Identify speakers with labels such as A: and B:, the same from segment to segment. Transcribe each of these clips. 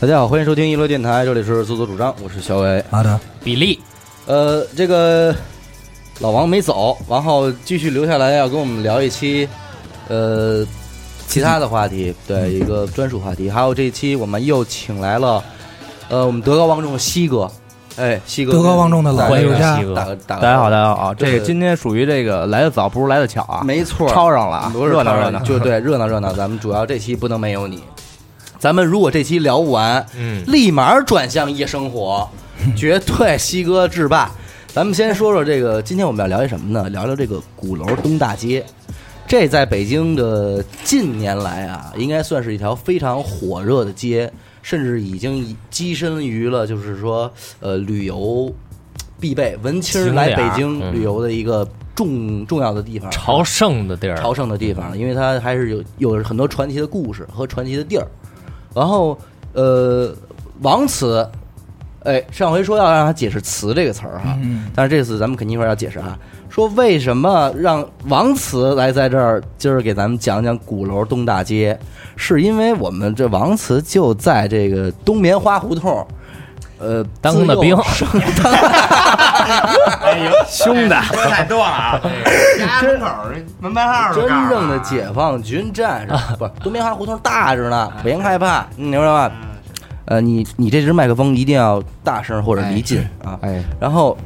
A: 大家好，欢迎收听一乐电台，这里是自作主张，我是小伟。
B: 好的，
C: 比利，
A: 呃，这个老王没走，然后继续留下来要跟我们聊一期，呃，其他的话题，对，一个专属话题。还有这一期我们又请来了，呃，我们德高望重的西哥，哎，西哥，
B: 德高望重的老
A: 欢
C: 欢
A: 迎
C: 迎
B: 艺术家
C: 西哥
A: 哎打个打
D: 大
A: 个，
D: 家好，大家好，
A: 就
D: 这
A: 是
D: 个今天属于这个来的早不如来的巧啊，
A: 没错，
D: 抄上了啊，
A: 不是
D: 热闹
A: 超人
D: 热闹。
A: 就 对热闹热闹。咱们主要这期不能没有你，咱们如果这期聊不完，
C: 嗯，
A: 立马转向夜生 活，绝对西哥制霸。咱们先说说这个，今天我们要聊一什么呢？聊聊这个鼓楼东大街，这在北京的近年来啊，应该算是一条非常火热的街，甚至已经跻身于了就是说呃旅游必备，文青儿
C: 景
A: 来
C: 点
A: 北
C: 儿
A: 京
C: 嗯
A: 旅游的一个重重要的地方。
C: 朝圣的地儿，嗯
A: 朝圣的地方，因为它还是有有很多传奇的故事和传奇的地儿。然后，呃，王词，哎，上回说要让他解释“词”这个词儿哈，
C: 嗯
A: 但是这次咱们肯定一块儿要解释啊，说为什么让王词来在这儿今儿给咱们讲讲鼓楼东大街，是因为我们这王词就在这个东棉花胡同。呃，
C: 当的兵
A: 自幼
D: 兄弟，
E: 说太多了 啊！家门口门牌号
A: 真正的解放军战 士，不是东棉花胡同大着呢，别害怕，你知道吧？呃，你你这只麦克风一定要大声或者离近啊。
D: 哎，
A: 然后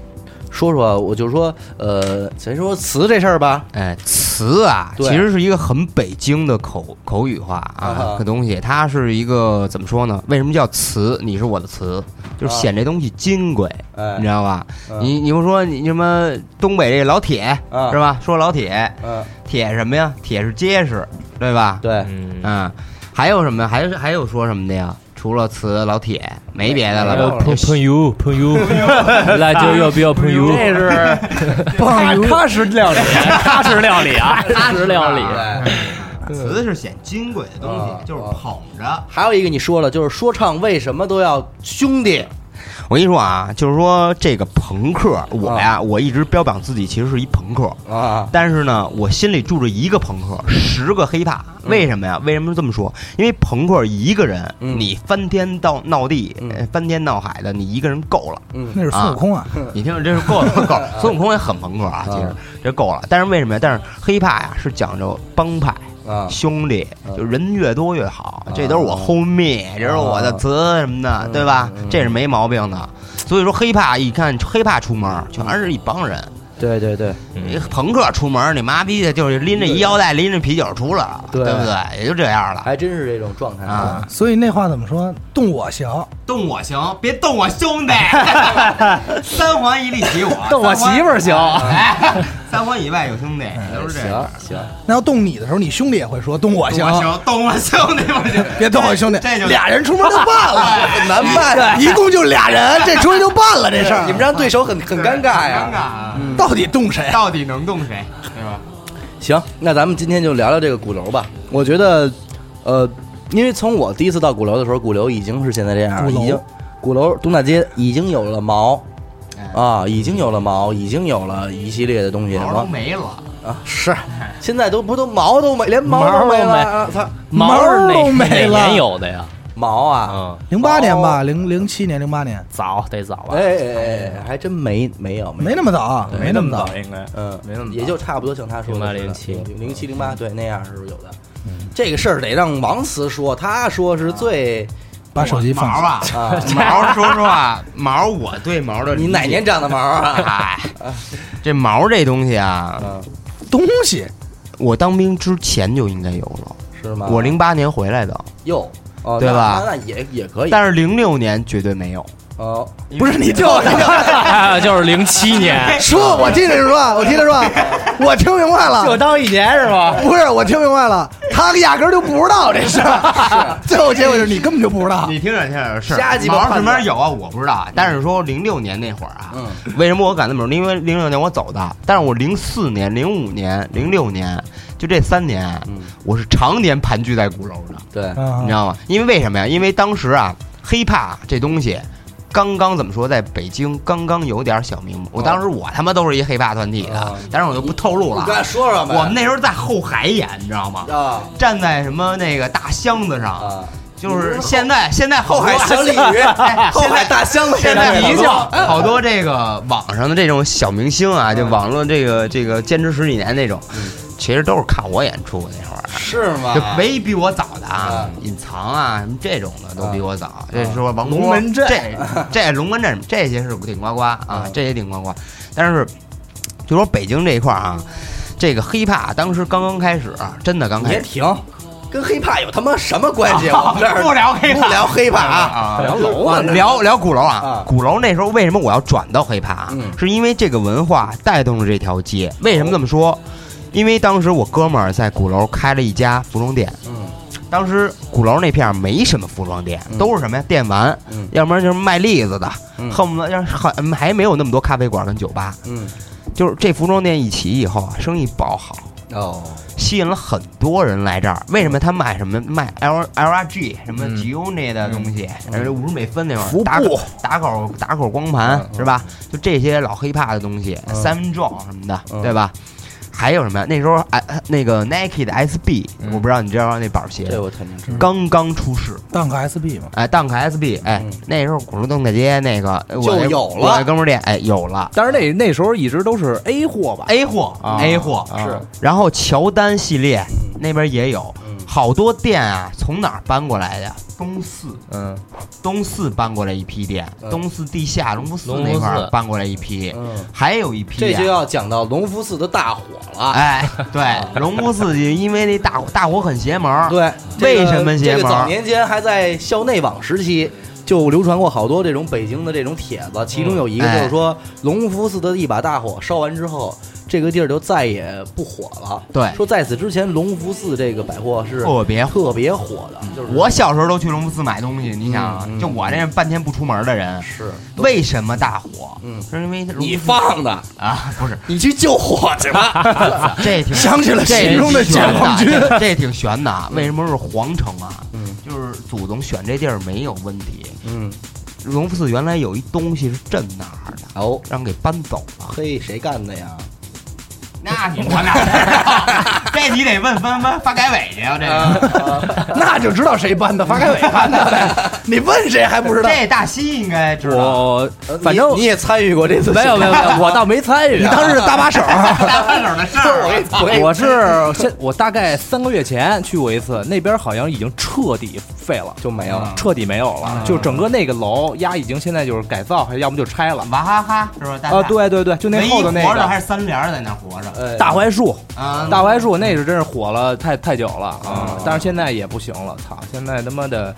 A: 说说，我就说，呃，先说词这事儿吧。
E: 哎，词啊，
A: 对
E: 其实是一个很北京的口口语化
A: 啊
E: 啊，个东西，它是一个怎么说呢？为什么叫词？你是我的词，就是显这东西金贵，
A: 啊哎
E: 你知道吧？
A: 嗯
E: 你你不说你什么东北这个老铁
A: 啊
E: 是吧？说老铁，
A: 嗯，
E: 铁什么呀？铁是结实，对吧？
A: 对，
C: 嗯，
E: 嗯，还有什么？还还有说什么的呀？除了词老铁，没别的
D: 哎
A: 没有
E: 了吧？
C: 朋朋友朋友，辣椒要不要朋友？
D: 这是
B: 棒如
D: 喀什料理，哎喀什料理啊，
E: 喀
C: 什料 理
A: 对。
E: 词是显金贵的东
A: 啊
E: 西，就是捧着。
A: 还有一个你说了，就是说唱为什么都要兄弟？
E: 我跟你说啊，就是说这个朋克，我呀，我一直标榜自己其实是一朋克，
A: 啊，
E: 但是呢，我心里住着一个朋克，十个黑怕。为什么呀？为什么这么说？因为朋克一个人，
A: 嗯
E: 你翻天到闹地
A: 嗯，
E: 呃翻天闹海的，你一个人够了。
A: 嗯
B: 那是孙悟空啊，
E: 你听，这是够了，够 了。孙悟空也很朋克啊，其实
A: 啊
E: 这够了。但是为什么呀？但是黑怕呀是讲究帮派。
A: 啊，
E: 兄弟
A: 嗯，
E: 就人越多越好
A: 啊，
E: 这都是我 homie，这是我的词什么的
A: 嗯，
E: 对吧
A: 嗯？
E: 这是没毛病的。所以说黑怕一看黑怕出门，全是一帮人；
A: 对对对，
E: 你朋克出门，你妈逼的就是拎着一腰带，拎着啤酒出来了，
A: 对哎
E: 对不对？也就这样了。
A: 还真是这种状态
E: 啊
B: 所以那话怎么说？动我行，
E: 动我行，别动我兄弟。三环以里起我，
D: 动我媳妇儿行。
E: 哎， 三环以外有兄弟，都是这
A: 行
E: 样。
A: 行，
B: 那要动你的时候，你兄弟也会说动我行，
E: 行，动我兄弟，我行。
B: 别动我兄弟
E: 这，就
B: 俩人出门就办了，很难办，一共就俩人，这出去就办了这事儿。
A: 你们让对手很很尴尬呀。
E: 尴尬啊！
B: 到底动谁？
E: 到底能动谁，对吧？
A: 行，那咱们今天就聊聊这个鼓楼吧。我觉得，呃，因为从我第一次到鼓楼的时候，鼓楼已经是现在这样了，
B: 鼓楼
A: 已经鼓楼东大街已经有了毛啊，已经有了毛，已经有了一系列的东西，什
E: 毛都
A: 么
E: 没了，
A: 啊是，现在都不都毛都没，连毛
C: 毛
A: 都
C: 都
A: 没
C: 没
A: 了，啊操、
C: 毛是
B: 毛
C: 哪
B: 都没
C: 哪
B: 了
C: 年有的呀？
A: 毛啊，
C: 嗯，
B: 零八年吧，零零七年、零八年，
C: 早得早吧
A: 哎？哎哎哎，还真没没有
B: 没那么早，啊没那么早。
D: 应该
A: 嗯，
D: 没那么早
A: 也就差不多像他说的似的，
C: 08
A: 零七零八，对，那样是不是有的？这个事儿得让王慈说，他说是最
B: 把手机放
E: 毛
B: 下，
A: 啊，
E: 啊， 毛，说实话，毛我对毛 的，
A: 你哪年？长的毛啊？
E: 哎，这毛这东西啊，
A: 嗯，
B: 东西
E: 我当兵之前就应该有了，
A: 是吗？
E: 我零八年回来的，
A: 哟，哦，
E: 对
A: 那
E: 吧
A: 那那也也可以，
E: 但是零六年绝对没有。
A: 哦，
B: 哎不是你听我听。
C: 哎就是零七年，
B: 说，我记得是吧？我记得 是吧？我听明白了，
C: 当一年是吧？
B: 不是，我听明白了，他压根儿就不知道这事儿。 最后结果就是你根本就不知道。
E: 你听着听着是
A: 瞎鸡巴
E: 毛
A: 判断
E: 什么有啊？我不知道啊，但是说零六年那会儿啊，
A: 嗯
E: 为什么我敢那么说？因为零六年我走的，但是我零四年、零五年、零六年就这三年，
A: 嗯，
E: 我是常年盘踞在鼓楼的。
A: 对，
B: 啊嗯
E: 你知道吗？因为为什么呀？因为当时啊，黑怕这东西。刚刚怎么说，在北京刚刚有点小名目。我当时我他妈都是一黑怕团体
A: 哦
E: 的，但是我就不透露
A: 你
E: 了
A: 刚才
E: 啊。
A: 说说呗，
E: 我们那时候在后海演，你知道吗？
A: 啊
E: 站在什么那个大箱子上，
A: 啊，
E: 就是现在现在
A: 后
E: 好多
A: 海小鲤鱼，
E: 哎
A: 后海大箱子，
E: 现在
A: 比
E: 好
A: 一
E: 多
A: 叫，
E: 好多这个网上的这种小明星啊，就网络这个这个坚持十几年那种，其实都是看我演出那会儿。
A: 是吗
E: 就唯比我早的啊
A: 啊，
E: 隐藏啊，什么这种的都比我早。这说王
B: 龙
E: 波，
B: 门阵
E: 这 这龙门阵这些是顶呱呱啊，这些顶呱呱。但是就说北京这一块儿啊，这个 hiphop 当时刚刚开始，啊真的刚开
A: 别
E: 始。
A: 停，跟黑怕有他妈什么关系？我们这儿
E: 不聊黑怕
A: 不聊黑怕啊！
E: 啊，
A: 聊楼
E: 啊
A: 啊，
E: 聊聊鼓楼啊
A: 啊，
E: 鼓楼那时候为什么我要转到 hiphop 啊
A: 嗯？
E: 是因为这个文化带动了这条街。为什么这么说？因为当时我哥们儿在鼓楼开了一家服装店，
A: 嗯
E: 当时鼓楼那片儿没什么服装店，
A: 嗯
E: 都是什么呀？电玩，
A: 嗯
E: 要不然就是卖栗子的，
A: 嗯
E: 恨不得要是很还没有那么多咖啡馆跟酒吧。
A: 嗯，
E: 就是这服装店一起以后啊，生意爆好，
A: 哦，
E: 吸引了很多人来这儿。为什么他卖什么卖 L L R G 什么
C: 嗯
E: g i o n i 的东西，
A: 嗯
E: 然后五十美分那
A: 服
E: 种
A: 部
E: 打口打口打口光盘
A: 嗯嗯
E: 是吧？就这些老黑怕的东西，
A: 嗯
E: 三分撞什么的，
A: 嗯
E: 对吧？还有什么呀？那时候哎那个 Nike 的 SB，
C: 嗯
E: 我不知道你知道吗那板儿鞋
A: 这我肯定知道。
E: 刚刚出世，
B: 当个 SB 嘛，
E: 哎，Dunk SB，哎
A: 嗯，
E: 那时候鼓楼邓大街那个我
A: 就
E: 那
A: 有
E: 我
A: 了
E: 那哥们儿店，哎，有了
D: 但是那那时候一直都
C: 哎
D: 是 A 货吧，
E: A 货
C: 啊
E: ，A 货
C: 啊
A: 是。
E: 然后乔丹系列
A: 嗯
E: 那边也有，
A: 嗯
E: 好多店啊，从哪儿搬过来的？东四，
C: 嗯，
E: 东四搬过来一批店，
A: 嗯
E: 东四地下隆福寺
C: 隆福
E: 那块儿
C: 寺
E: 搬过来一批，
A: 嗯，
E: 还有一批
A: 这就
E: 啊。
A: 要讲到隆福寺的大火了。
E: 哎，对，隆福寺因为那大火，大火很邪门儿，
A: 对，
E: 为什么邪
A: 这
E: 门
A: 个早年间还在校内网时期。就流传过好多这种北京的这种帖子，其中有一个就是说，隆福寺的一把大火烧完之后，这个地儿就再也不火了。
E: 对哦
A: 说在此之前，隆福寺这个百货是
E: 特别
A: 特别火的，就是
E: 我小时候都去隆福寺买东西，你想啊，
A: 嗯嗯
E: 就我这半天不出门的人，
A: 是
E: 为什么大火？
A: 嗯
E: 是因为隆福寺
A: 你放的，
E: 啊，不是，
A: 你去救火去 吧。
E: 这挺
B: 想起了
E: 这
B: 心中的
E: 挺悬
B: 解放军，
E: 这这挺悬的啊！为什么是皇城啊？
A: 嗯
E: 就是祖宗选这地儿没有问题。
A: 嗯，
E: 隆福寺原来有一东西是镇那儿的，
A: 哦，
E: 让给搬走了。
A: 嘿，谁干的呀？
E: 那你我哪知道？ 这你得问问问发改委去啊！这个
B: 那就知道谁搬的，发改委搬的呗。 你问谁还不知道？
E: 这大西应该知道。
C: 我反正
A: 你你也参与过这次
C: 没有没有没 有，我倒没参与
B: 你。当时是搭把手，
E: 大分手的事
A: 我给
E: 儿， 啊
A: 我给
C: 我是先，我大概三个月前去过一次，那边好像已经彻底废了，嗯
A: 就没有了。嗯
C: 彻底没有了，就整个那个楼呀，已经现在就是改造，还要么就拆了。
E: 娃哈哈是
A: 嗯
E: 吧？大
C: 啊，，对对对，就那
E: 唯一
C: 后头那
E: 活着
C: 个
E: 还是三联儿在那儿活着
A: 呃
C: 大槐树，
E: 啊。
C: 大槐
A: 嗯
C: 树那是真是火了太太久了啊
A: 啊！
C: 但是现在也不行了，操！现在他妈的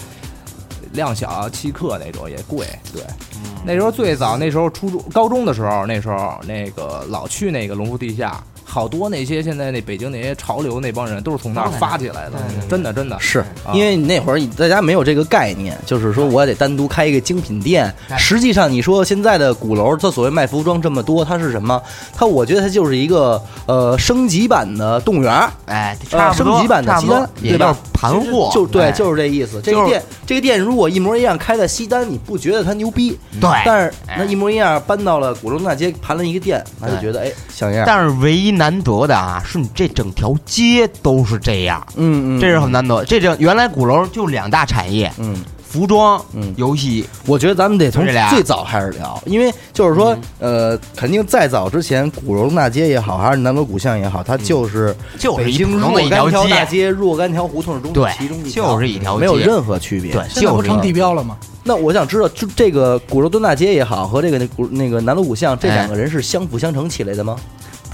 C: 量小欺客那种也贵，对。
E: 嗯
C: 那时候最早那时候初中高中的时候，那时候那个老去那个龙湖地下，好多那些现在那北京那些潮流那帮人都是从那儿发起来的
E: 对对，对
C: 真的真的
A: 是
C: 啊
A: 因为你那会儿你大家没有这个概念，就是说我得单独开一个精品店。
E: 对
A: 实际上，你说现在的鼓楼，它所谓卖服装这么多，它是什么？它我觉得它就是一个呃升级版的动物园儿，
E: 哎，差不
A: 呃升
E: 多，
A: 级版的
E: 差不多
A: 鸡蛋
E: 也
A: 对吧
E: 就是盘货，
A: 就对，
E: 哎
A: 就是这意思。这
E: 就
A: 个
E: 是
A: 店，这个店如果一模一样开在西单，你不觉得它牛逼？
E: 对。
A: 但是
E: 哎
A: 那一模一样搬到了鼓楼大街，盘了一个店，那就觉得哎像样。
E: 但是唯一难得的啊，是你这整条街都是这样，
A: 嗯嗯，
E: 这是很难得。这整原来鼓楼就两大产业，
A: 嗯。
E: 服装、
A: 嗯
E: 游戏。
A: 我觉得咱们得从
E: 就这俩嗯
A: 最早开始聊，因为就是说，呃，肯定再早之前，鼓楼大街也好，还是南锣鼓巷也好，它就是
E: 嗯就是一
A: 北京
E: 普通
A: 若
E: 的一条
A: 干条大
E: 街
A: 街、若干条胡同中
E: 对
A: 其中一条，
E: 就是一条街，
A: 没有任何区别。
E: 对，，
B: 现在
E: 就
B: 不
E: 是
B: 成地标了吗？
A: 那我想知道，就这个鼓楼东大街也好，和这个那鼓那个南锣鼓巷
E: 哎
A: 这两个人是相辅相成起来的吗？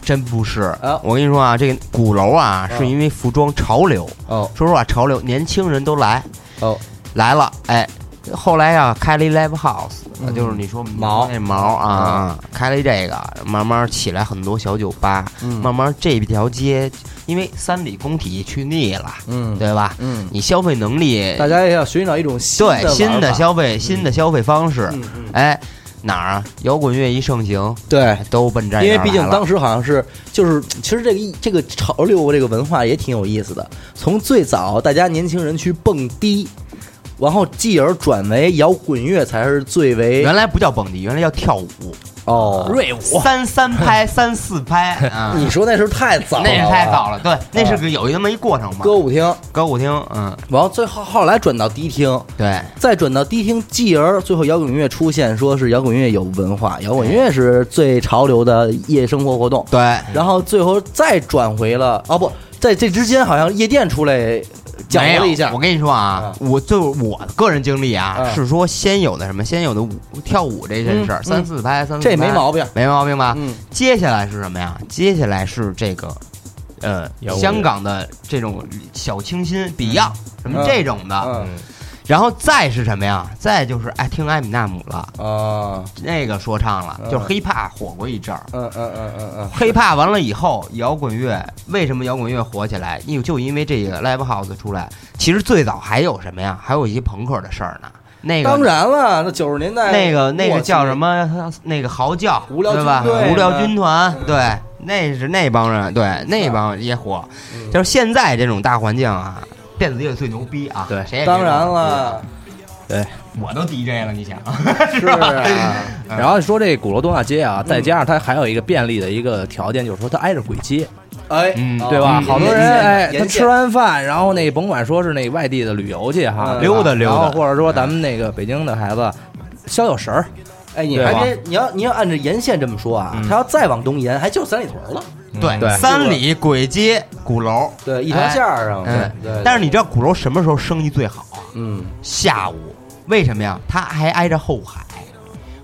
E: 真不是
A: 啊
E: 我跟你说啊，这个鼓楼啊，
A: 啊
E: 是因为服装潮流，
A: 哦
E: 说实话，潮流年轻人都来
A: 哦，
E: 来了，哎。后来呀、开了一 live house，、
A: 嗯
E: 就是你说
A: 毛
E: 那毛啊，开了一这个，慢慢起来很多小酒吧，
A: 嗯
E: 慢慢这条街，因为三里工体去腻了，
A: 嗯
E: 对吧？
A: 嗯，
E: 你消费能力，
A: 大家也要寻找一种新
E: 对新的
A: 的
E: 消费、新的消费方式，
A: 嗯嗯
E: 哎，哪儿啊？摇滚乐一盛行，
A: 对
E: 哎，都奔这儿来
A: 因
E: 了。
A: 为毕竟当时好像是就是，其实这个一这个潮流这个文化也挺有意思的。从最早大家年轻人去蹦迪，然后继而转为摇滚乐才是最为
E: 原来不叫蹦迪，原来叫跳舞，
A: 哦，
D: 瑞舞
E: 三三 拍、三四拍啊，
A: 你说那时候太早了，啊
E: 那是太早了，对，那是个有那么一过程嘛。
A: 歌舞厅，
E: 歌舞厅，嗯，
A: 然后最后后来转到迪厅，
E: 对，
A: 再转到迪厅，继而最后摇滚乐出现，说是摇滚乐有文化，摇滚乐是最潮流的夜生活活动。
E: 对，
A: 然后最后再转回了啊不，在这之间好像夜店出来搅
E: 没
A: 和
E: 有
A: 了一下
E: 我，跟你说啊，我就我个人经历啊，
A: 嗯
E: 是说先有的什么，先有的舞跳舞这件事儿，
A: 嗯
E: 三四拍，三四
A: 这
E: 拍
A: 没毛病。
E: 没毛病吧？
A: 嗯，
E: 接下来是什么呀？接下来是这个，呃，
D: 摇滚乐
E: 香港的这种小清新，Beyond 什么
A: 嗯
E: 这种的，
A: 嗯
E: 然后再是什么呀？再就是爱听艾米纳姆了，
D: 嗯
A: 啊，
E: 那个说唱了，
A: 嗯
E: 就是 hiphop 火过一阵儿。
A: 嗯嗯嗯嗯嗯，
E: hiphop 完了以后，摇滚乐为什么摇滚乐火起来？因为就因为这个 live house 出来。其实最早还有什么呀？还有一些朋克的事儿呢。那个
A: 当然了，那九十年代
E: 那个那
A: 末
E: 个
A: 期
E: 叫什？么？那个嚎叫，
A: 无聊
E: 对吧？
A: 军嗯队
E: 无聊军团
A: 呢，
E: 对，那是那帮人，对，那帮也火。
A: 啊嗯
E: 就是现在这种大环境啊，电子乐最牛逼啊，
D: 对
E: 谁也
A: 当然，了，
E: 我都 DJ 了，你想，
A: 是 啊，
C: 嗯
D: 然后说这鼓楼东大街啊，再加上它还有一个便利的一个条件，就是说它挨着簋街，
A: 哎，
E: 嗯
C: 哦
A: 啊
D: 对吧？
E: 嗯
D: 好多人
A: 沿线
D: 哎，
A: 沿
D: 他
A: 线
D: 吃完饭，然后那甭管说是那外地的旅游去
A: 嗯
D: 哈，对吧
E: 溜达溜达
D: 然后或者
C: 嗯
D: 说咱们那个北京的孩子消消食儿，
A: 哎，你
D: 对
A: 还
D: 吧
A: 别，你要你要按照沿线这么说
E: 嗯
A: 啊，他要再往东延，还就是三里屯了，
E: 对
D: 对
E: 三里、簋街、鼓楼，
A: 对，一条线儿上，
E: 嗯
A: 对，对，
E: 但是你知道鼓楼什么时候生意最好啊？
A: 嗯，
E: 下午，为什么呀？它还挨着后海，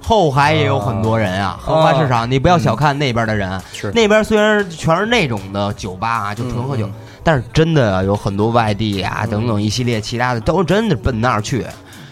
E: 后海也有很多人啊。
A: 哦
E: 荷花市场，你不要小看那边的人，啊
A: 嗯
D: 是
E: 那边虽然全是那种的酒吧啊，就纯喝
A: 嗯
E: 酒，但是真的有很多外地啊等等一系列其他的，都真的奔那儿去。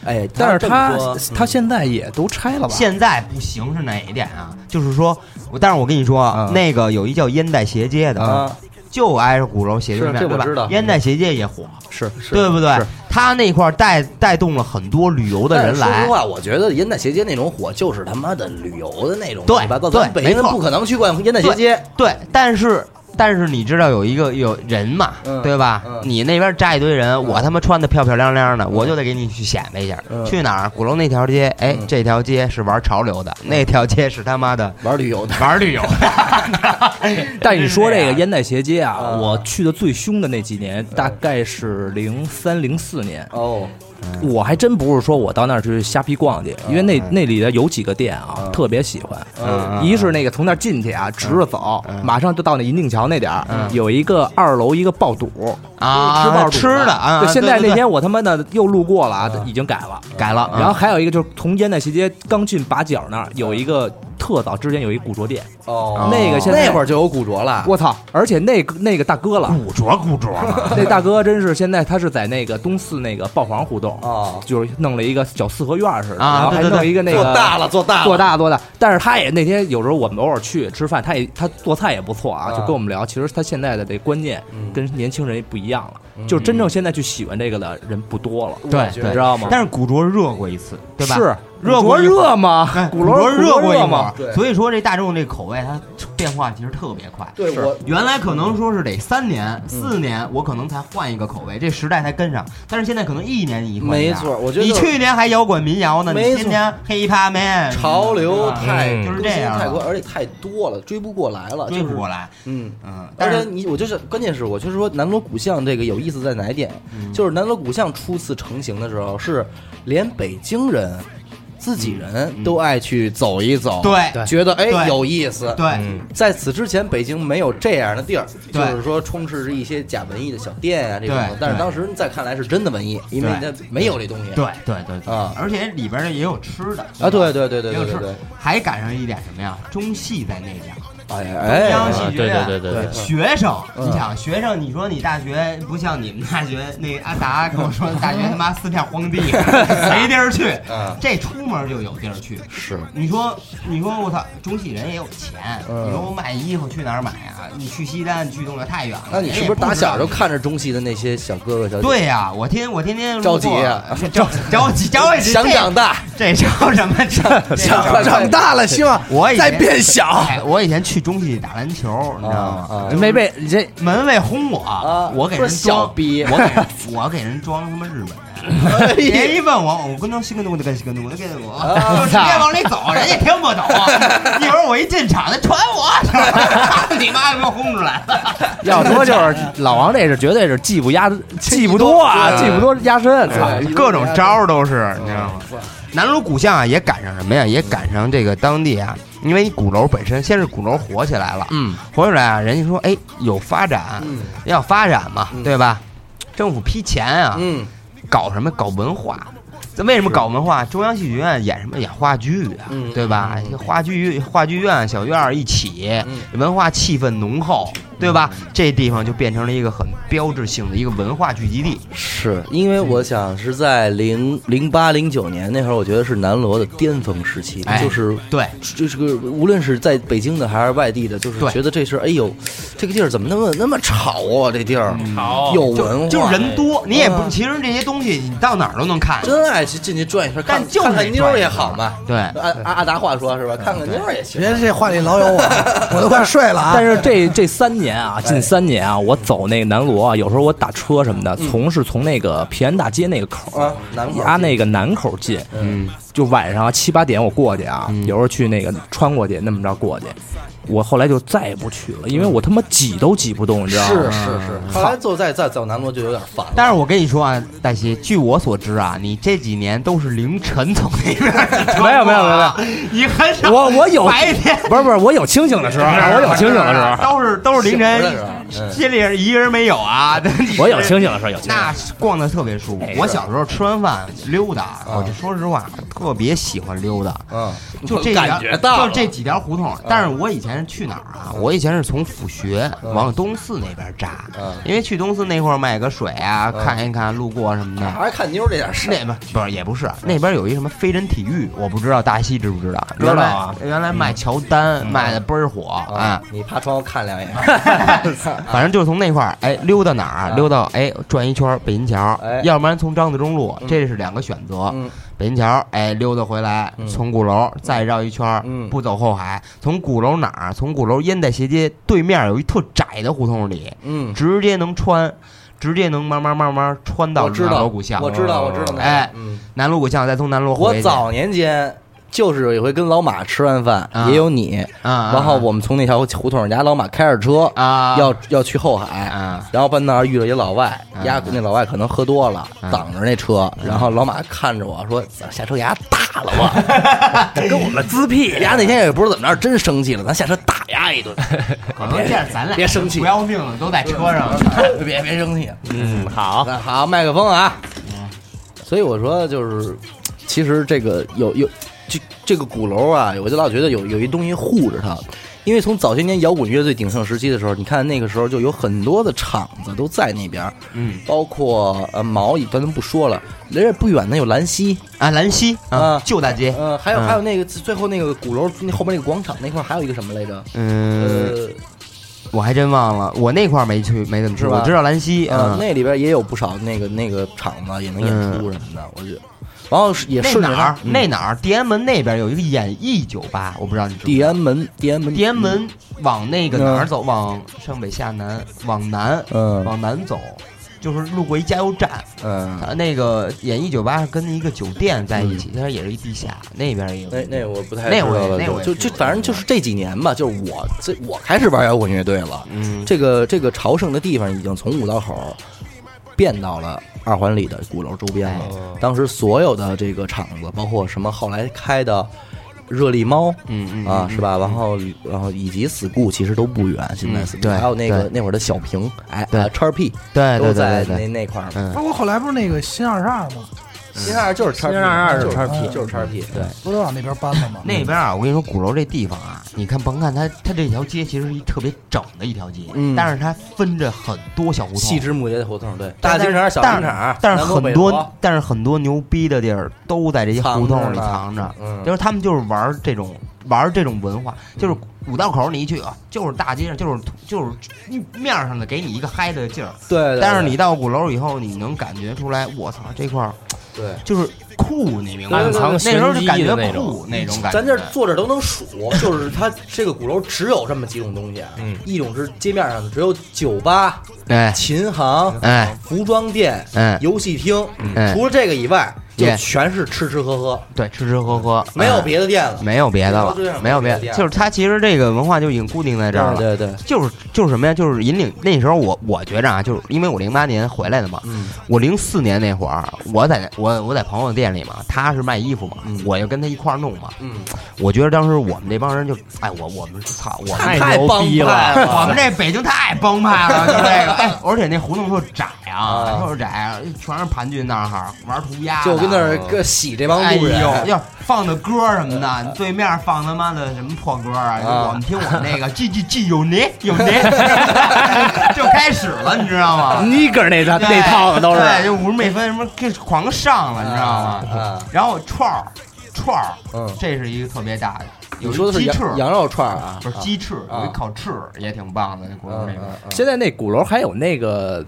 A: 哎，
D: 但是
A: 这
D: 他
A: 么说
D: 他现在也都拆了吧？
E: 现在不行是哪一点啊？就是说，我但是我跟你说啊，
D: 嗯
E: 那个有一叫烟袋斜街的
A: 啊，
E: 就挨着鼓楼斜对
A: 是
E: 面，
A: 这我
E: 对吧
A: 知道
E: 烟袋斜街也火，
D: 是
E: 对不对
D: 是？
E: 他那块儿带带动了很多旅游的
A: 但是
E: 人
A: 说
E: 来
A: 实。话，我觉得烟袋斜街那种火，就是他妈的旅游的那种
E: 对
A: 乱七八糟。
E: 对
A: 咱北京
E: 没
A: 人
E: 错
A: 不可能去逛烟袋斜街，
E: 对，但是但是你知道有一个有人嘛，
A: 嗯
E: 对吧？
A: 嗯
E: 你那边站一堆
D: 嗯
E: 人，我他妈穿的漂漂亮亮的，我就得给你去显摆一下。
A: 嗯
E: 去哪儿？鼓楼那条街，哎，
A: 嗯
E: 这条街是玩潮流的，
D: 嗯
E: 那条街是他妈的
A: 玩旅游的。
E: 玩旅游的。
D: 但是你说这个
E: 烟，
D: 烟袋斜街啊，
A: 嗯
D: 我去的最凶的那几
E: 嗯
D: 年，大概是零三零四年，
A: 哦，
D: 我还真不是说我到那儿去瞎逼逛去，因为那那里的有几个店啊，特别喜欢。
E: 嗯
D: 一是那个从那儿进去啊，直着走，马上就到那银锭桥那点儿，有一个二楼一个爆肚
E: 嗯啊
D: 爆肚
E: 吃的啊
D: 对现
E: 对
D: 在
E: 嗯对
D: 那天我他妈的又路过了啊，已经改了。
E: 改了，嗯
D: 然后还有一个就是从烟袋斜街刚进把角那儿有一个特早之前有一古着店，
A: 哦
D: 那个现在
A: 那会儿就有古着了。
D: 我操！而且那个那个大哥了，
E: 古着古着嘛，
D: 那大哥真是现在他是在那个东四那个豹房胡同，
A: 哦，
D: 就是弄了一个小四合院似的，
E: 啊
D: 然后
E: 对
D: 还
E: 对对
D: 弄一个那个
A: 做大了，做大了，
D: 做大做大。但是他也那天有时候我们偶尔去吃饭，他也他做菜也不错啊，
A: 啊
D: 就跟我们聊，其实他现在的这观念
A: 嗯
D: 跟年轻人也不一样了，就是真正现在去喜欢这个的人不多了，
E: 对
D: 你
E: 对
D: 知。道吗？
E: 但是古着热过一次，对吧？
D: 是
E: 热
D: 古着
E: 过一会儿哎
D: 热
A: 哎
D: 吗？
E: 古
D: 楼
E: 着
D: 古着
E: 过一
D: 热
E: 会
D: 吗
E: 儿？
A: 对
E: 所以说这大众这口味它变化其实特别快。
A: 对嗯我
E: 原来可能说是得三年、四年，我可能才换一个口味，这时代才跟上。但是现在可能一年你一换一样
A: 没错我觉得
E: 你去年还摇滚民谣呢，你
A: 没错
E: 今年黑怕 man
A: 潮流太
E: 嗯就是这
A: 更新
E: 样了
A: 太快，而且太多了，追不过来了，
E: 追不过
A: 来。
E: 来。
A: 嗯，
E: 嗯，
A: 而
E: 但
A: 且
E: 是
A: 你我就是，关键是我就是说南锣鼓巷这个有意思在哪一点？
C: 嗯
A: 就是南锣鼓巷初次成型的时候，是连北京人自己
C: 嗯
A: 人都爱去走一走，
E: 对对
A: 觉得哎
E: 对
A: 有意思。
E: 对
A: 在此之前，北京没有这样的地儿，就
E: 对
A: 是说充斥着一些假文艺的小店啊这种的
E: 对。
A: 但是
E: 对
A: 当时在看来是真的文艺，因为它没有这东西。
E: 对对对对
A: 啊，
E: 而且里边儿也有吃的
A: 啊，对对对对
E: 也有
A: 对
E: 吃
A: 对
E: 的
A: 对，
E: 还赶上一点什么呀？中戏在那边。
A: 哎
E: 中央
A: 哎
E: 戏剧院，
F: 对对对对对
E: 学生，
A: 嗯
E: 你想学生，你说你大学不像你们大学那阿达跟我说，大学他妈四片荒 地，没地儿去
A: 嗯，
E: 这出门就有地儿去。
A: 是
E: 你说，你说我操，中戏人也有钱，
A: 嗯
E: 你说我买衣服去哪儿买啊？你去西单，你去东莞太远了。
A: 那你是
E: 人
A: 不
E: 也
A: 是打
E: 知道
A: 小就看着中戏的那些小哥哥小姐？
E: 对呀、我天，我天天路
A: 着急
E: 过
A: 呀
E: 着着急
C: 啊
E: 着急，
A: 想长大，
E: 这这着什么着？这
B: 长
E: 着
B: 长大了，希望
E: 我以前
B: 再变小。
E: 哎，我以前去去中戏打篮球，你知道吗？
A: 啊
C: 没被你这
E: 门卫轰我，
A: 啊
E: 我给
A: 说
E: 人
A: 小
E: 装
A: 逼
E: 我给人 我给人装他妈日本人，人一问我，我跟着西格努的跟西格努的跟我，
A: 啊
E: 就直接往里走，人家听不懂。 一会儿我一进场，他传我， 你妈给我轰出来了。
C: 要说 就是老王这是绝对是技不压技不多啊，技不多压身，操！
A: 哎
E: 各种招儿都是，你知道吗？南锣鼓巷啊，也赶上什么呀？也赶上这个当地啊，因为鼓楼本身先是鼓楼火起来了，
A: 嗯，
E: 火起来啊，人家说哎有发展，要发展嘛，对吧？政府批钱啊，
A: 嗯，
E: 搞什么？搞文化。这为什么搞文化？中央戏剧院演什么？演话剧啊，
A: 嗯
E: 对吧？话剧话剧院、小院儿一起，
D: 嗯
E: 文化气氛浓厚，对吧？这地方就变成了一个很标志性的一个文化聚集地。
A: 是因为我想是在
E: 嗯
A: 零零八零九年那会儿，我觉得是南锣的巅峰时期，
E: 哎
A: 就是
E: 对，
A: 就是个无论是在北京的还是外地的，就是
E: 对
A: 觉得这是哎呦，这个地儿怎么那么那么吵啊？这地儿
G: 好
A: 有文化，
E: 嗯就是人
D: 哎
E: 多，你也不，
A: 嗯
E: 其实这些东西你到哪儿都能看。
A: 真爱去进去转一圈，看
E: 但就是
A: 看看妞儿也好嘛。
E: 对嗯
A: 按按阿达话说是吧？看看妞儿也行。
B: 别这话里老有我，我都快睡了啊！
D: 但是这这三年
A: 哎
D: 啊，近三年啊，我走那个南锣啊，有时候我打车什么的，
A: 嗯
D: 从是从那个平安大街那个口
A: 啊
D: 儿，
A: 南口
D: 压那个南口进，嗯，就晚上啊七八点我过去啊，
A: 嗯
D: 有时候去那个穿过去那么着过去，我后来就再也不去了，因为我他妈挤都挤不动，你知
E: 啊
D: 道吗？
A: 是是是，
E: 嗯
A: 后来就再再走南锣就有点烦了。
E: 但是我跟你说啊，黛西，据我所知啊，你这几年都是凌晨从那边 儿
D: 没有没有没有没有，
E: 你很少。
D: 我我有
E: 白天，
D: 不是不是，我有清醒的时候，啊我有清醒的时候，
E: 都是都是凌晨
A: 醒着的时，候嗯
E: 心里是一个人没有 啊。
D: 我有清醒的时候，有清醒的时候。哎
E: 那逛的特别舒服。我小时候吃完饭溜
D: 啊
E: 达，我就说实话，特别喜欢溜达。
A: 嗯，
E: 就这
A: 感觉到
E: 条，就这几条胡
D: 啊
E: 同。但是我以前是去哪儿啊？我以前是从府学
D: 啊
E: 往东四那边扎
A: 嗯，
E: 因为去东四那块儿买个水啊，看一看，路过什么的。
D: 啊
A: 还是看妞儿这点事
E: 那
A: 儿。
E: 边不是也不是，那边有一什么飞人体育，我不知道大西知不知道？
D: 知道啊嗯
E: 原来原来卖乔丹卖的倍儿火啊，
A: 你趴窗户看两 眼，
E: 反正就从那块儿，哎，溜到哪儿啊？溜到哎，转一圈儿北新桥
A: 哎，
E: 要不然从张自忠路，这是两个选择
A: 嗯。
E: 北新桥，哎，溜达回来，从鼓楼再绕一圈儿
A: 嗯，
E: 不走后海，从鼓楼哪儿？啊从鼓楼烟袋斜街对面有一特窄的胡同里，
A: 嗯，
E: 直接能穿，直接能慢慢慢慢穿到
A: 我知
E: 南
A: 道，
E: 锣鼓巷。
A: 我知道，我知道。
E: 哎
A: 嗯，
E: 南锣鼓巷再从南锣
A: 我
E: 回去。
A: 早年间就是有一回跟老马吃完饭，
E: 啊
A: 也有你，
E: 啊，
A: 然后我们从那条胡同儿，人家老马开着车，
E: 啊
A: 要要去后海，
E: 啊
A: 然后奔那儿遇了一老外，
E: 啊
A: 压那老外可能喝多了，
E: 啊
A: 挡着那车，然后老马看着我说：“咱下车给他打了吧， 跟我们滋屁。”人家那天也不知怎么着，真生气了，咱下车打压一顿。
E: 可能这样咱俩
A: 别生气
E: 不要命了，都在车上。
A: 别别生气，
D: 嗯，好，
A: 那好，麦克风啊。所以我说就是，其实这个有有这这个鼓楼啊，我就老觉得有有一东西护着它，因为从早些年摇滚乐最鼎盛时期的时候，你看那个时候就有很多的厂子都在那边，
E: 嗯，
A: 包括呃毛以咱就不说了，离这不远的有兰溪，
E: 啊，兰溪
A: 啊
E: 旧大街，
A: 呃，还有、
E: 嗯
A: 还有那个最后那个鼓楼那后边那个广场那块儿还有一个什么来着？
E: 嗯，
A: 呃，
E: 我还真忘了，我那块儿没去，没怎么去，
A: 是吧
E: 我知道兰溪，
A: 呃，
E: 嗯，
A: 那里边也有不少那个那个厂子也能演出什么的，我觉得。然后也
E: 那
A: 顺着
E: 哪儿？
A: 嗯
E: 那哪儿？地安门那边有一个演艺酒吧，我不知道你知不知
A: 地
E: 道。
A: 安门，地安门，
E: 地安门往那个哪儿走？往上北下南，往南，
A: 嗯
E: 往南走，就是路过一加油站。
A: 嗯，
E: 啊，那个演艺酒吧跟一个酒店在一起，它也是一地下，那边也有。
A: 那那我不太
E: 那
A: 知道
E: 我也
A: 了
E: 那
A: 就
E: 我也
A: 就
E: 知
A: 就
E: 道
A: 反正就是这几年吧，就是我这我开始玩摇滚乐队了，
E: 嗯，
A: 这个这个朝圣的地方已经从五道口变到了二环里的鼓楼周边
E: 哎
A: 了。当时所有的这个厂子，包括什么后来开的热力猫，
E: 嗯嗯
A: 啊，
E: 嗯
A: 是吧？然后然后以及 school 其实都不远，现在
E: 嗯
A: school、
E: 对
A: 还有那个
E: 对
A: 那会儿的小平，哎，
E: 对哎
A: 啊叉 P
E: 对
A: 都
E: 对
A: 在
E: 对
A: 那
E: 对对，
A: 那块儿。
E: 嗯
B: 包括后来不是那个新二十二吗？
A: 新二就是叉 P，
D: 新22是叉 P
E: 嗯
D: 嗯
A: 就是叉 P，对。
B: 不都往那边搬了吗？
A: 嗯
E: 那边啊，我跟你说，鼓楼这地方啊，你看甭看它，它这条街其实是一特别整的一条街，
A: 嗯
E: 但是它分着很多小胡同，
A: 细枝末节的胡同，对，
E: 但
A: 大
E: 是
A: 金厂、小
E: 但
A: 金
E: 是
A: 厂，
E: 但是
A: 南
E: 很
A: 北
E: 多
A: 锣，
E: 但是很多牛逼的地儿都在这些胡同里
A: 藏
E: 藏着，
A: 嗯
E: 就是他们就是玩这种玩这种文化，就是五道口你一去啊，就是大街上就是就是面上的给你一个嗨的劲儿，
A: 对，对
E: 但是
A: 对
E: 你到鼓楼以后，你能感觉出来，我操，这块儿
A: 对，
E: 就是酷，你明白吗？
D: 暗藏
E: 那时候
D: 玄
E: 就
D: 机
E: 感觉
D: 的那种
E: 酷那种感觉。
A: 咱这坐这儿都能数，就是它这个鼓楼只有这么几种东西，嗯，一种是街面上的，只有酒吧、
E: 哎
A: 琴行、
E: 哎，
A: 服装店、
E: 嗯
A: 游戏厅，
E: 嗯
A: 除了这个以外，就
E: 也
A: 全是吃吃喝喝，
E: 对，吃吃喝喝，
A: 没有
E: 哎
A: 别的店了。
E: 没有别的了
A: 这样，
E: 没有别
A: 这
E: 的，
A: 样
E: 就是它其实这个文化就已经固定在这儿了。
A: 对对对，
E: 就是就是什么呀？就是引领那时候我我觉着啊，就是因为我零八年回来的嘛，
A: 嗯
E: 我零四年那会儿，我在我我在朋友店里嘛，他是卖衣服嘛，我就跟他一块儿弄嘛。
A: 嗯，
E: 我觉得当时我们这帮人就，哎，我我们操，我们
D: 太
A: 哎太
D: 牛
A: 帮
D: 逼
A: 派
D: 了，
E: 我们这北京太帮派了，就这 个，哎，而且那胡同特窄啊
A: 啊，
E: 特窄，全是盘踞那儿玩涂鸦的，
A: 就跟那儿个洗这帮
E: 哎
A: 路
E: 呦
A: 人，，
E: 要放的歌什么的，对面放他妈的什么破歌啊？就我们听我们那个 G G G 有你有你，就开始了，你知道吗？
D: 尼格那套
E: 对
D: 啊那套的都是，
E: 对，就五十美分什么就狂上了，你知道吗？
A: 啊，
E: 然后串儿串儿，
A: 嗯
E: 这是一个特别大的，有
A: 你说的是
E: 鸡翅
A: 羊，羊肉串儿啊？
E: 不是鸡翅，
A: 啊
E: 有一烤翅也挺棒的，那国
A: 嗯
E: 内那边
A: 嗯嗯
D: 现在那鼓楼还有那个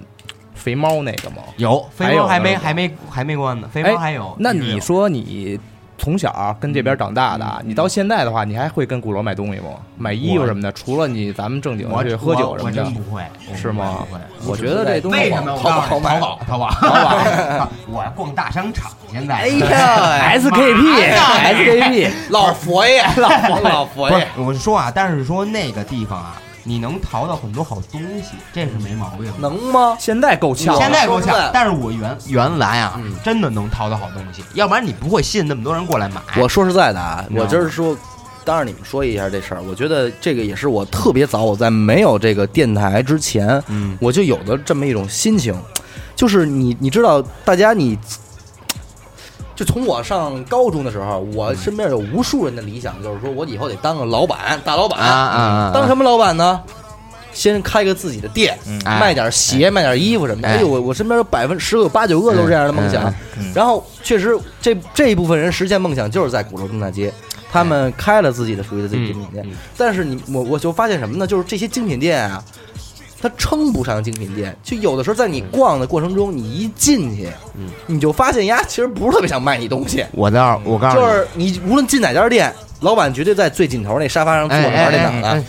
D: 肥猫那个吗？
E: 有
D: 还
E: 肥
D: 有
E: 猫还没
D: 那个
E: 还没还没关呢，肥猫
D: 哎
E: 还有。
D: 那
E: 一直哦有嗯
D: 你说你从小跟这边长大的啊，你到现在的话，你还会跟鼓楼买东西吗？买衣服什么的，除了你咱们正经
E: 我
D: 去喝酒什
E: 我
D: 么的
E: 真，不会，我
D: 是吗
E: 不会？
D: 我觉得这东
E: 为
D: 西
E: 什么？我
A: 淘宝
E: 告诉
A: 淘宝
E: 你，淘宝，淘宝，淘宝。 我逛大商场现在。
A: 哎 呀，
E: 哎
D: SKP SKP
A: 老佛爷，老佛老
E: 不
A: 佛
E: 是
A: 爷，，
E: 我是说啊，但是说那个地方啊，你能淘到很多好东西，这是没毛病的。
A: 能吗？
D: 现在够呛
E: 现
D: 了，
E: 在
A: 说
E: 够
A: 实在
E: 呛，但是我原原来啊
A: 嗯，
E: 真的能淘到好东西，要不然你不会吸引那么多人过来买。
A: 我说实在的啊，
E: 你知
A: 我
E: 道吗
A: 就是说，当然你们说一下这事儿，我觉得这个也是我特别早，我在没有这个电台之前，
E: 嗯
A: 我就有的这么一种心情，就是你你知道，大家你。就从我上高中的时候，我身边有无数人的理想，就是说我以后得当个老板，大老板。
E: 啊啊啊！
A: 当什么老板呢？先开个自己的店，
E: 哎
A: 卖点鞋，卖点衣服什么的。
E: 哎
A: 哎呦，我我身边有百分十个有八九个都是这样的梦想
E: 嗯。
A: 然后确实，这这一部分人实现梦想就是在鼓楼东大街，他们开了自己的属于的自己的精品
E: 嗯
A: 店。但是你我我就发现什么呢？就是这些精品店啊，它称不上精品店。就有的时候在你逛的过程中，你一进去，
E: 嗯
A: 你就发现呀，其实不是特别想卖你东西，
E: 我倒是我告诉你，
A: 就是你无论进哪家店，老板绝对在最尽头那沙发上坐
E: 哎
A: 着
E: 哎
A: 玩电
E: 哎
A: 脑
E: 哎
A: 呢。，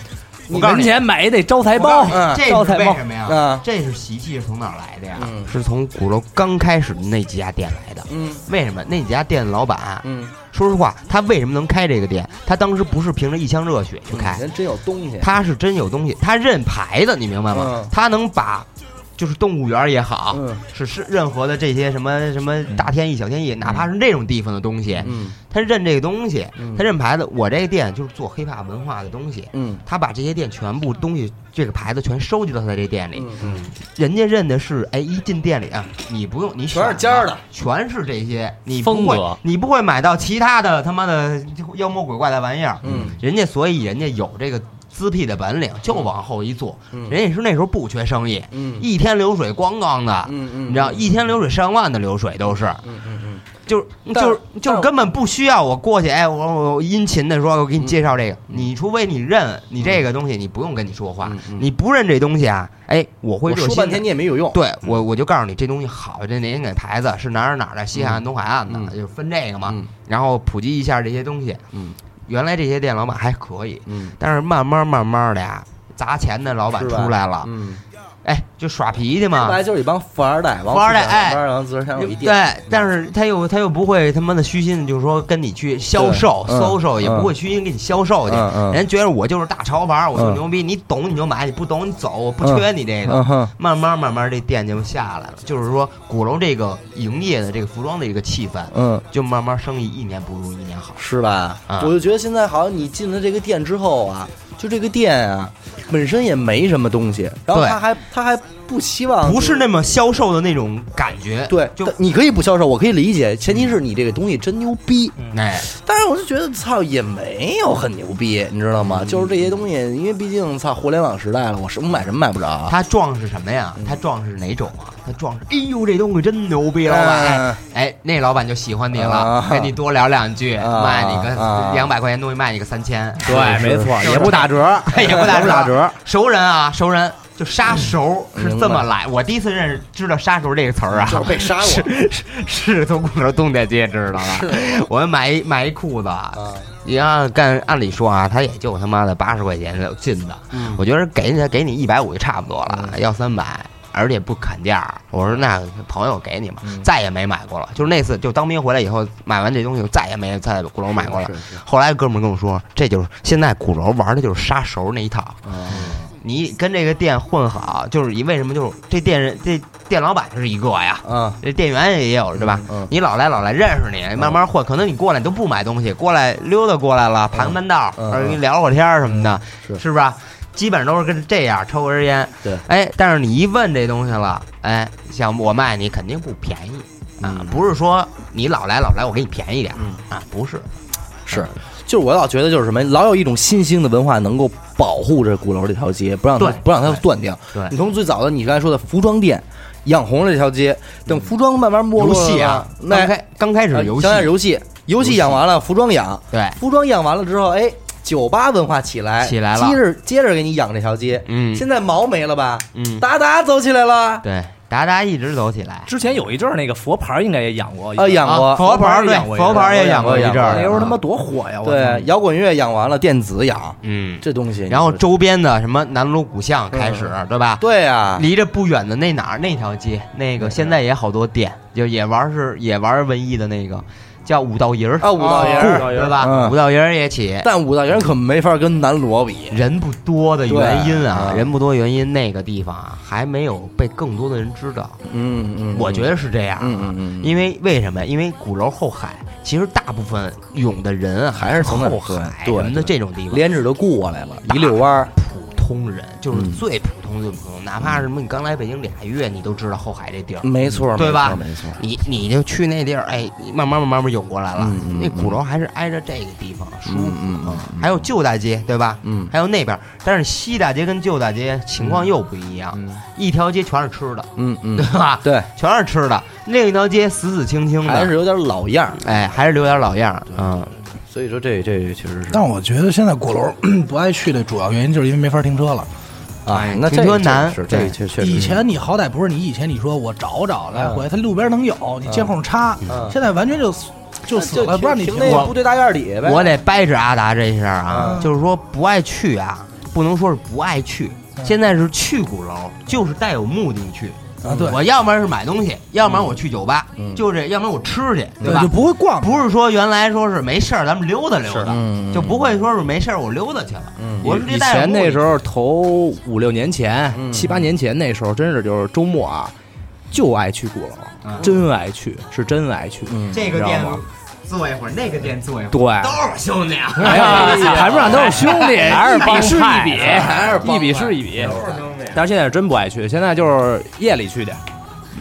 E: 我告诉
D: 门
E: 你，
D: 前买一那招财
E: 我告
D: 包
E: 诉，
A: 嗯
E: 你这
D: 招
E: 是
D: 财
E: 为
D: 猫
E: 什么
A: 嗯
E: 呀？这是习气是从哪儿来的呀？
A: 嗯
E: 是从鼓楼刚开始的那几家店来的。
A: 嗯
E: 为什么那几家店的老板啊，
A: 嗯，
E: 说实话，他为什么能开这个店？他当时不是凭着一腔热血去开，
A: 人真有东西。
E: 他是真有东西，他认牌子，你明白吗
A: 嗯？
E: 他能把就是动物园也好，
A: 嗯
E: 是是任何的这些什么什么大天翼、小天翼，哪怕是这种地方的东西，
A: 嗯
E: 他认这个东西
A: 嗯，
E: 他认牌子。我这个店就是做黑怕文化的东西。
A: 嗯
E: 他把这些店全部东西，这个牌子全收集到他这店里，
A: 嗯
E: 人家认的是，哎，一进店里啊，你不用，你
A: 全是
E: 选
A: 尖儿的，
E: 全是这些，你
D: 风
E: 不会
D: 格，
E: 你不会买到其他的他妈的妖魔鬼怪的玩意儿，
A: 嗯
E: 人家所以人家有这个资屁的本领，就往后一坐，
A: 嗯
E: 人家是那时候不缺生意，
A: 嗯
E: 一天流水咣咣的，
A: 嗯嗯，
E: 你知道，一天流水上万的流水都是，
A: 嗯嗯
E: 就是
A: 但
E: 就是就
A: 但
E: 是根本不需要我过去，哎，我我我殷勤的说，我给你介绍这个，你除非你认你这个东西，你不用跟你说话，
A: 嗯嗯
E: 你不认这东西啊，哎，我会
A: 我
E: 热
A: 说
E: 心
A: 半
E: 的
A: 天你也嗯没有用。
E: 对我，我就告诉你这东西好，这您给牌子是哪儿哪儿的，西海岸、东海岸的，
A: 嗯
E: 就分这个嘛，
A: 嗯
E: 然后普及一下这些东西。
A: 嗯
E: 原来这些店老板还可以，
A: 嗯
E: 但是慢慢慢慢的呀，砸钱的老板
A: 是吧
E: 出来了，
A: 嗯，
E: 哎，就耍脾气
A: 说白
E: 嘛。
A: 了就是一帮富二代，王
E: 富二代哎
A: 富二代，王自成山有一店。
E: 对，但是他又他又不会他妈的虚心，就是说跟你去销售、
A: 对嗯
E: 销售，也
A: 嗯
E: 不会虚心给你销售去。
A: 嗯嗯
E: 人觉得我就是大潮牌，我就
A: 嗯
E: 牛逼，你懂你就买，你不懂你走，我不缺你这个。
A: 嗯哼，
E: 慢慢慢慢这店就下来了，就是说鼓楼这个营业的这个服装的一个气氛，
A: 嗯，
E: 就慢慢生意一年不如一年好。
A: 是吧？
E: 啊
A: 我就觉得现在好像你进了这个店之后啊，就这个店啊，本身也没什么东西，然后
E: 对
A: 他还他还不希望
E: 不是那么销售的那种感觉，
A: 嗯对，
E: 就
A: 但你可以不销售，我可以理解，前提是你这个东西真牛逼。
E: 哎，
A: 但是我就觉得操也没有很牛逼，你知道
E: 嗯
A: 吗？就是这些东西，因为毕竟操互联网时代了，我什么买什么买不着啊。嗯
E: 他撞是什么呀？他撞是哪种啊？他撞是，哎呦，这东西真牛逼，老
A: 嗯
E: 板，哎，那老板就喜欢你了
A: 啊，
E: 跟你多聊两句，
A: 啊
E: 卖你
A: 啊
E: 个两百块钱东西，卖你个三千，
D: 对，没错，
E: 是
D: 哎也不打折，
E: 也不打
D: 也不打折，
E: 熟人啊，熟人就杀熟是这么来。我第一次认识知道杀熟这个词儿啊，
G: 就是被杀过，
E: 是是从鼓楼东大街知道的。我们买一买一裤子，啊你要干按理说啊，他也就他妈的八十块钱的进的，我觉得给人家给你一百五就差不多了，要三百。而且不砍价儿，我说那朋友给你吧，再也没买过了。就是那次，就当兵回来以后，买完这东西，我再也没在鼓楼买过了。后来哥们儿跟我说，这就是现在鼓楼玩的就是杀熟那一套。你跟这个店混好，就是你为什么就是这店人这店老板是一个呀，
A: 嗯，
E: 这店员也有是吧？你老来老来认识你，慢慢混，可能你过来你都不买东西，过来溜达过来了，盘盘道，
A: 嗯嗯
E: 或者跟你聊会儿天儿什么的，
A: 嗯
E: 是不是？基本上都是跟这样抽根烟，
A: 对，
E: 哎，但是你一问这东西了，哎，像我卖你肯定不便宜啊，不是说你老来老来我给你便宜点儿啊，不是，
A: 是，就是我老觉得就是什么，老有一种新兴的文化能够保护着鼓楼这条街，不让它
E: 对
A: 不让它断掉。
E: 对
A: 你从最早的你刚才说的服装店，养红了这条街，等服装慢慢没落
E: 游
A: 了
E: 戏啊，
A: 那哎呃
E: 刚开刚开始游戏
A: 想，想游戏，游戏养完了，服装养，
E: 对，
A: 服装养完了之后，哎，酒吧文化起来，
E: 起来了
A: 接着接着给你养这条街。
E: 嗯
A: 现在毛没了吧？
E: 嗯
A: 达达走起来了，
E: 对，达达一直走起来，
D: 之前有一阵儿那个佛牌应该也养过一
A: 啊，
D: 阵儿，
A: 养过
E: 啊佛牌儿
D: 佛牌儿
E: 对
D: 养过
E: 佛牌儿也养过
D: 一阵儿
E: 一阵
A: 养
E: 儿，啊
A: 过
D: 那时候他妈多火呀！我操
A: 对，摇滚乐养完了，电子养
E: 嗯，
A: 这东西，
E: 然后周边的什么南锣鼓巷开始，对吧？
A: 对啊，
E: 离着不远的那哪儿那条街，那个现在也好多店，就也玩是也玩文艺的那个，叫五道营儿哦
A: 啊，五道营
E: 酷
A: 儿，
E: 对
A: 嗯
E: 吧？五道营儿也起，
A: 但五道营可没法跟南锣比。
E: 人不多的原因啊，
A: 对
E: 人不多原因那个地方啊还没有被更多的人知道，
A: 嗯嗯
E: 我觉得是这样啊。
A: 嗯嗯嗯嗯
E: 因为为什么呀？因为鼓楼后海，其实大部分涌的人啊还是
A: 从那儿
E: 后海
A: 对对
E: 什么的这种地方，
A: 连指都雇过来了，一溜弯儿。
E: 普通人，就是最普通最普
A: 嗯
E: 通，哪怕是什么你刚来北京俩月，你都知道后海这地儿，
A: 没错，
E: 对吧？
A: 没错，没错
E: 你你就去那地儿，哎，你慢慢慢慢慢涌过来了。
A: 嗯嗯
E: 那鼓楼还是挨着这个地方舒服，
A: 嗯嗯
E: 还有旧大街，对吧？
A: 嗯
E: 还有那边儿，但是西大街跟旧大街情况又不一样，一条街全是吃的，
A: 嗯
E: 对
A: 嗯，
E: 吧？
A: 对，
E: 全是吃的。另一条街死死清清的，
A: 还是有点老样儿。
E: 哎，还是留点老样儿，
A: 啊
E: 嗯，
A: 所以说这这确实是
B: 但我觉得现在鼓楼 不爱去的主要原因就是因为没法停车了。
A: 啊
E: 哎，
A: 那这
E: 停车难
A: 这是这
E: 对
A: 确确实是
B: 以
A: 嗯
B: 前你好歹不是你以前你说我找找来回，它路边能有，你见空插。现在完全就死就死了，不让你
A: 嗯停
B: 停。
A: 那
B: 我
A: 部队大院里呗。
E: 我得掰扯阿达这事儿啊，
D: 嗯
E: 就是说不爱去啊，不能说是不爱去，
D: 嗯
E: 现在是去鼓楼，就是带有目的去。
B: 啊对
E: 我要不然是买东西，要
D: 嗯
E: 不然我去酒吧，就这，要不然我吃去，
B: 对
E: 吧
B: 就？不会逛。
E: 不是说原来说是没事儿，咱们溜达溜达，
D: 嗯
E: 就不会说是没事儿我溜达去了。我是
D: 以
E: 这带有
D: 前
E: 目的
D: 那时候头五六年前、
A: 嗯
D: 七八年前那时候，真是就是周末啊，就爱去鼓楼，真爱去，是真爱去。
E: 这个
D: 你知
E: 店
D: 道吗
E: 坐一会儿，那个店坐一会儿，
D: 对
E: 都是我兄弟啊，
D: 哎呀，谈不上都是兄弟，
G: 还是帮
D: 一笔是
G: 派
D: 一笔，
A: 还是帮派
D: 一笔是一笔。
E: 都是兄弟。
D: 但是现在真不爱去，现在就是夜里去的，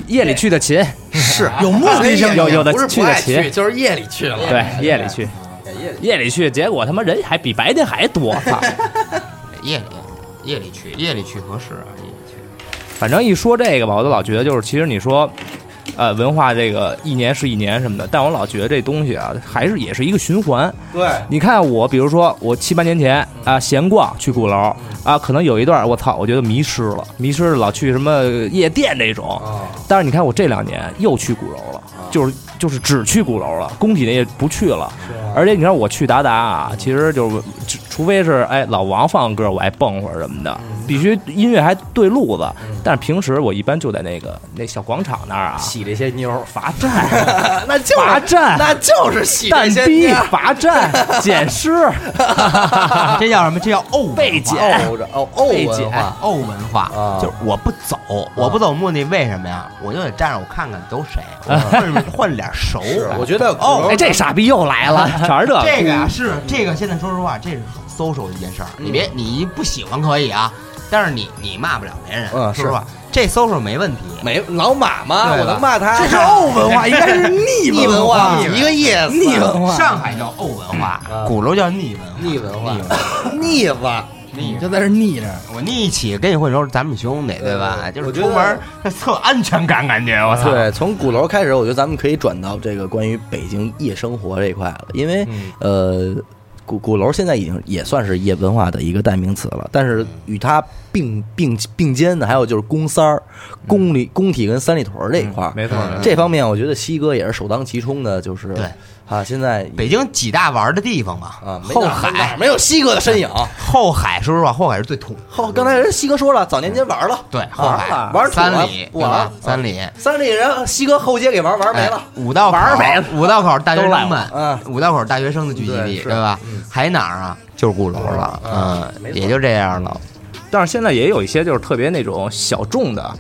D: 夜里去的勤，
B: 是有目的
E: 哎
B: 性，
D: 有有的
G: 不是
D: 去
G: 不
D: 的
G: 爱去，
D: 勤，
G: 就是夜里去了。
D: 对，夜里去，夜里去，结果他妈人还比白天还多，操！
E: 夜里，夜里去，夜里去合适啊，夜里去。
D: 反正一说这个吧，我都老觉得就是，其实你说，呃，文化这个一年是一年什么的，但我老觉得这东西啊，还是也是一个循环。
A: 对，
D: 你看我，比如说我七八年前啊，闲逛去鼓楼啊，可能有一段我操，我觉得迷失了，迷失了老去什么夜店这种。但是你看我这两年又去鼓楼了，就是就是只去鼓楼了，工体那也不去了。而且你看我去达达啊，其实就是只除非是哎老王放歌，我爱蹦会儿什么的，必须音乐还对路子。但是平时我一般就在那个那小广场那儿啊，
A: 洗这些妞儿，
D: 罚站，
A: 那就
D: 罚站，
A: 那就是洗这
D: 蛋
A: 些
D: 逼
A: 妞儿，
D: 罚站， 捡尸，
E: 这叫什么？这叫欧
D: 被捡。
A: 哦这哦哦
D: 被
A: 文
D: 剪
A: 化，
E: 欧文化
A: 啊，
E: 就是我不走，我不走目的为什么呀？我就得站着，我看看都谁，我混混点熟。
A: 我觉得哦
D: 哎，这傻逼又来了，全是这个
E: 这个呀是这个，现在说实话，这是很 social 的一件事儿。你别你不喜欢可以啊，但是你你骂不了别人，
A: 嗯
E: 说实话，这 social 没问题。
A: 没老马嘛，
E: 对吧
A: 我能骂他？
B: 这是欧文化，应该是逆
A: 逆文
B: 文
A: 化，
E: 逆文化
A: 一个意思，
B: 逆文化。
E: 上海叫欧文化，鼓楼叫逆文化，
A: 逆文化，腻子。
E: 逆
B: 你就在这逆着，
E: 我逆起跟你混熟，咱们兄弟对吧？
A: 对
E: 就是
A: 我觉得
E: 出门儿测安全感，感觉
D: 啊
E: 我操。
A: 对，从鼓楼开
D: 嗯
A: 始，我觉得咱们可以转到这个关于北京夜生活这一块了，因为、呃，鼓鼓楼现在已经也算是夜文化的一个代名词了，但是呃与它并并并肩的还有就是宫三儿、宫里宫体跟三里屯儿这一块儿、
D: 嗯没错，
A: 这方面我觉得西哥也是首当其冲的，就是
E: 对
A: 啊，现在
E: 北京几大玩的地方嘛，
A: 啊没
E: 后
A: 哪儿哪
E: 海
A: 儿没有西哥的身影。
E: 后海说实话，后海是最土的。
A: 后刚才人西哥说了，早年间玩了，
E: 对，后海
A: 啊玩了玩土
E: 三
A: 了
E: 里，
A: 不
E: 对
A: 玩
E: 吧
A: 了？
E: 三里
A: 三里人西哥后街给玩玩没了
E: 哎，五道口
A: 玩没了，
E: 五道 口大学生们，
A: 嗯
E: 五道口大学生的聚集
A: 对
E: 地，
A: 是嗯
E: 对吧？还哪儿啊？就是鼓楼了，
A: 没
E: 嗯，
A: 错
E: 也就这样了。
D: 但是现在也有一些就是特别那种小众的，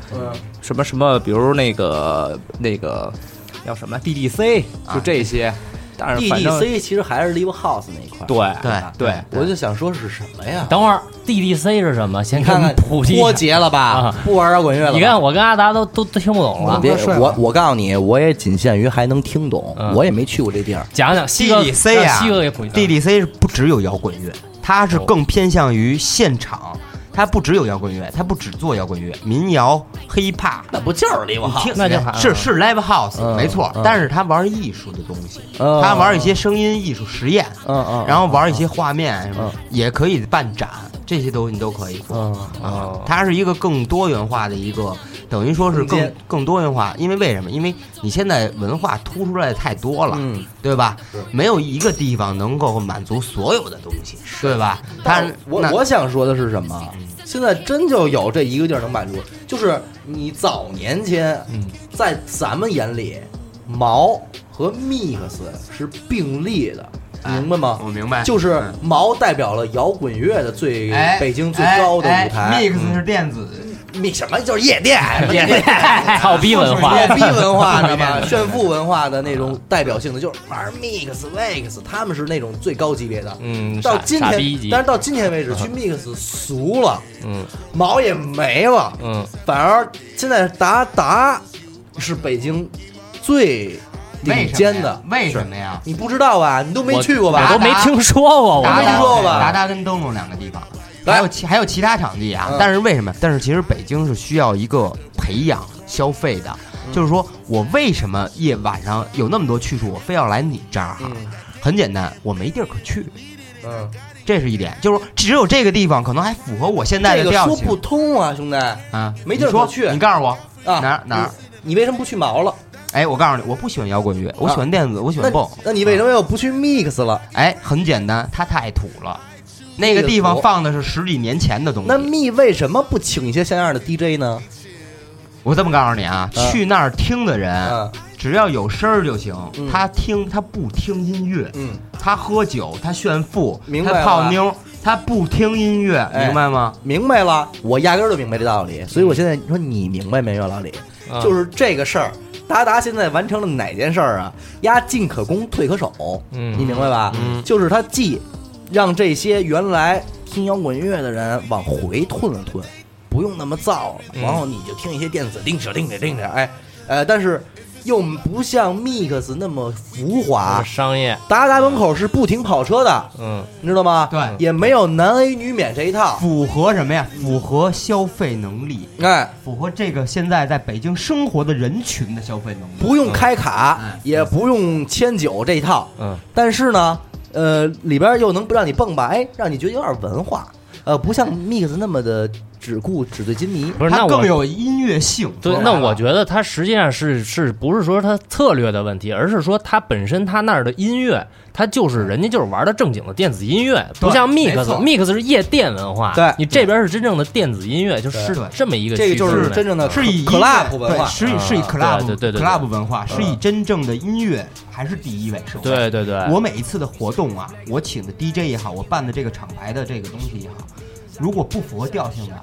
D: 什么什么，比如那个那个叫什么 DDC，就
E: 啊
D: 这些。但是反正
A: DDC 其实还是 Live House 那一块儿。
D: 对
E: 哎对
D: 对，
A: 我就想说是什么呀？
G: 等会儿 DDC 是什么？先
A: 你
G: 给我
A: 看
G: 们
A: 看
G: 普及一下。
A: 脱节了吧
G: 啊？
A: 不玩摇滚乐了吧。嗯
G: 你看我跟阿达都都都听不懂了，
A: 别
B: 帅了
A: 我我告诉你，我也仅限于还能听懂，
G: 嗯
A: 我也没去过这地儿。
G: 讲讲西哥
E: DDC
G: 让
E: 啊
G: 西哥给普及。
E: ，DDC 是不只有摇滚乐，它是
G: 哦
E: 更偏向于现场，它不只有摇滚乐，它不只做摇滚乐，民谣、hiphop。
A: 那不就是离我好？
E: 听
G: 那就还
E: 是是 live house
A: 啊嗯
E: 没错
A: 嗯，
E: 但是他玩艺术的东西，
A: 嗯
E: 他玩一些声音艺术实验，
A: 嗯嗯
E: 然后玩一些画面什么
A: 嗯，
E: 也可以办展，这些东西都可以做。
A: 嗯
E: 啊，它是一个更多元化的一个，等于说是
A: 空
E: 更
A: 间
E: 更多元化。因为为什么？因为你现在文化突出来的太多了，
A: 嗯
E: 对吧？没有一个地方能够满足所有的东西，对吧？它
A: 但我
E: 那
A: 我想说的是什么？现在真就有这一个地儿能满足，就是你早年间，在咱们眼里，毛和 mix 是并立的，明白吗？
E: 我明白
A: 就是
E: 嗯
A: 毛代表了摇滚乐的最
E: 哎
A: 北京最高的
E: 哎
A: 舞
E: 哎
A: 台，嗯
E: mix 是电子，
A: 你什么就是夜店，夜店。
G: 操逼文化，
A: 老逼文化的嘛，炫富文化的那种代表性的，就是玩 mix、wax，他们是那种最高级别的。
D: 嗯
A: 到今
G: 傻逼级
A: 天，但是到今天为止，去 mix 俗了，
D: 嗯
A: 毛也没了，
D: 嗯，
A: 反而现在达达是北京最
E: 为
A: 顶
E: 什么
A: 尖
E: 呀
A: 的？，
E: 为什么呀？
A: 你不知道吧？你都没去过吧？
G: 我都没听说过。
A: 达达
G: 我
A: 没听说过哦吧
E: 达达跟灯笼两个地方，
A: 来
E: 还有其还有其他场地啊
A: 嗯。
E: 但是为什么？但是其实北京是需要一个培养消费的，
A: 嗯
E: 就是说我为什么夜晚上有那么多去处，我非要来你这儿哈？
A: 嗯
E: 很简单，我没地儿可去，
A: 嗯，
E: 这是一点。就是只有这个地方可能还符合我现在
A: 这
E: 的
A: 个
E: 调
A: 说
E: 性
A: 不通啊，兄弟
E: 啊，
A: 没地儿
E: 你说
A: 可去
E: 你告诉我
A: 啊！
E: 哪儿哪儿？
A: 你？你为什么不去毛了？
E: 哎，我告诉你，我不喜欢摇滚乐，我喜欢电子，我喜
A: 啊那
E: 欢蹦。
A: 那你为什么又不去 mix 了？
E: 哎，很简单，它太土了。那个地方放的是十几年前的东西。
A: 那蜜为什么不请一些像样的 DJ 呢？
E: 我这么告诉你啊，
A: 嗯
E: 去那儿听的人，
A: 嗯
E: 只要有声儿就行
A: 嗯。
E: 他听，他不听音乐，
A: 嗯，
E: 他喝酒，他炫富
A: 明，白
E: 他
A: 了
E: 泡妞，他不听音乐，
A: 哎
E: 明白吗？
A: 明白了，我压根儿就明白这道理，所以我现在你说你明白没有老李？
D: 嗯
A: 就是这个事儿，达达现在完成了哪件事儿啊？压进可攻，退可守，
D: 嗯
A: 你明白吧？
E: 嗯
A: 就是他既让这些原来听摇滚乐的人往回退了退，不用那么燥了，然后你就听一些电子，定着定着定着，哎，呃，但是又不像 Mix 那么浮华。
G: 商业
A: 达达门口是不停跑车的，
D: 嗯
A: 你知道吗？
E: 对
A: 也没有男 A 女免这一套。
E: 符合什么呀？符合消费能力，
A: 哎，
E: 符合这个现在在北京生活的人群的消费能力。
A: 不用开卡，
E: 嗯
A: 也不用签酒这一套。
D: 嗯，
A: 但是呢，呃，里边又能不让你蹦吧？哎，让你觉得有点文化，呃，不像 Mix 那么的只顾纸醉金迷。
G: 不是那
E: 它更
G: 我
E: 有音乐性。
G: 对，
E: 说白
G: 那
E: 了
G: 我觉得它实际上是是不是说它策略的问题，而是说它本身它那儿的音乐，它就是人家就是玩的正经的电子音乐，
E: 对
G: 不像
E: 没错
G: mix，mix 是夜店文化，
A: 对
G: 你这边是真正的电子音乐，就是
E: 对
G: 这么一个
A: 这个就
G: 趋
A: 是
G: 势
A: 真正的
E: 是以
A: club
E: 音乐
A: 文化
E: 对是以是以
G: 啊
E: club
G: 对对对对嗯
E: club 文化，是以真正的音乐还是第一位首位。
G: 对对对，
A: 哎
E: 我每一次的活动啊，我请的 DJ 也好，我办的这个厂牌的这个东西也好，如果不符合调性的，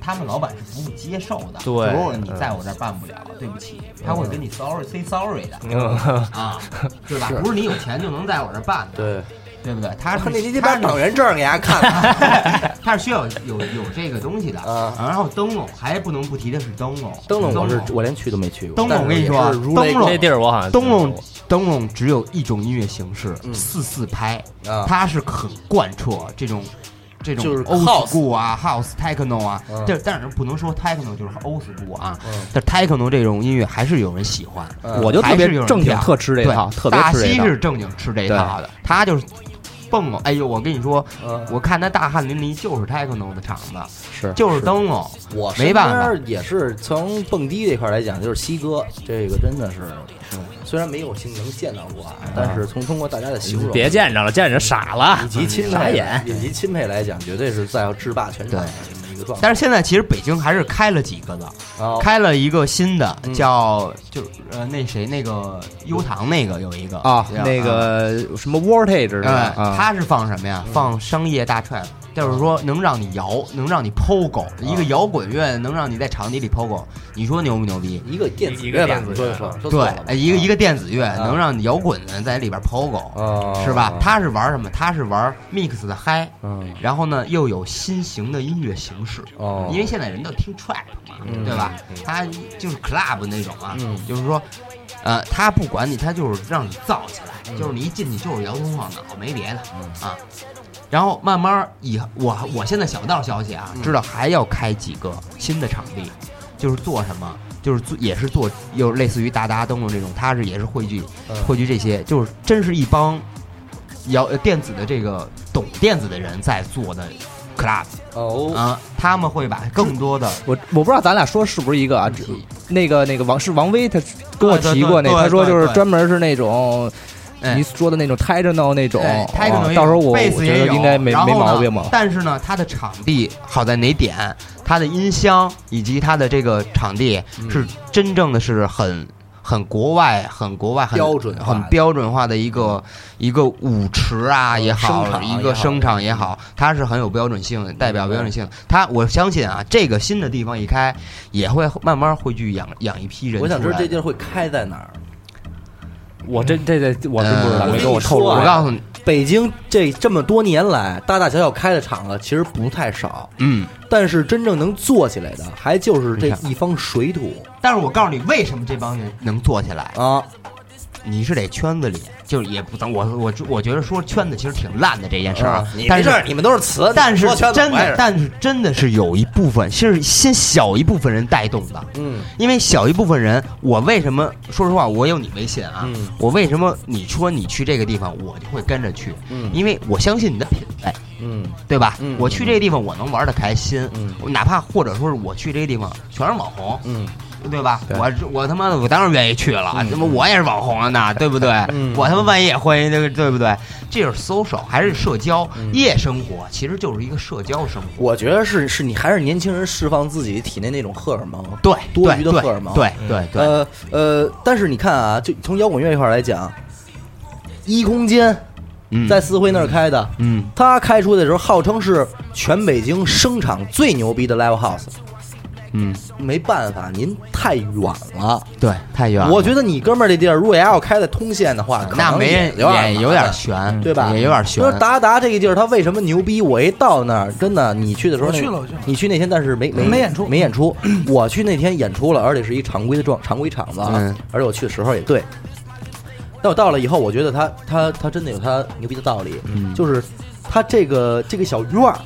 E: 他们老板是不会接受的。
G: 对
E: 如果你在我这儿办不了，对不起，他会
A: 嗯
E: 跟你 sorry say sorry 的、啊，对吧？不是你有钱就能在我这儿办的，
A: 对，
E: 对不对？他是
A: 那你得
E: 他
A: 把
E: 是
A: 党员证给大家看看。
E: 他是需要有有这个东西的。
A: 啊
E: 然后灯笼还不能不提的是灯笼，
A: 灯笼我
E: 笼
A: 是我连去都没去过。
E: 灯笼我跟你说
A: 但
E: 啊，
A: 是也是如
E: 灯笼
G: 这地儿我好像
E: 灯笼灯笼只有一种音乐形式，
A: 嗯
E: 四四拍，
A: 啊
E: 它是很贯彻这种。这种
A: 就是
E: old
A: house
E: school 啊，house techno 啊，
A: 嗯
E: 这但是不能说 techno 就是 old school 啊，但 techno 这种音乐还是有人喜欢，
A: 嗯
D: 我就特
E: 还
D: 别
E: 是有人
D: 正经
E: 跳
D: 特吃这一套，
E: 对
D: 特别
E: 大
D: 吃这一
E: 西
D: 套。
E: 是正经吃这一套的，他就是蹦哦，哎呦，我跟你说，
A: 嗯
E: 我看他大汗淋漓就是 techno 的场子，
A: 是
E: 就是哦灯笼，
A: 我
E: 没办法
A: 身边也是从蹦迪这块儿来讲，就是西哥这个真的是，嗯虽然没有幸能见到过啊，但是从通过大家的形容，
G: 别见着了，见着傻了
A: 以，
E: 嗯
A: 及钦
G: 傻
A: 佩
G: 眼。
A: 以及钦佩来讲，绝对是在制霸全场的这么一个状态。
E: 但是现在其实北京还是开了几个的，
A: 哦
E: 开了一个新的
A: 嗯
E: 叫就是呃那谁那个优唐那个有一个
C: 啊，
E: 叫呃
C: 那个什么 Voltage 的
E: 哎，
C: 啊，
E: 啊他是放什么呀？放商业大 trap，就是说能让你摇，能让你 pogo，一个摇滚乐能让你在场地里 pogo，你说牛不牛逼？
A: 一个电子
G: 一个
A: 乐吧
G: 电，子
A: 你
G: 乐
A: 说说，说错
E: 对
A: 了吧，
E: 哎一个一个电子乐
A: 啊
E: 能让你摇滚在里边 pogo，
A: 哦
E: 是吧？他是玩什么？他是玩 mix 的嗨，
A: 嗯
E: 然后呢又有新型的音乐形式，
A: 哦
E: 因为现在人都听 trap 嘛，
A: 嗯
E: 对吧？他就是 club 那种啊，
A: 嗯
E: 就是说，呃，他不管你，他就是让你燥起来，
A: 嗯
E: 就是你一进去就是摇头晃脑，没别的、啊。然后慢慢以我我现在想到消息
A: 嗯
E: 啊，知道还要开几个新的场地，就是做什么，就是做也是做，有类似于达达灯笼这种，他是也是汇聚
A: 嗯
E: 汇聚这些，就是真是一帮摇呃电子的这个懂电子的人在做的 club。
A: 哦，
E: 啊，他们会把更多的
C: 我我不知道咱俩说是不是一个啊，这那个那个王是王威，他跟我
E: 对对
C: 提过那，
E: 嗯对对
C: 他说就是
E: 对
C: 专门是那种
E: 哎
C: 你说的那种 techno 那种
E: 哎，
C: 啊
E: techno 也有
C: 到时候我我
E: bass 也
C: 觉得
E: 有
C: 应该没
E: 然后
C: 没
E: 呢
C: 毛病嘛。
E: 但是呢，它的场地好在哪点？它的音箱以及它的这个场地是真正的是很。很国外，很国外，很
A: 标准化的嗯
E: 很标准化的一个一个舞池啊也
A: 哦
E: 好
A: 声，场也好嗯
E: 一个声场也好，它是很有标准性的，代表标准性的。它我相信啊，这个新的地方一开，也会慢慢汇聚养养一批人出
A: 我
E: 来的。
A: 想知道这地儿会开在哪儿。
G: 我这这这我真不知道，
E: 嗯
G: 没跟我透
A: 我
G: 露
A: 跟你说啊
E: 我
G: 过。
E: 告诉你，
A: 北京这这么多年来，大大小小开的场子其实不太少，
E: 嗯，
A: 但是真正能做起来的，还就是这
E: 你看
A: 一方水土
E: 但是我告诉你，为什么这帮人能做起来？
A: 啊。
E: 你是得圈子里，就是也不等我我我觉得说圈子其实挺烂的这件事儿啊，
A: 你
E: 但
A: 没事
E: 是
A: 儿，你们都是词，
E: 但是
A: 你说圈子
E: 真
A: 我也
E: 的
A: 是，
E: 但是真的是有一部分是先小一部分人带动的，
A: 嗯
E: 因为小一部分人，我为什么说实话，我有你微信啊，
A: 嗯
E: 我为什么你说你去这个地方，我就会跟着去，
A: 嗯
E: 因为我相信你的品味，
A: 嗯
E: 对吧？
A: 嗯
E: 我去这个地方我能玩的开心，
A: 嗯
E: 我哪怕或者说是我去这个地方全是网红，
A: 嗯，
E: 对吧？
A: 对
E: 我我他妈的，我当然愿意去了，
A: 嗯
E: 他妈我也是网红啊，那对不对？
A: 嗯
E: 我他妈万一也欢迎这个，对不对？这就是 social，还是社交？
A: 嗯
E: 夜生活其实就是一个社交生活。
A: 我觉得是是你还是年轻人释放自己体内那种荷尔蒙，
E: 对，
A: 多
E: 对
A: 余的
E: 对
A: 荷尔蒙
E: 对对对，
A: 呃呃，但是你看啊，就从摇滚乐这块儿来讲，一空间
E: 嗯
A: 在四惠那儿开的，
E: 嗯
A: 他开出的时候号称是全北京声场最牛逼的 live house，
E: 嗯，
A: 没办法，您太远了。
E: 对，太远了。
A: 我觉得你哥们儿这地儿，如果要开在通县的话，可
E: 那
A: 能
E: 没人
A: 也有点
E: 有
A: 麻
E: 点
A: 烦
E: 悬，
A: 对吧？
E: 嗯也有点悬
A: 就是。达达这个地儿，它为什么牛逼？我一到那儿，真的，你去的时候
B: 我
A: 那，
B: 去了我去了
A: 你去那天，但是没没
B: 没演出
A: 没演出。我去那天演出了，而且是一常规的状常规场子啊，
E: 嗯
A: 而且我去的时候也对。但我到了以后，我觉得他他他真的有他牛逼的道理，
E: 嗯
A: 就是他这个这个小院儿，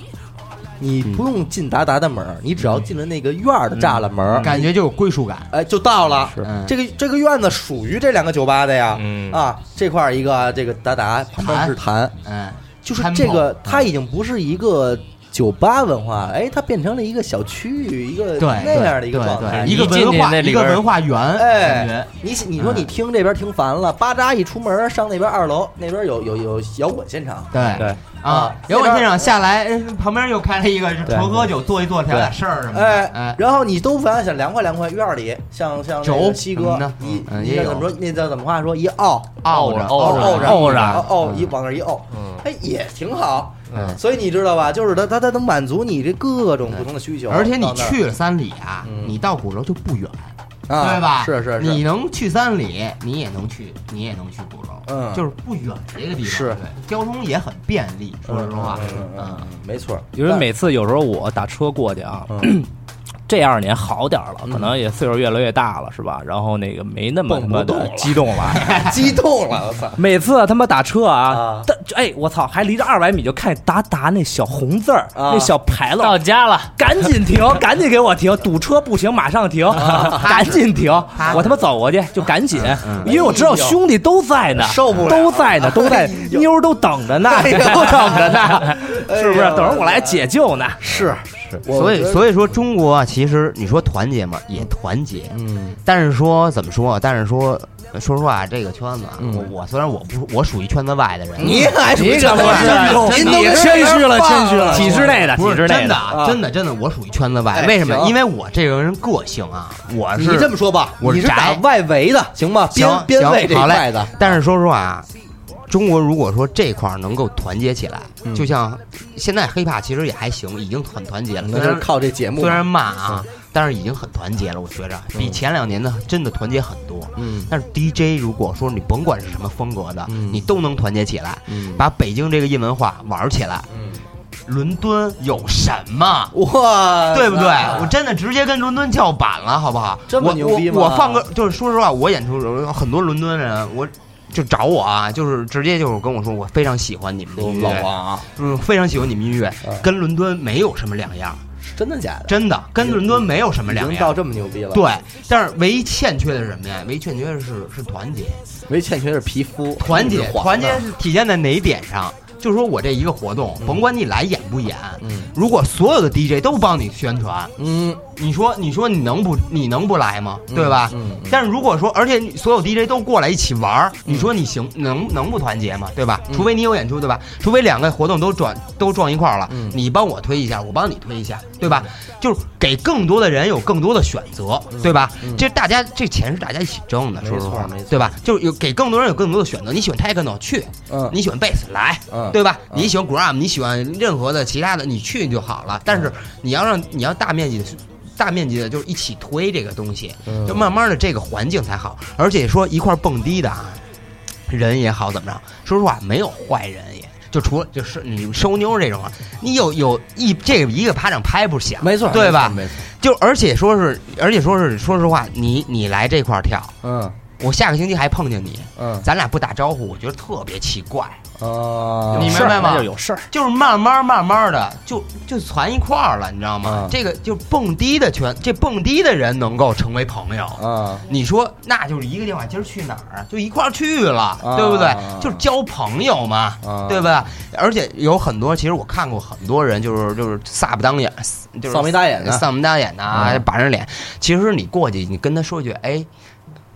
A: 你
E: 嗯
A: 不用进达达的门儿，你只要进了那个院儿的栅栏门儿，
E: 感觉就有归属感。
A: 哎，就到了。
E: 嗯
A: 这个这个院子属于这两个酒吧的呀，
G: 嗯
A: 啊，这块儿一个这个达达，旁边是坛，
E: 嗯，
A: 就是
E: 参谋嗯
A: 这个，它已经不是一个酒吧文化，哎，它变成了一个小区域，一个
E: 对
A: 呃那样的一个
E: 对
A: 状
E: 对
A: 态。
E: 对
A: 你
E: 一个
G: 一进
E: 文
G: 去
E: 化
G: 那
E: 一
G: 里
E: 个
G: 边
E: 文化园，感
A: 哎
E: 觉，嗯
A: 你你说你听这边听烦了，巴扎一出门上那边二楼，那边有有有摇滚现场，
E: 对
G: 对
E: 啊
A: 啊，
E: 摇滚
A: 那边
E: 现场下来，哎旁边又开了一个是
A: 对
E: 纯喝酒、做一做、聊点事儿什么的。
A: 哎，然后你都想想凉快凉快，院儿里像像那
E: 轴
A: 个西
E: 什么
A: 哥
E: 的，
A: 一
E: 嗯
A: 一
E: 也
A: 个
E: 有
A: 怎么说？那叫怎么话说？一傲
E: 傲着
A: 傲
E: 着啊
A: 着
E: 傲
A: 傲
E: 着
A: 傲哦一往那儿一傲，哎，也挺好。
E: 嗯
A: 所以你知道吧？就是它它它能满足你这各种不同的需求，
E: 嗯而且你
A: 到那儿
E: 去了三里啊，
A: 嗯
E: 你到鼓楼就不远，
A: 啊
E: 对吧？
A: 是是是，
E: 你能去三里，你也能去，你也能去鼓楼，
A: 嗯
E: 就是不远这个地方，
A: 是
E: 对，交通也很便利。说实话，嗯，
A: 没错儿，
G: 因为每次有时候我打车过去啊，
D: 这二年好点儿了，可能也岁数越来越大了，是吧？然后那个没那么他妈的激动了。
A: 激动了，我操！
D: 每次他妈打车啊
A: 啊，
D: 但哎我操，还离着二百米就看达达那小红字儿，
A: 啊
D: 那小牌楼
G: 到家了，
D: 赶 紧停，赶紧给我停！堵车不行，马上停，
A: 啊
D: 赶紧停！我他妈走过去就赶紧，
A: 嗯
D: 因为我知道兄弟都在呢，
A: 哎受不了哎
D: 都在呢，都在，妞儿都等着呢，都等着呢，
A: 哎
D: 是不是？等着我来解救呢。
A: 是，
E: 所以所以说中国啊，其实你说团结嘛，也团结，
A: 嗯，
E: 但是说怎么说啊？但是说说实话，这个圈子啊，
A: 嗯
E: 我我虽然我不我属于圈子外的人，
A: 你还啊
D: 你可不是
A: 您都
B: 谦虚了谦虚了
D: 体制内的，体
E: 不是
D: 制内
E: 真的
D: 的，
E: 啊，真的真的，我属于圈子外。
A: 哎
E: 为什么？
A: 行
E: 因为我这个人个性啊，我
A: 你
E: 是
A: 这么说吧，
E: 我是
A: 你是打
E: 宅
A: 外围的，行吗？
E: 行
A: 边边位这
E: 行
A: 一
E: 好
A: 块
E: 嘞
A: 的，。
E: 但是说实话啊，中国如果说这块儿能够团结起来，
A: 嗯
E: 就像现在黑怕其实也还行，已经很团结了。
A: 那
E: 虽
A: 就是
E: 然
A: 靠这节目
E: 虽，然骂啊，
A: 嗯
E: 但是已经很团结了。我觉着比前两年的真的团结很多。
A: 嗯
E: 但是 DJ 如果说你甭管是什么风格的，
A: 嗯
E: 你都能团结起来，
A: 嗯，
E: 把北京这个硬文化玩起来。伦敦有什么？
A: 哇，
E: 对不对？我
A: 这
E: 真的直接跟伦敦叫板了，好不好？
A: 这么
E: 我
A: 牛逼吗
E: 我我放个，就是说实话，我演出的时候有很多伦敦人，我就找我啊，就是直接就是跟我说，我非常喜欢你们的音
A: 老
E: 乐，
A: 王啊，
E: 嗯，非常喜欢你们音乐
A: 嗯，
E: 跟伦敦没有什么两样，
A: 真的假的？
E: 真的跟伦敦没有什么
A: 已
E: 两
A: 经到
E: 样。
A: 这么牛逼了，，
E: 对，但是唯一欠缺的是什么呀？唯一欠缺的是是团结，
A: 唯一欠缺是皮肤
E: 团结，
A: 是黄
E: 团
A: 的
E: 结是体现在哪一点上？就是说我这一个活动，甭管你来演不演，
A: 嗯
E: 如果所有的 DJ 都帮你宣传，
A: 嗯，
E: 你说，你说你能不你能不来吗？对吧？
A: 嗯嗯
E: 但是如果说，而且你所有 DJ 都过来一起玩儿，你说你行能能不团结吗？对
A: 嗯
E: 吧？除非你有演出，对吧？除非两个活动都转都撞一块儿了，
A: 嗯
E: 你帮我推一下，我帮你推一下，对吧？就是给更多的人有更多的选择，对吧？这大家这钱是大家一起挣的，
A: 嗯没
E: 说实
A: 错
E: 话
A: 没错，
E: 对吧？就是有给更多人有更多的选择。你喜欢 techno 去，
A: 嗯
E: 你喜欢贝斯来，
A: 嗯
E: 对吧？你喜欢 gram，你喜欢任何的其他的，你去就好
A: 嗯
E: 了。但是你要让你要大面积的。大面积的，就是一起推这个东西，
A: 嗯
E: 就慢慢的这个环境才好。而且说一块儿蹦迪的啊，人也好怎么着，说实话没有坏人也，就除了就是你收妞这种啊，你有有一这个一个巴掌拍不响，
A: 没错，
E: 对吧？
A: 没错，没错
E: 就而且说是，而且说是，说实话，你你来这块儿跳，
A: 嗯
E: 我下个星期还碰见你，
A: 嗯
E: 咱俩不打招呼，我觉得特别奇怪。
D: 嗯
A: 啊，
E: 你明
D: 有事儿
E: 白吗
D: 那就有事儿，
E: 就是慢慢慢慢的就就攒一块儿了，你知道吗？
A: 嗯
E: 这个就蹦迪的圈，这蹦迪的人能够成为朋友。
A: 啊，
E: 你说那就是一个电话，今儿去哪儿啊？就一块儿去了，
A: 啊
E: 对不对？就是交朋友嘛，
A: 啊
E: 对吧？而且有很多，其实我看过很多人，就是就是撒不当眼，就是
A: 扫眉大眼的
E: 丧眉大眼的啊，板着脸。其实你过去，你跟他说一句，哎。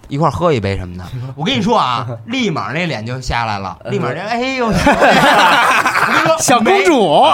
E: 一块儿喝一杯什么的，我跟你 说啊，立马那脸就下来了，立马
A: 呃
E: 这哎呦，我 跟你说
D: 小公
E: 没
D: 主，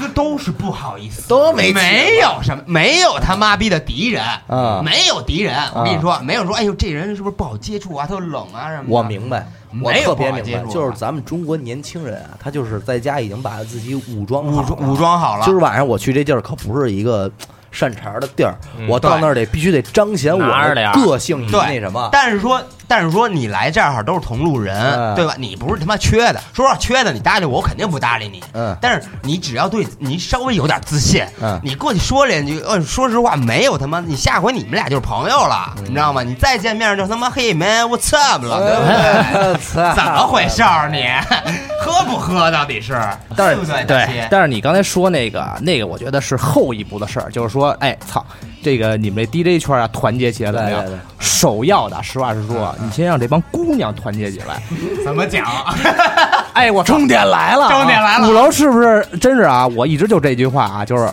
E: 这都是不好意思，
A: 都没
E: 没有什么，没有他妈逼的敌人，
A: 啊
E: 没有敌人。我跟你说，没有说，哎呦，这人是不是不好接触啊？他冷啊什么的。
A: 我明白，我
E: 没有
A: 特别
E: 不好
A: 明
E: 接
A: 白，
E: 触
A: 就是
E: 吧
A: 咱们中国年轻人啊，他就是在家已经把自己武装
E: 武
A: 好
E: 装
A: 了
E: 武装好了，
A: 今儿晚上我去这地儿可不是一个善茬儿的地儿，
E: 嗯
A: 我到那儿得必须得彰显我
G: 拿着点
A: 的
G: 儿
A: 个性以及
E: 对
A: 那什么。
E: 但是说，但是说你来这儿都是同路人，
A: 嗯
E: 对吧？你不是他妈缺的，说实话，缺的你搭理我，我肯定不搭理你。
A: 嗯
E: 但是你只要对你稍微有点自信，
A: 嗯
E: 你过去说两句，呃，说实话，没有他妈，你下回你们俩就是朋友了，
A: 嗯
E: 你知道吗？你再见面就他妈嘿 man，what's up 了，对不对？
A: 我嗯 操
E: 怎么回事儿？你 喝不喝？到底是？对不对？大
D: 对
E: 西，
D: 但是你刚才说那个啊那个，我觉得是后一步的事儿，就是说，哎，操，这个你们这 DJ 圈啊，团结起来怎么样
A: 对对对？嗯
D: 首要的，实话实说，你先让这帮姑娘团结起来。
E: 怎么讲？
D: 哎，我重点来了啊，
E: 重点来了
D: 鼓楼是不是真是啊？我一直就这句话啊，就是。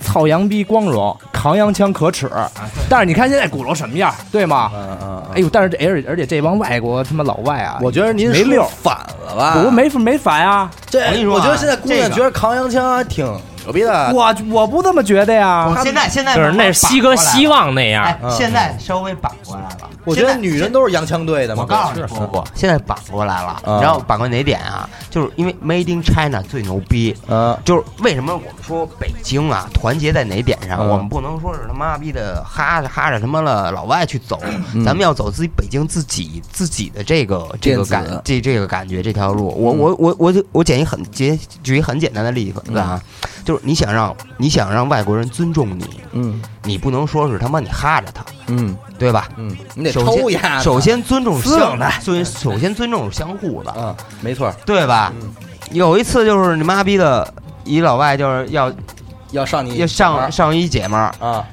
D: 操洋逼光荣，扛洋枪可耻，
E: 啊
D: 但是你看现在鼓楼什么样，对吗？
A: 嗯嗯嗯，
D: 哎呦，但是这而且而且这帮外国他妈老外啊，
A: 我觉得您
D: 没
A: 说
D: 溜儿，
A: 反了吧？
D: 我没没反啊，
A: 这
E: 我跟你说啊
A: 我觉得现在姑娘
E: 这个
A: 觉得扛洋枪还挺牛逼的。
D: 我我不这么觉得呀。
E: 现在现在
G: 就是那是西哥希
E: 望，
G: 望那样
E: 哎，，现在稍微扳过来了。
A: 嗯我觉得女人都是洋枪队的嘛。
E: 我告诉你，
A: 是
E: 不不，现在扳过来了。
A: 啊
E: 你知道扳过哪点啊？就是因为 Made in China 最牛逼。
A: 嗯
E: 就是为什么我们说北京啊团结在哪点上？
A: 嗯
E: 我们不能说是他妈逼的哈着哈着他妈了老外去走，咱们要走自己北京自己自己的这个这个
A: 嗯电子嗯
E: 感这这个感觉这条路。我我我我就我简一很简举一很简单的例子啊，就就是你想让你想让外国人尊重你，
A: 嗯
E: 你不能说是他妈你哈着他，
A: 嗯
E: 对吧？
A: 嗯，你得
E: 首
A: 抽
E: 先
A: 呀，
E: 首先尊重
A: 私
E: 相
A: 冷的，
E: 所以首先尊重是相互的，
A: 啊，嗯没错儿，
E: 对吧？有一次就是你妈逼的，一老外就是要
A: 要上你
E: 要
A: 玩
E: 上
A: 儿
E: 上一姐们儿，
A: 啊，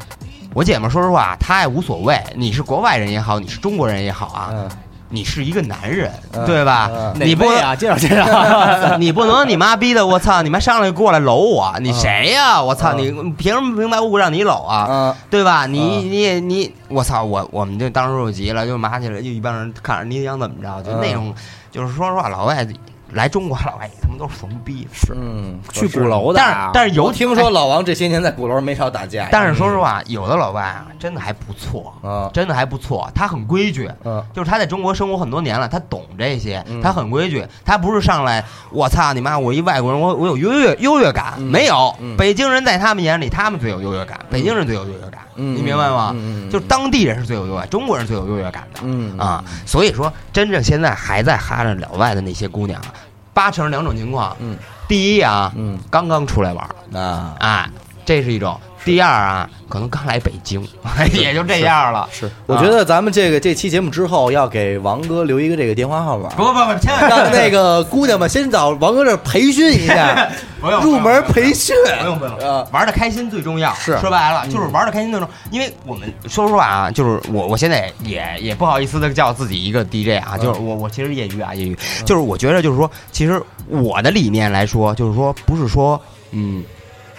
E: 我姐们儿说实话，她也无所谓，你是国外人也好，你是中国人也好啊，
A: 嗯
E: 你是一个男人，
A: 嗯
E: 对吧？
A: 嗯啊
E: 你不
C: 哪位
E: 能、
C: 啊，介绍介绍。
E: 你不能你妈逼的，我操，你妈上来过来搂我，
A: 嗯
E: 你谁呀、我操，你凭什么平白无故让你搂啊？
A: 啊，
E: 对吧？你、
A: 嗯
E: 你也你，我操！我我们就当时就急了，就麻起来，就一帮人看着你想怎么着，就那种，
A: 嗯
E: 就是说实话，老外来中国老外他们都是怂逼，是
A: 嗯，
D: 去鼓楼的
E: 但
D: 啊，
E: 是但是有哎
A: 我听说嗯老王这些年在鼓楼没少打架呀，
E: 但是说实话，有的老外啊，真的还不错，
A: 啊
E: 真的还不错，他很规矩。
A: 嗯
E: 就是他在中国生活很多年了，他懂这些
A: 嗯，
E: 他很规矩，他不是上来我操你妈，我一外国人，我我有优越优越感，
A: 嗯
E: 没有
A: 嗯。
E: 北京人在他们眼里，他们最有优越感，北京人最有优越感，
A: 嗯，
E: 你明白吗？
A: 嗯？嗯
E: 就是当地人是最有优越，中国人最有优越感的。
A: 嗯
E: 啊，所以说真正现在还在哈着老外的那些姑娘啊，八成两种情况。
A: 嗯，
E: 第一啊，
A: 嗯
E: 刚刚出来玩儿
A: 啊，
E: 啊，这是一种；第二啊，可能刚来北京， 也就这样了。啊
A: 是，我觉得咱们这个这期节目之后要给王哥留一个这个电话号码，
E: 不不不，千万
A: 让那个姑娘们先找王哥这儿培训一下，
E: 不用
A: 入门培训
E: 不用不用，
A: 啊，
E: 玩的开心最重要。
A: 是
E: 说白了，就是玩的开心最重要。因为我们说实话啊，就是我我现在也也不好意思的叫自己一个 DJ 啊，就是我我其实业余啊业余，就是我觉得就是说，其实我的理念来说，就是说不是说嗯。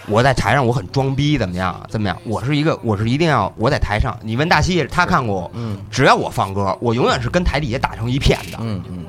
E: 我在台上我很装逼，怎么样？怎么样？我是一个，我是一定要我在台上。你问大西，他看过我，
A: 嗯
E: 只要我放歌，我永远是跟台底下打成一片的，
A: 嗯嗯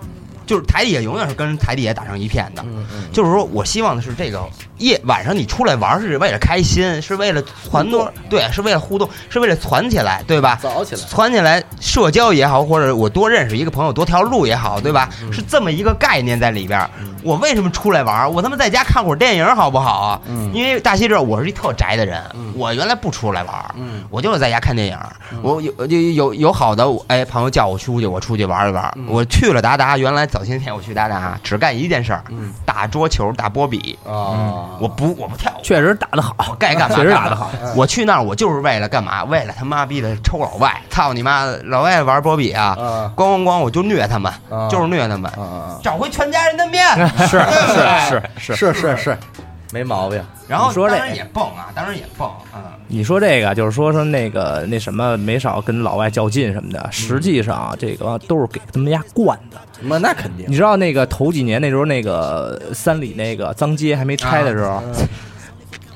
E: 就是台底下永远是跟台底下打成一片的。
A: 嗯嗯，
E: 就是说我希望的是这个夜晚上你出来玩儿是为了开心，是为了攒多，对，是为了互动，是为了攒起来，对吧？
A: 早起来，
E: 攒起来，社交也好，或者我多认识一个朋友，多条路也好，对吧？
A: 嗯
E: 是这么一个概念在里边儿。我为什么出来玩儿？我他妈在家看会儿电影好不好啊？
A: 嗯
E: 因为大西知道我是一特宅的人
A: 嗯，
E: 我原来不出来玩儿，
A: 嗯
E: 我就是在家看电影儿，我有有有有好的，我哎，朋友叫我出去，我出去玩一玩。
A: 嗯
E: 我去了达达，原来早些天我去达达，只干一件事儿，
A: 嗯
E: 打桌球、打波比。嗯
A: 啊，
E: 我不我不跳舞，
D: 确实打得好，
E: 我 该干嘛
D: 确实打
E: 得
D: 得好。嗯
E: 我去那儿，我就是为了干嘛？为了他妈逼的抽老外，操你妈！老外玩波比啊，
D: 嗯
A: 啊
E: 咣咣咣，我就虐他们，
A: 啊
E: 就是虐他们，
A: 啊啊
E: 找回全家人的面。
D: 是是
A: 是是是是，没毛病，
E: 然后
D: 你说这
E: 当然也蹦啊，当然也蹦，嗯。
D: 你说这个就是说说那个那什么没少跟老外较劲什么的，实际上啊这个都是给他们家惯的。
A: 那那肯定
D: 你知道那个头几年那时候那个三里那个脏街还没拆的时候，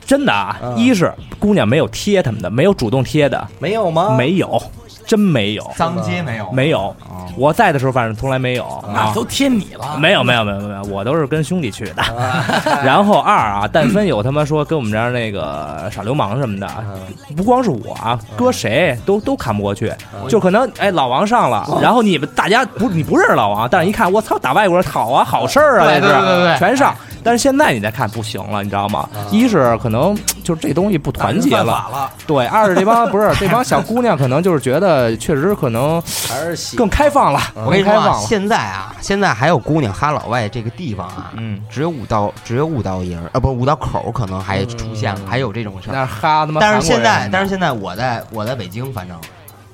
D: 真的啊，一是姑娘没有贴他们的，没有主动贴的，
A: 没有吗？
D: 没有，真没有，
E: 脏街没有，
D: 没有。我在的时候反正从来没有啊
B: 那。都贴你了，
D: 没有没有没有没有，我都是跟兄弟去的。 然后二啊，但凡有他妈说跟我们这儿那个耍流氓什么的，
B: 嗯
D: 不光是我啊，搁谁都都看不过去。
B: 嗯
D: 就可能哎，老王上
B: 哦
D: 了，然后你们大家不你不认识老王，但是一看我操，打外国人好啊，好事儿啊，
E: 对
D: 这
E: 对对对对
D: 是全上。但是现在你再看不行了，你知道吗？一是可能就是这东西不团结
B: 嗯犯
D: 了，
B: 法了，
D: 对；二是这帮不是这帮小姑娘可能就是觉得确实可能
A: 还是喜
D: 更开放了，
E: 我跟你
D: 更
E: 说、
D: 开放
E: 啊，
D: 了。
E: 现在啊，现在还有姑娘哈老外这个地方啊，
D: 嗯，
E: 只有五道，只有五道营儿啊，不，五道口儿可能
D: 嗯
E: 还出现了，还有这种事儿。
D: 那哈他妈
E: 但
D: 韩国人
E: 是
D: 什么的，
E: 现在，但是现在我在我在北京，反正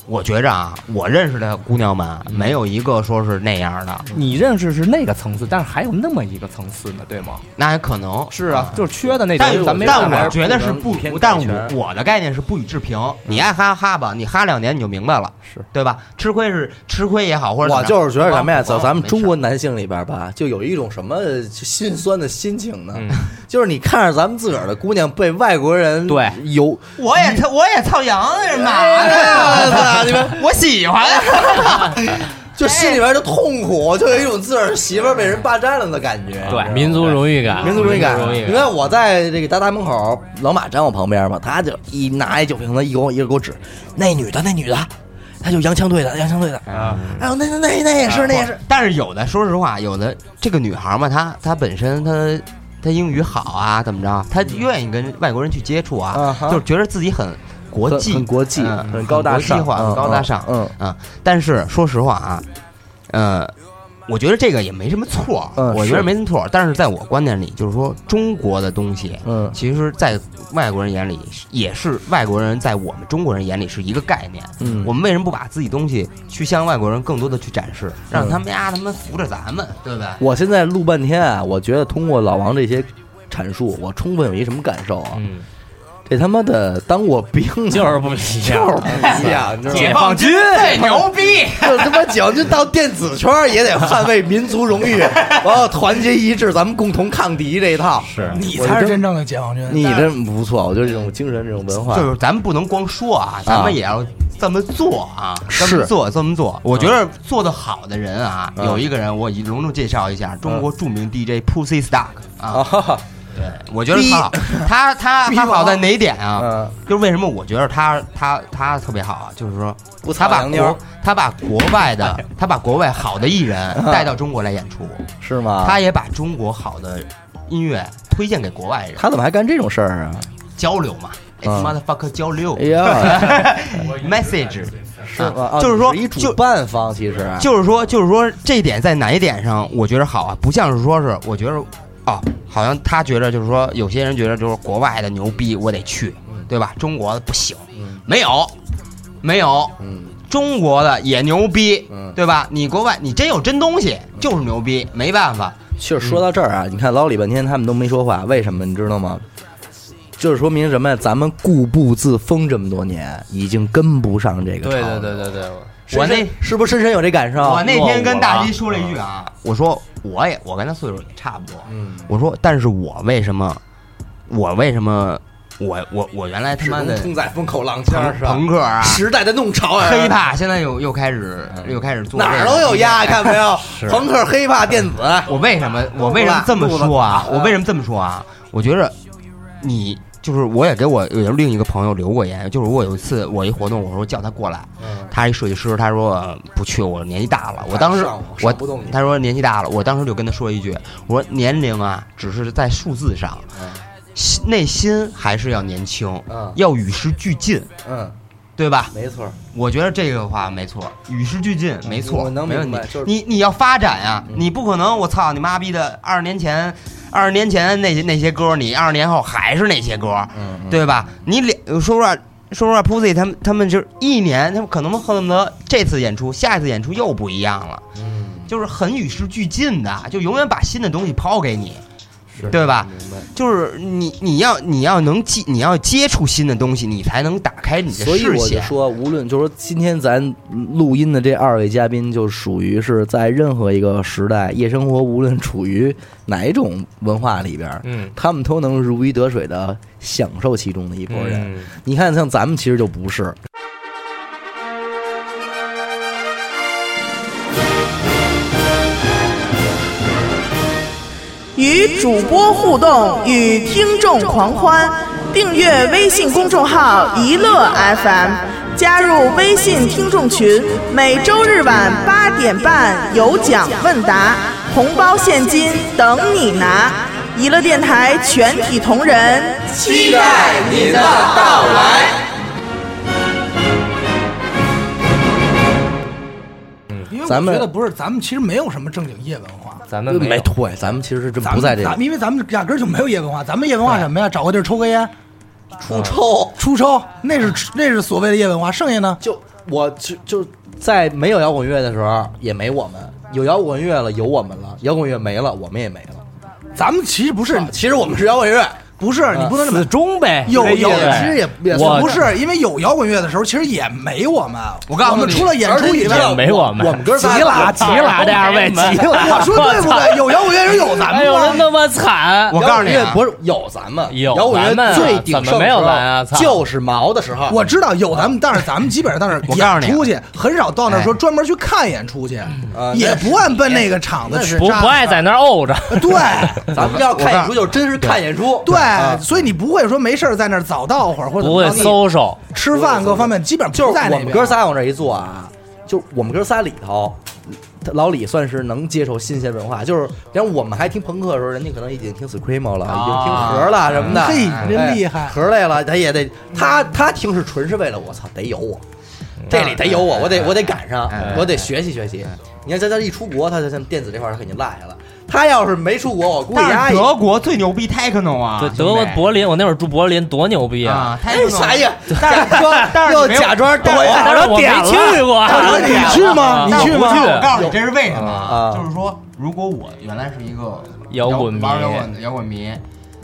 E: 我觉着啊，我认识的姑娘们
D: 嗯
E: 没有一个说是那样的，
D: 你认识是那个层次，但是还有那么一个层次呢，对吗？
E: 那还可能嗯
D: 是啊，就是缺的那
E: 但
D: 种，咱没办
E: 但
D: 法
E: 我觉得是
A: 不
E: 不
A: 能以偏，概
E: 但
A: 全
E: 我我的概念是不予置评。你爱哈哈吧，你哈两年你就明白了，
D: 嗯是
E: 对吧？吃亏是吃亏也好，或者
A: 我就是觉得什么呀，
E: 走
A: 在咱们中国男性里边吧，就有一种什么心酸的心情呢？ 就是你看着咱们自个儿的姑娘被外国人
D: 对
A: 有，
E: 我也操，我也操羊是嘛
A: 哎呀操你们
E: 我喜欢。
A: 就心里边就痛苦，就有一种自个儿媳妇儿被人霸占了的感觉。
G: 对，民族荣誉感，
A: 哎民族荣誉感。
G: 荣誉
A: 你看我在这个达达门口，老马站我旁边嘛，他就一拿一酒瓶子，一给我一个给我指，那女的，那女的，他就洋枪队的，洋枪队的。
E: 啊，
A: 哎呦，那那那那也是，那也是。
E: 但是有的，说实话，有的这个女孩嘛，她她本身她她英语好啊，怎么着，她愿意跟外国人去接触
A: 啊
E: 啊，
A: 哈
E: 就是觉得自己很国
A: 很
E: 际，
A: 很国际
E: 嗯
A: 很高大上
E: 国际化，
A: 嗯
E: 很高大上，
A: 嗯
E: 但是说实话啊，呃，我觉得这个也没什么错，
A: 嗯
E: 我觉得没什么错。但是在我观点里，就是说中国的东西，
A: 嗯
E: 其实，在外国人眼里是也是外国人在我们中国人眼里是一个概念。
A: 嗯
E: 我们为什么不把自己东西去向外国人更多的去展示，
A: 嗯
E: 让他们呀，他们扶着咱们，对不对？
A: 我现在录半天啊，我觉得通过老王这些阐述，我充分有一什么感受啊？
G: 嗯，
A: 这他妈的当过兵啊的
G: 就是不一
A: 就是
G: 样。
E: 哎
A: 不一 样，你知道吗？
E: 放军最牛逼！
A: 就他妈解放军到电子圈儿也得捍卫民族荣 誉，然后团结一致，咱们共同抗敌这一套。
G: 是
B: 你才是真正的解放军。
A: 你这不错，我觉得这种精神、这种文 化，
E: 就是咱们不能光说啊，咱们也要这么做啊，这么做这么做。我觉得做得好的人啊，
A: 啊嗯
E: 有一个人我以隆重介绍一下，中国著名 DJ Pussy Stark 啊，
A: 啊，
E: 对，我觉得 他好，他他他好在哪一点啊
A: 嗯？
E: 就是为什么我觉得他他他特别好啊？就是说
A: 不
E: 他
A: 擦
E: 把
A: 洋妞儿哎
E: 国他把国外的他把国外好的艺人
A: 嗯
E: 带到中国来演出，
A: 是吗？
E: 他也把中国好的音乐推荐给国外人
A: 他怎么还干这种事儿啊？
E: 交流嘛。It's
A: 嗯
E: 哎 motherfucker 交流
A: 哎呀，
E: ，message
A: 是吗？啊
E: 就是说
A: 你一主
E: 就
A: 办方其实
E: 就是说，就是说这一点在哪一点上，我觉得好啊，不像是说是，我觉得哦，好像他觉得就是说，有些人觉得就是国外的牛逼，我得去，
A: 嗯
E: 对吧？中国的不行，没有，没有，
A: 嗯，
E: 中国的也牛逼
A: 嗯，
E: 对吧？你国外你真有真东西，就是牛逼，没办法，
A: 就是说到这儿啊，你看老李半天他们都没说话，为什么你知道吗？就是说明什么呀？咱们固步自封这么多年，已经跟不上这个潮
G: 对
A: 流。
G: 对对对对，
A: 深
E: 我那
A: 深是哦不是深深有这感受？
E: 我那
G: 落
E: 天
G: 伍
E: 跟
G: 了
E: 大鸡说了一句啊，我说我也我跟他岁数也差不多，
A: 嗯
E: 我说但是我为什么，我为什么，我我我原来他妈的
A: 在风口浪尖
E: 朋朋克啊，
A: 时代的弄潮儿
E: 黑怕现在又又开始又开始做
A: 哎嗯哪儿
E: 这个
A: 都
E: 哎
A: 有压，看没有？朋克、黑怕、电子，
E: 我为什么我为什么这么说啊？我为什么这么说啊？我觉着你就是我也给我有另一个朋友留过言，就是我有一次我一活动，我说叫他过来，
A: 嗯
E: 他一设计师，他说呃不去，我年纪大了。我当时
A: 上不
E: 我
A: 上不动你
E: 他说年纪大了，我当时就跟他说一句，我说年龄啊只是在数字上，心内心还是要年轻，
A: 嗯
E: 要与时俱进，
A: 嗯，
E: 对吧？
A: 没错，
E: 我觉得这个话没错，与时俱进没错，
A: 嗯我能
E: 没问
A: 明
E: 题
A: 白就是。嗯
E: 你你要发展呀、你不可能我操你妈逼的二十年前，二十年前那些那些歌，你二十年后还是那些歌，
A: 嗯，
E: 对吧？你两说实话，说实话，Pussy 他们他们就是一年，他们可能恨不得这次演出，下一次演出又不一样了，
A: 嗯
E: 就是很与时俱进的，啊就永远把新的东西抛给你，对吧？就是你你要你要能接你要接触新的东西，你才能打开你的
A: 所以
E: 视
A: 我就
E: 线。
A: 说，无论就是说，今天咱录音的这二位嘉宾，就属于是在任何一个时代，夜生活无论处于哪种文化里边，
G: 嗯，
A: 他们都能如鱼得水的享受其中的一波人。
E: 嗯
A: 你看，像咱们其实就不是。
H: 与主播互动，与听众狂欢。订阅微信公众号“一乐 FM”，加入微信听众群，每周日晚八点半有奖问答，红包现金等你拿。一乐电台全体同仁期待您的到来。
B: 因为我
A: 咱们
B: 觉得不是，咱们其实没有什么正经夜文化，
G: 咱们没有
A: 对，咱们其实是真
B: 咱们
A: 不在这
B: 咱们因为咱们压根儿就没有夜文化，咱们夜文化什么呀？找个地儿抽根烟，啊
A: 出抽。
B: 出抽，那是那是所谓的夜文化。剩下呢，
A: 就我就就在没有摇滚乐的时候也没我们，有摇滚乐了有我们了，摇滚乐没了我们也没了。
B: 咱们其实不是，
A: 其实我们是摇滚乐，
B: 不是你不能这么
G: 死忠呗，
B: 有有，
G: 对
B: 其实也也
G: 我
B: 不是，因为有摇滚乐的时候，其实也没我们。我
E: 告诉你
B: 们除了演出以
A: 而且你知道
B: 外
G: 也，没我们，
A: 我们哥
G: 急
A: 仨
G: 了急了，这二位急 了，
B: 我说对不 对？有摇滚乐时有咱
G: 哎
B: 们
G: 呦，
B: 吗
G: 真？他妈惨！
E: 我告诉你、
A: 摇滚
E: 啊
A: 乐，不是有咱们
G: 有
A: 摇滚
G: 咱们
A: 乐
G: 啊
A: 最鼎盛的时
G: 怎么
A: 候
G: 没有咱啊操
A: 就是毛的时候，
B: 我知道有咱们，但是咱们基本上到那
E: 我告诉
G: 啊
B: 儿
E: 你
B: 演出去，很少到那儿
G: 哎
B: 说专门去看演出去，
A: 呃
B: 也不按奔那个场子去。
G: 不不爱在那儿怄着，
B: 对
A: 咱们要看演出就真是看演出，
B: 对，所以你不会说没事儿在那儿早到会儿或者
G: 不会
B: 怎么着
G: social，
B: 你吃饭各方面，基本
A: 就
B: 上
A: 是我
B: 不在那
A: 们哥
B: 边。
A: 仨往这一坐啊，就我们哥仨里头。老李算是能接受新鲜文化，就是，然后我们还听朋克的时候，人家可能已经听 Screamo 了，已经听盒了什么的，
B: 嘿，真厉
A: 哎
B: 害！
A: 盒累了，他也得他他听是纯是为了我操，得有我，这里得有我，我得我得赶上
E: 哎，
A: 我得学习学习。你看，在这一出国，他在电子这块儿他肯定落下了。他要是没出国，我估计哎
E: 但
A: 他
E: 是
A: 也
E: 德国最牛逼 techno 啊，
G: 对，
E: 兄
G: 德
E: 弟
G: 国柏林，我那会儿住柏林，多牛逼啊！
E: 啊，
A: 哎
E: techno
A: 啥呀？
E: 但是说，但是
A: 又
E: 你没有
A: 假装懂
G: 但
A: 啊
G: 是我没去过，
B: 你去吗？你
E: 但
B: 去
E: 我不
B: 吗？
E: 我告诉你这是为什么
A: 啊
E: 啊，就是说，如果我原来是一个
G: 摇滚迷
E: 玩摇滚的摇滚迷，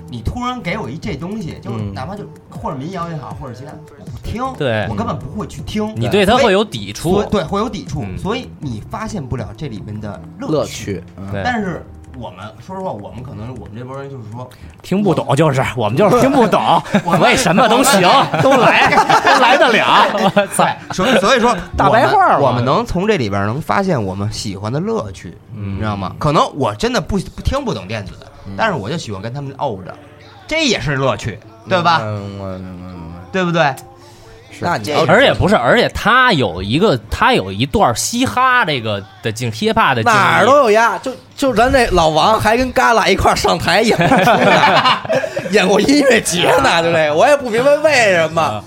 E: 你突然给我一这东西，就是哪怕就或者民谣也好，或者其他，我不听，
G: 嗯对
E: 我根本不会去听，
G: 你对他
E: 所以
G: 会有抵触
E: 所以。对会有抵触，
G: 嗯
E: 所以你发现不了这里面的
A: 乐
E: 趣。
A: 趣，
G: 对
E: 但是我们说实话，我们可能我们这波人就是说，
G: 听不懂就是，我们就是听不懂，
E: 我们
G: 为什么都行，都来，都来得了。我操！
E: 所以所以说
G: 大白话
E: 我
G: 嘛
E: 们我们能从这里边能发现我们喜欢的乐趣，你知道吗？可能我真的不不听不懂电子，但是我就喜欢跟他们怄着，这也是乐趣，对吧？
A: 嗯我明白
E: 对不对？
A: 那你要
G: 而且不是，而且他有一个，他有一段嘻哈这个的经 hiphop 的经历
A: 哪儿都有呀，就就咱这老王还跟旮旯一块儿上台演过出呢，演过音乐节呢，对不对？我也不明白为什么，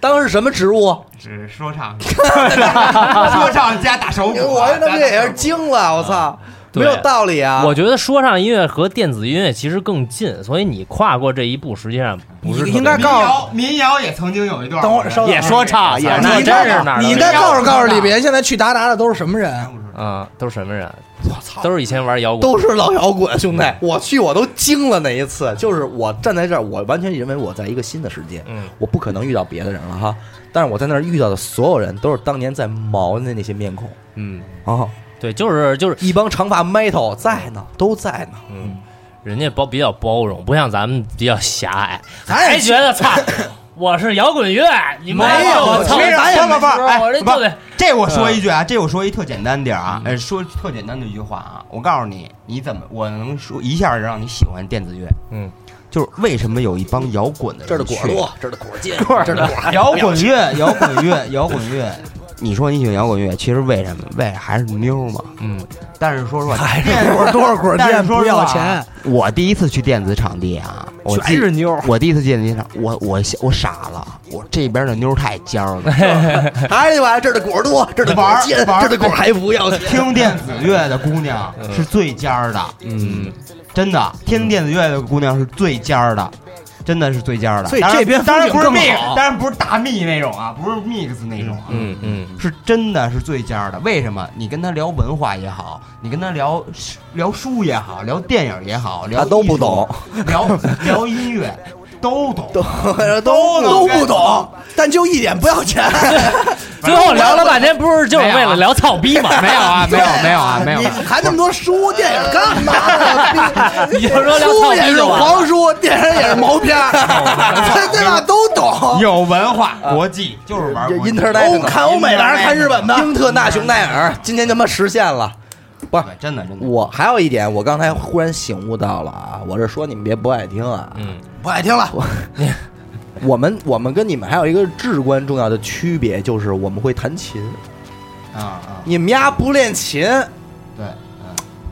A: 当时什么职务？
E: 是说唱， 说唱加打手鼓啊，
A: 我他妈
E: 加
A: 也
E: 打手
A: 是
E: 鼓
A: 惊了，我操，没
G: 对
A: 有道理啊！
G: 我觉得说唱音乐和电子音乐其实更近，所以你跨过这一步，实际上不是
B: 你
G: 特
B: 应
G: 别
B: 该
E: 民
B: 告诉
E: 谣，民谣也曾经有一段。
B: 等会儿稍等
G: 也说唱，也
B: 你
G: 哎那
B: 应
G: 真
B: 该
G: 是那儿
B: 你应该告诉告诉李别，现在去达达的都是什么人？
G: 啊，都是什么人？我操，都是以前玩摇滚，
A: 都是老摇滚，兄弟， 我去我都惊了那一次，就是我站在这儿，我完全认为我在一个新的世界，
G: 嗯，
A: 我不可能遇到别的人了哈。但是我在那儿遇到的所有人都是当年在毛的那些面孔
G: 嗯，
A: 啊，
G: 对，就是就是，
A: 一帮长发 metal 在呢，都在呢。
G: 嗯，人家包比较包容，不像咱们比较狭隘，
B: 咱也
G: 还觉得操， 我是摇滚乐，你们
D: 哎
E: 没有
G: 我操，
E: 哎没有
G: 咱
E: 不不不哎
G: 我这
E: 不
G: 就得
E: 这我说一句啊，这我说一特简单点儿啊，呃，说特简单的一句话啊，我告诉你，你怎么我能说一下让你喜欢电子乐？
G: 嗯，
E: 就是为什么有一帮摇滚的人
A: 这儿的果
E: 去
A: 落，这儿的 果尖，这儿的果
E: 摇滚乐，摇滚乐，摇滚乐。你说你喜欢摇滚乐，其实为什么？为还是妞嘛。
G: 嗯，
E: 但是说实话，还
B: 多少多少果
E: 但
B: 店
E: 是说
B: 不
E: 实
B: 要
E: 话啊
B: 钱？。
E: 我第一次去电子场地啊，我
C: 全是妞儿
E: 记。我第一次去电子场，我我我傻了，我这边的妞儿太尖儿了。
A: 还得吧，这儿的果多，这儿的果尖，
E: 玩玩
A: 这儿的果还不 要钱。
E: 听电子乐的姑娘是最尖儿的，嗯，真的，听电子乐的姑娘是最尖儿的，真的是最尖儿的。
B: 所以
E: 当然
B: 这边
E: 当然
B: 风
E: 不
B: 景
E: 是
B: 更
E: mix，
B: 好
E: 当然不是大蜜那种啊，不是 mix 那种啊，
G: 嗯嗯，
E: 是真的是最尖儿的。为什么？你跟他聊文化也好，你跟他聊聊书也好，聊电影也好，聊
A: 他都不
E: 艺术
A: 懂，
E: 聊聊音乐都懂，
B: 都
E: 能
B: 都
E: 干
B: 不懂，但就一点不 要钱。
G: 最后聊了半天，不是就是为了聊操逼吗？ 没有啊，
E: 没有没有啊，没有
B: 你。 还那么多书电影干嘛呀？
G: 你 就说聊
B: 书
G: 操
B: 也
G: 逼
B: 是
G: 就完了。
B: 黄书，电影也是毛片儿，
A: 哦
B: 对对吧？都懂。
E: 有文化，国际就是玩国际。
A: Internet
B: 欧看欧美的还是看日本的
A: 英特纳雄奈尔今天他妈实现了。不是
E: 对，真的真的。
A: 我还有一点，我刚才忽然醒悟到了啊！我是说你们别不爱听啊，
G: 嗯，
B: 不爱听了，
A: 我们我们跟你们还有一个至关重要的区别，就是我们会弹琴，
E: 啊啊，
A: 你们丫不练琴，
E: 对。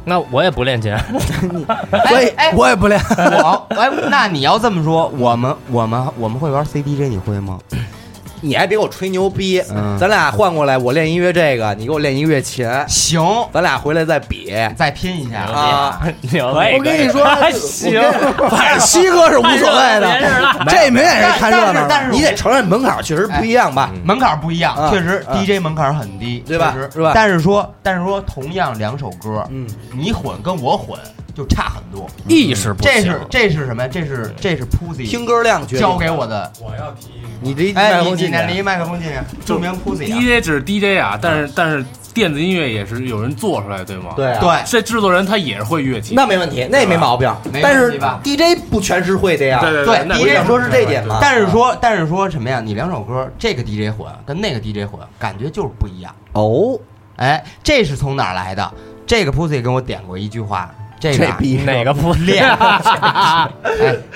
G: 那我也不练琴，
A: 所以
E: 哎，
B: 我也不练。
E: 我哎，那你要这么说，我们我们我们会玩 CDJ，你会吗？
A: 你还别给我吹牛逼，
E: 嗯
A: 咱俩换过来，我练音乐这个，你给我练音乐琴，
E: 行，
A: 咱俩回来再比
E: 再拼一下
A: 啊！
G: 牛我
A: 我跟你 说
G: 行，
B: 反正西哥是无所谓
G: 看热闹别人
B: 的
G: 了，
B: 这明显是看热闹
E: 但
B: 的。
E: 是哎
A: 你得承认门槛确实不一样吧？
E: 门槛不一样
A: 啊，
E: 确实
A: 啊
E: DJ 门槛很低，
A: 对吧
E: 确实
A: 是吧
E: 但是说，但是说，同样两首歌，
A: 嗯，
E: 你混跟我混就差很多。
G: 意识不
E: 这
G: 行
E: 是。这是什么呀？这是这是 Pussy
A: 听歌量决定
E: 教给我的。
A: 你这麦
E: 哎，
A: 克
E: 你
A: 风
E: 你
A: 进
E: 那
A: 去
E: 离麦克风近点，著名 Pussy 啊
I: DJ 只是 DJ 啊，但是但是电子音乐也是有人做出来，对吗？，
A: 对啊
E: 对，
I: 这制作人他也是会乐器，
A: 那没问题，那也没毛病。
E: 没
A: 但
E: 问
A: 是
E: 题吧
A: DJ 不全是会的呀。
I: 对
E: 对
I: 对，那
E: 你
A: 我
E: 这
A: 想说是这点啊嘛。
E: 但是说，但是说什么呀？你两首歌，这个 DJ 混跟那个 DJ 混，感觉就是不一样。
A: 哦，
E: 哎，这是从哪儿来的？这个 Pussy 跟我点过一句话，这个
A: 这
E: 啊
A: 逼
G: 哪个不
E: 练
G: 练？，
E: 哎，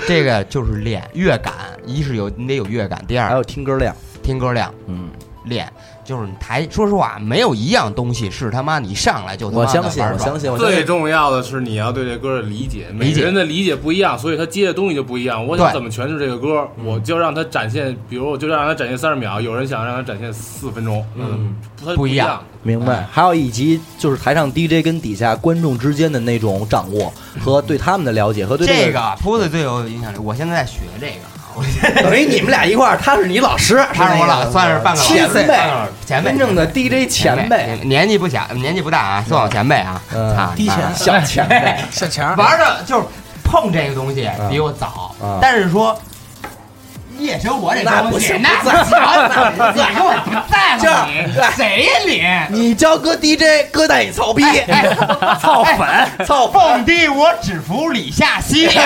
E: 这个就是练乐感，一是有你得有乐感，第
A: 还
E: 二
A: 有听歌量，
E: 听歌量，
A: 嗯，
E: 练，就是你台，说实话，没有一样东西是他妈你上来就他妈
A: 我
E: 的
A: 相信，
E: 玩
A: 我
E: 爽
A: 相信，我相
I: 最
A: 信。
I: 重要的是你要对这歌的理解，每
E: 理解
I: 个人的理解不一样，所以他接的东西就不一样。我想
E: 对
I: 怎么诠释这个歌，我就让他展现，比如我就让他展现三十秒，有人想让他展现四分钟，嗯，不它
E: 不
I: 不
E: 一样
I: 样。
A: 明白，还有以及就是台上 DJ 跟底下观众之间的那种掌握和对他们的了解和对
E: 这
A: 个
E: 个铺子最有影响力。我现在在学这个，啊 我现在
A: 等于你们俩一块儿，他是你老师，
E: 他是我老算是半个老
A: 前辈
E: 半个老前辈
A: 真正的 DJ 前辈，，
E: 年纪不小，年纪不大啊，算我前辈啊，
A: 嗯
E: 啊
B: 低前
A: 小前辈，
B: 小强
E: 哎玩的就是碰这个东西比我早，
A: 嗯
E: 但是说。也是我这
A: 那
E: 东
A: 不
E: 西，
A: 行
E: 那
A: 不
E: 不
A: 在
E: 行，那不行你给我不在
A: 这
E: 了你，谁呀你？哎
A: 你教哥 DJ，哥带你操逼，
E: 操粉，哎操蹦迪，我只服李夏曦，是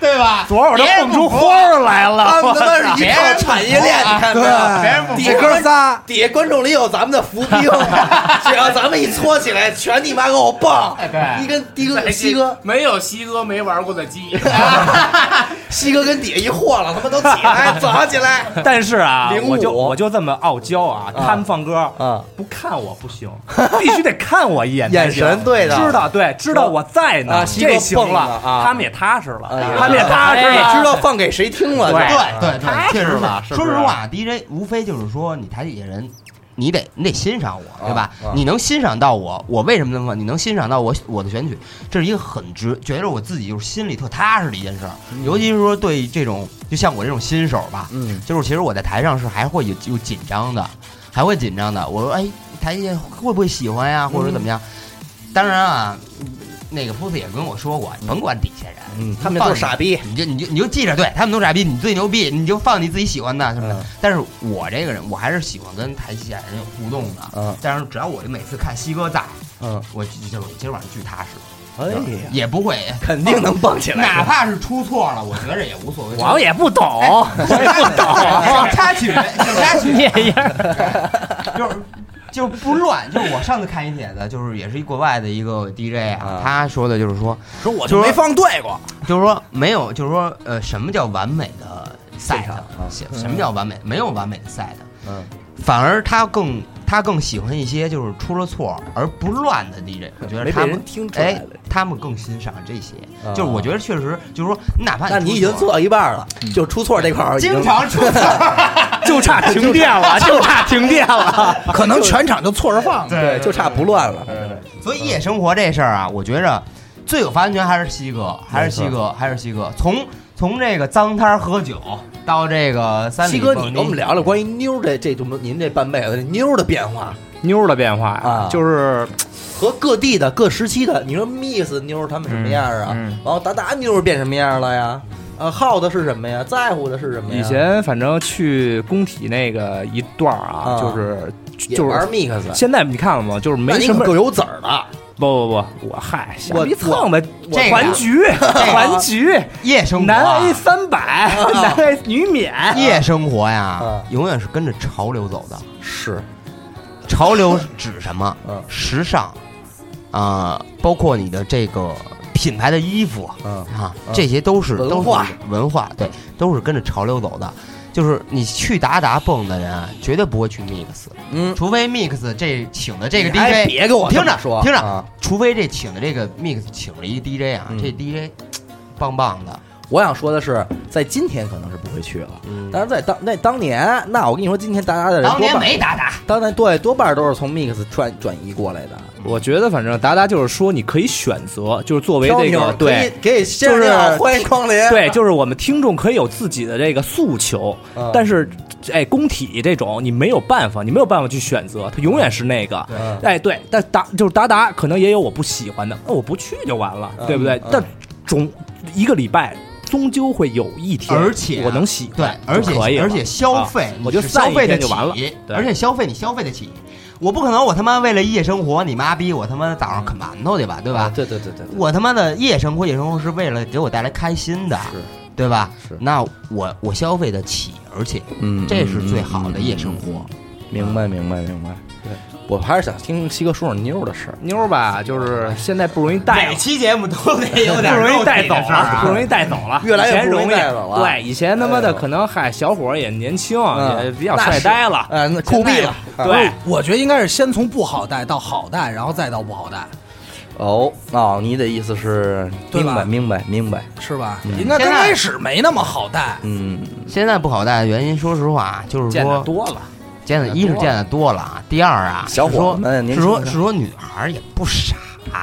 E: 对吧？昨儿我都蹦出花儿来了，
A: 他们他妈是一套产业链， 你看没有？
E: 别人不服
A: 底哥仨，底下观众里有咱们的伏兵，只要咱们一搓起来，全你妈给我蹦！
E: 对
A: 一跟迪哥、西哥、
I: 没有西哥没玩过的鸡，
A: 西哥跟底下一和了，他们都起来，早起来。
D: 但是啊，
A: 05
D: 我就我就这么傲娇啊，他们放歌
A: 啊，
D: 不看我不行， 必须得看我一眼才
A: 眼
D: 行，
A: 神对的
D: 知道对，知道我在
A: 啊
D: 呢，
A: 西哥
D: 这行
A: 蹦了
D: 了
A: 啊
D: 他们也踏实了
A: 哎呀，
D: 他们也踏实
A: 哎知
D: 了，
A: 道放给谁听了？
E: 对
A: 就
E: 对对，确实吧。
D: 是不
E: 说
D: 是
E: 实话，DJ 无非就是说你台底下人。你得你得欣赏我，对吧？
A: 啊
E: 你能欣赏到我，我为什么那么问？你能欣赏到我我的选曲，这是一个很直，觉得我自己就是心里特踏实的一件事儿。尤其是说对这种，就像我这种新手吧，
A: 嗯，
E: 就是其实我在台上是还会有有紧张的，还会紧张的。我说，哎，台下会不会喜欢呀，或者怎么样？当然啊，那个夫子也跟我说过，甭管底下人，
A: 嗯，他们都是傻逼。
E: 你就你就你就记着，对他们都傻逼，你最牛逼，你就放你自己喜欢的什么的。
A: 嗯
E: 但是我这个人，我还是喜欢跟台下人有互动的。
A: 嗯
E: 但是只要我每次看西哥在，
A: 嗯，
E: 我就就我今儿晚上巨踏实，
A: 哎呀，
E: 也不会，
A: 肯定能蹦起
E: 哪
A: 来。
E: 怕是出错了，我觉着也无所谓。
D: 我也不懂，
E: 小插曲，小插曲，
G: 也也
E: 就是就不乱。就是我上次看一帖子，就是也是一国外的一个 DJ
A: 啊，
E: 啊他说的就是说，
B: 说我就没放对过，
E: 就是说没有，就是说呃，什么叫完美的
A: 现
E: set？
A: 场啊
E: 什什么叫完美？没有完美的 set，
A: 嗯，
E: 反而他更他更喜欢一些就是出了错而不乱的 DJ。我觉得
A: 没
E: 他
A: 被
E: 们
A: 人听出来
E: 哎
A: 的。，
E: 他们更欣赏这些。
A: 啊
E: 就是我觉得确实就是说，哪怕
A: 那你已经做
E: 错
A: 到一半了，就出错这块儿已经
E: 经常出错，
A: 哎
D: 就差停电 了，就差停电了。
B: 可能全场就错着放了。
A: 对，就差不乱了。
E: 所以夜生活这事儿啊，我觉着最有发言权还是西哥，还是西哥，还是西哥。从从这个脏摊儿喝酒到这个三里
A: 西哥，
E: 蹦
A: 你
E: 迪
A: 跟我们聊聊关于妞儿这这怎么您这半辈子这妞儿的变化
D: 妞儿的变化
A: 啊
D: 就是
A: 和各地的各时期的，你说 Miss 妞儿他们什么样啊？
D: 嗯嗯
A: 然后达达妞儿变什么样了呀？呃，好的是什么呀？在乎的是什么哎呀？
D: 以前反正去工体那个一段儿
A: 啊
D: 啊，就是
A: 也
D: 就
A: 玩
D: 是。
A: Mix，
D: 现在你看了吗？就是
A: 那
D: 没
A: 你
D: 什
A: 可
D: 么
A: 够有籽儿的。
D: 不不不，我嗨，瞎
A: 我
D: 逼蹭呗，
A: 我
E: 这个
D: 环局环局，
E: 夜生活
D: 男
E: 啊、
D: A 三百，男 A 女免，
E: 夜生活呀、
A: 啊
E: 永远是跟着潮流走的。
A: 是，
E: 潮流指什么？
A: 嗯
E: 时尚啊、包括你的这个品牌的衣服
A: 嗯
E: 啊
A: 嗯，
E: 这些都是
A: 文
E: 都是
A: 化嗯
E: 文化，对，都是跟着潮流走的。就是你去达达蹦的人啊，绝对不会去 mix，
A: 嗯，
E: 除非 mix 这请的这个
A: 你哎
E: DJ
A: 别跟我这
E: 听
A: 么
E: 着
A: 说，
E: 听着
A: 啊
E: 除非这请的这个 mix 请了一个 DJ 啊，
A: 嗯
E: 这 DJ 棒棒的，
A: 我想说的是，在今天可能是不会去了，
E: 嗯
A: 但是在当那当年，那我跟你说，今天大家的人
E: 当
A: 多
E: 年
A: 半
E: 没达达，
A: 当年对多半都是从 Mix 转转移过来的。
D: 我觉得反正达达就是说，你可以选择，就是作为
A: 挑
D: 这
A: 妞
D: 个
A: 儿可以
D: 对啊
A: 给先生
D: 就是
A: 您好欢迎光临。
D: 对，就是我们听众可以有自己的这个诉求，
A: 嗯
D: 但是哎，工体这种你没有办法，你没有办法去选择，它永远是那个。
A: 嗯，
D: 哎，对，但达就是达达，可能也有我不喜欢的，那我不去就完了，
A: 嗯
D: 对不对？
A: 嗯
D: 但总一个礼拜，终究会有一天，
E: 而且啊
D: 我能喜
E: 对
D: 欢，，
E: 而且
D: 哎就可以了
E: 而且消费，
D: 啊
E: 你
D: 我就是
E: 消
D: 散一
E: 费得
D: 天
E: 起
D: 就完了。对
E: 而且消费你消费得起，我不可能我他妈为了夜生活，你妈逼我他妈早上啃馒头去吧，
A: 啊对
E: 对吧？
A: 对对对对对，
E: 我他妈的夜生活，夜生活是为了给我带来开心的，对吧
A: 是？
E: 那我我消费得起，而且
A: 嗯
E: 这是最好的夜生活。
A: 明白，明白，明白。对，我还是想听西哥说说妞儿的事儿。
D: 妞儿吧，就是现在不容易带
J: 每，期节目都得有点
D: 不容易带走啊
J: 的事
D: 了，不容易带走 了，
A: 越来越
D: 以前
A: 不容易
D: 容易
A: 带走了
D: 对，以前他妈
A: 哎
D: 的
A: 呦
D: 可能嗨，小伙儿也年轻，
A: 嗯
D: 也比较帅呆了，
A: 啊，那酷毙了！啊
D: 对，
B: 我觉得应该是先从不好带到好带，然后再到不好带，
A: 哦，哦，你的意思是
B: 对
A: 明
B: 吧
A: 白，明白，明白。
B: 是吧？应该刚开始没那么好带，
A: 嗯，
E: 现在不好带的原因，说实话，就是
D: 见的
E: 说
D: 多了，
E: 见的一是见的多了啊，第二啊，
A: 小伙子们
E: 是
A: 年轻
E: 说
A: 人
E: 是说是说女孩儿也不傻。啊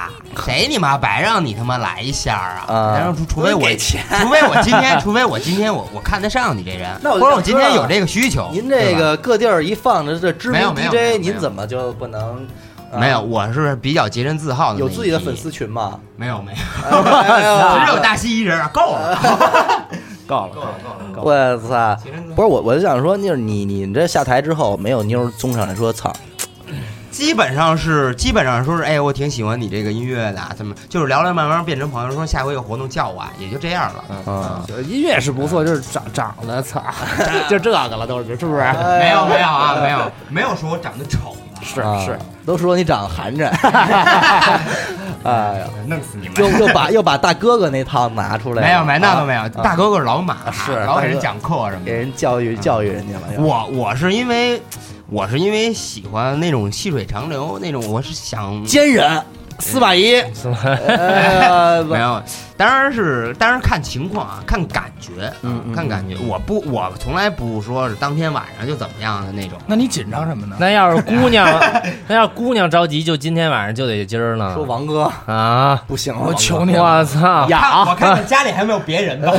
E: 谁你妈白让你他妈来一下啊？
A: 啊
E: 然后除除非我，
A: 给钱
E: 除非我今天，除非我今天我我看得上你这人，
A: 那我就
E: 或者我今天
A: 想知道
E: 有这个需求。
A: 您这个各地儿一放着这知
E: 没有
A: 名
E: 没有没有
A: DJ，
E: 没
A: 您
E: 有
A: 怎么就不能
E: 对
A: 啊
E: 吧没有，我是比较洁身自好的。
A: 有自己的粉，丝群 吗？
E: 没有没有，
A: 哎呦
E: 只有大西一人啊， 够了，
D: 够
E: 够了，
D: 了，
E: 够了，够了。
A: 我操！
E: 洁身自好
A: 不是我，我就想说，就是你你这下台之后，没有妞儿综上来说，操，
E: 基本上是，基本上说是，哎，我挺喜欢你这个音乐的，怎么就是聊聊，慢慢变成朋友，说下回有活动叫我啊，也就这样了。
A: 啊，
D: 音乐是不错，就是长长 得操，就这个了都是，是不是？
E: 没有没有啊，
A: 哎
E: 没有 没有说我长得丑的，
D: 是
A: 啊
D: 是，，
A: 都说你长得寒碜， 哎呀，
E: 弄死你们！
A: 又又把又把大哥哥那套拿出来了，
E: 没有没有那倒没有，
A: 啊
E: 大哥哥是老马，
A: 是哎
E: 老给人讲课什么
A: 给
E: 的。
A: 人教育教育人家了，
E: 我我是因为我是因为喜欢那种细水长流那种，我是想
A: 坚忍四百一，哎呀
E: 没有，当然是当然看情况啊，看感觉，
A: 嗯嗯
E: 看感觉。我不我从来不说是当天晚上就怎么样的那种。
B: 那你紧张什么呢？
G: 那要是姑娘，那要是姑娘着急，就今天晚上就得今儿呢
A: 说王哥
G: 啊！
A: 不行了，
B: 我
A: 王哥
B: 求你了，
G: 我操！
E: 看我看看家里还有没有别人 吧，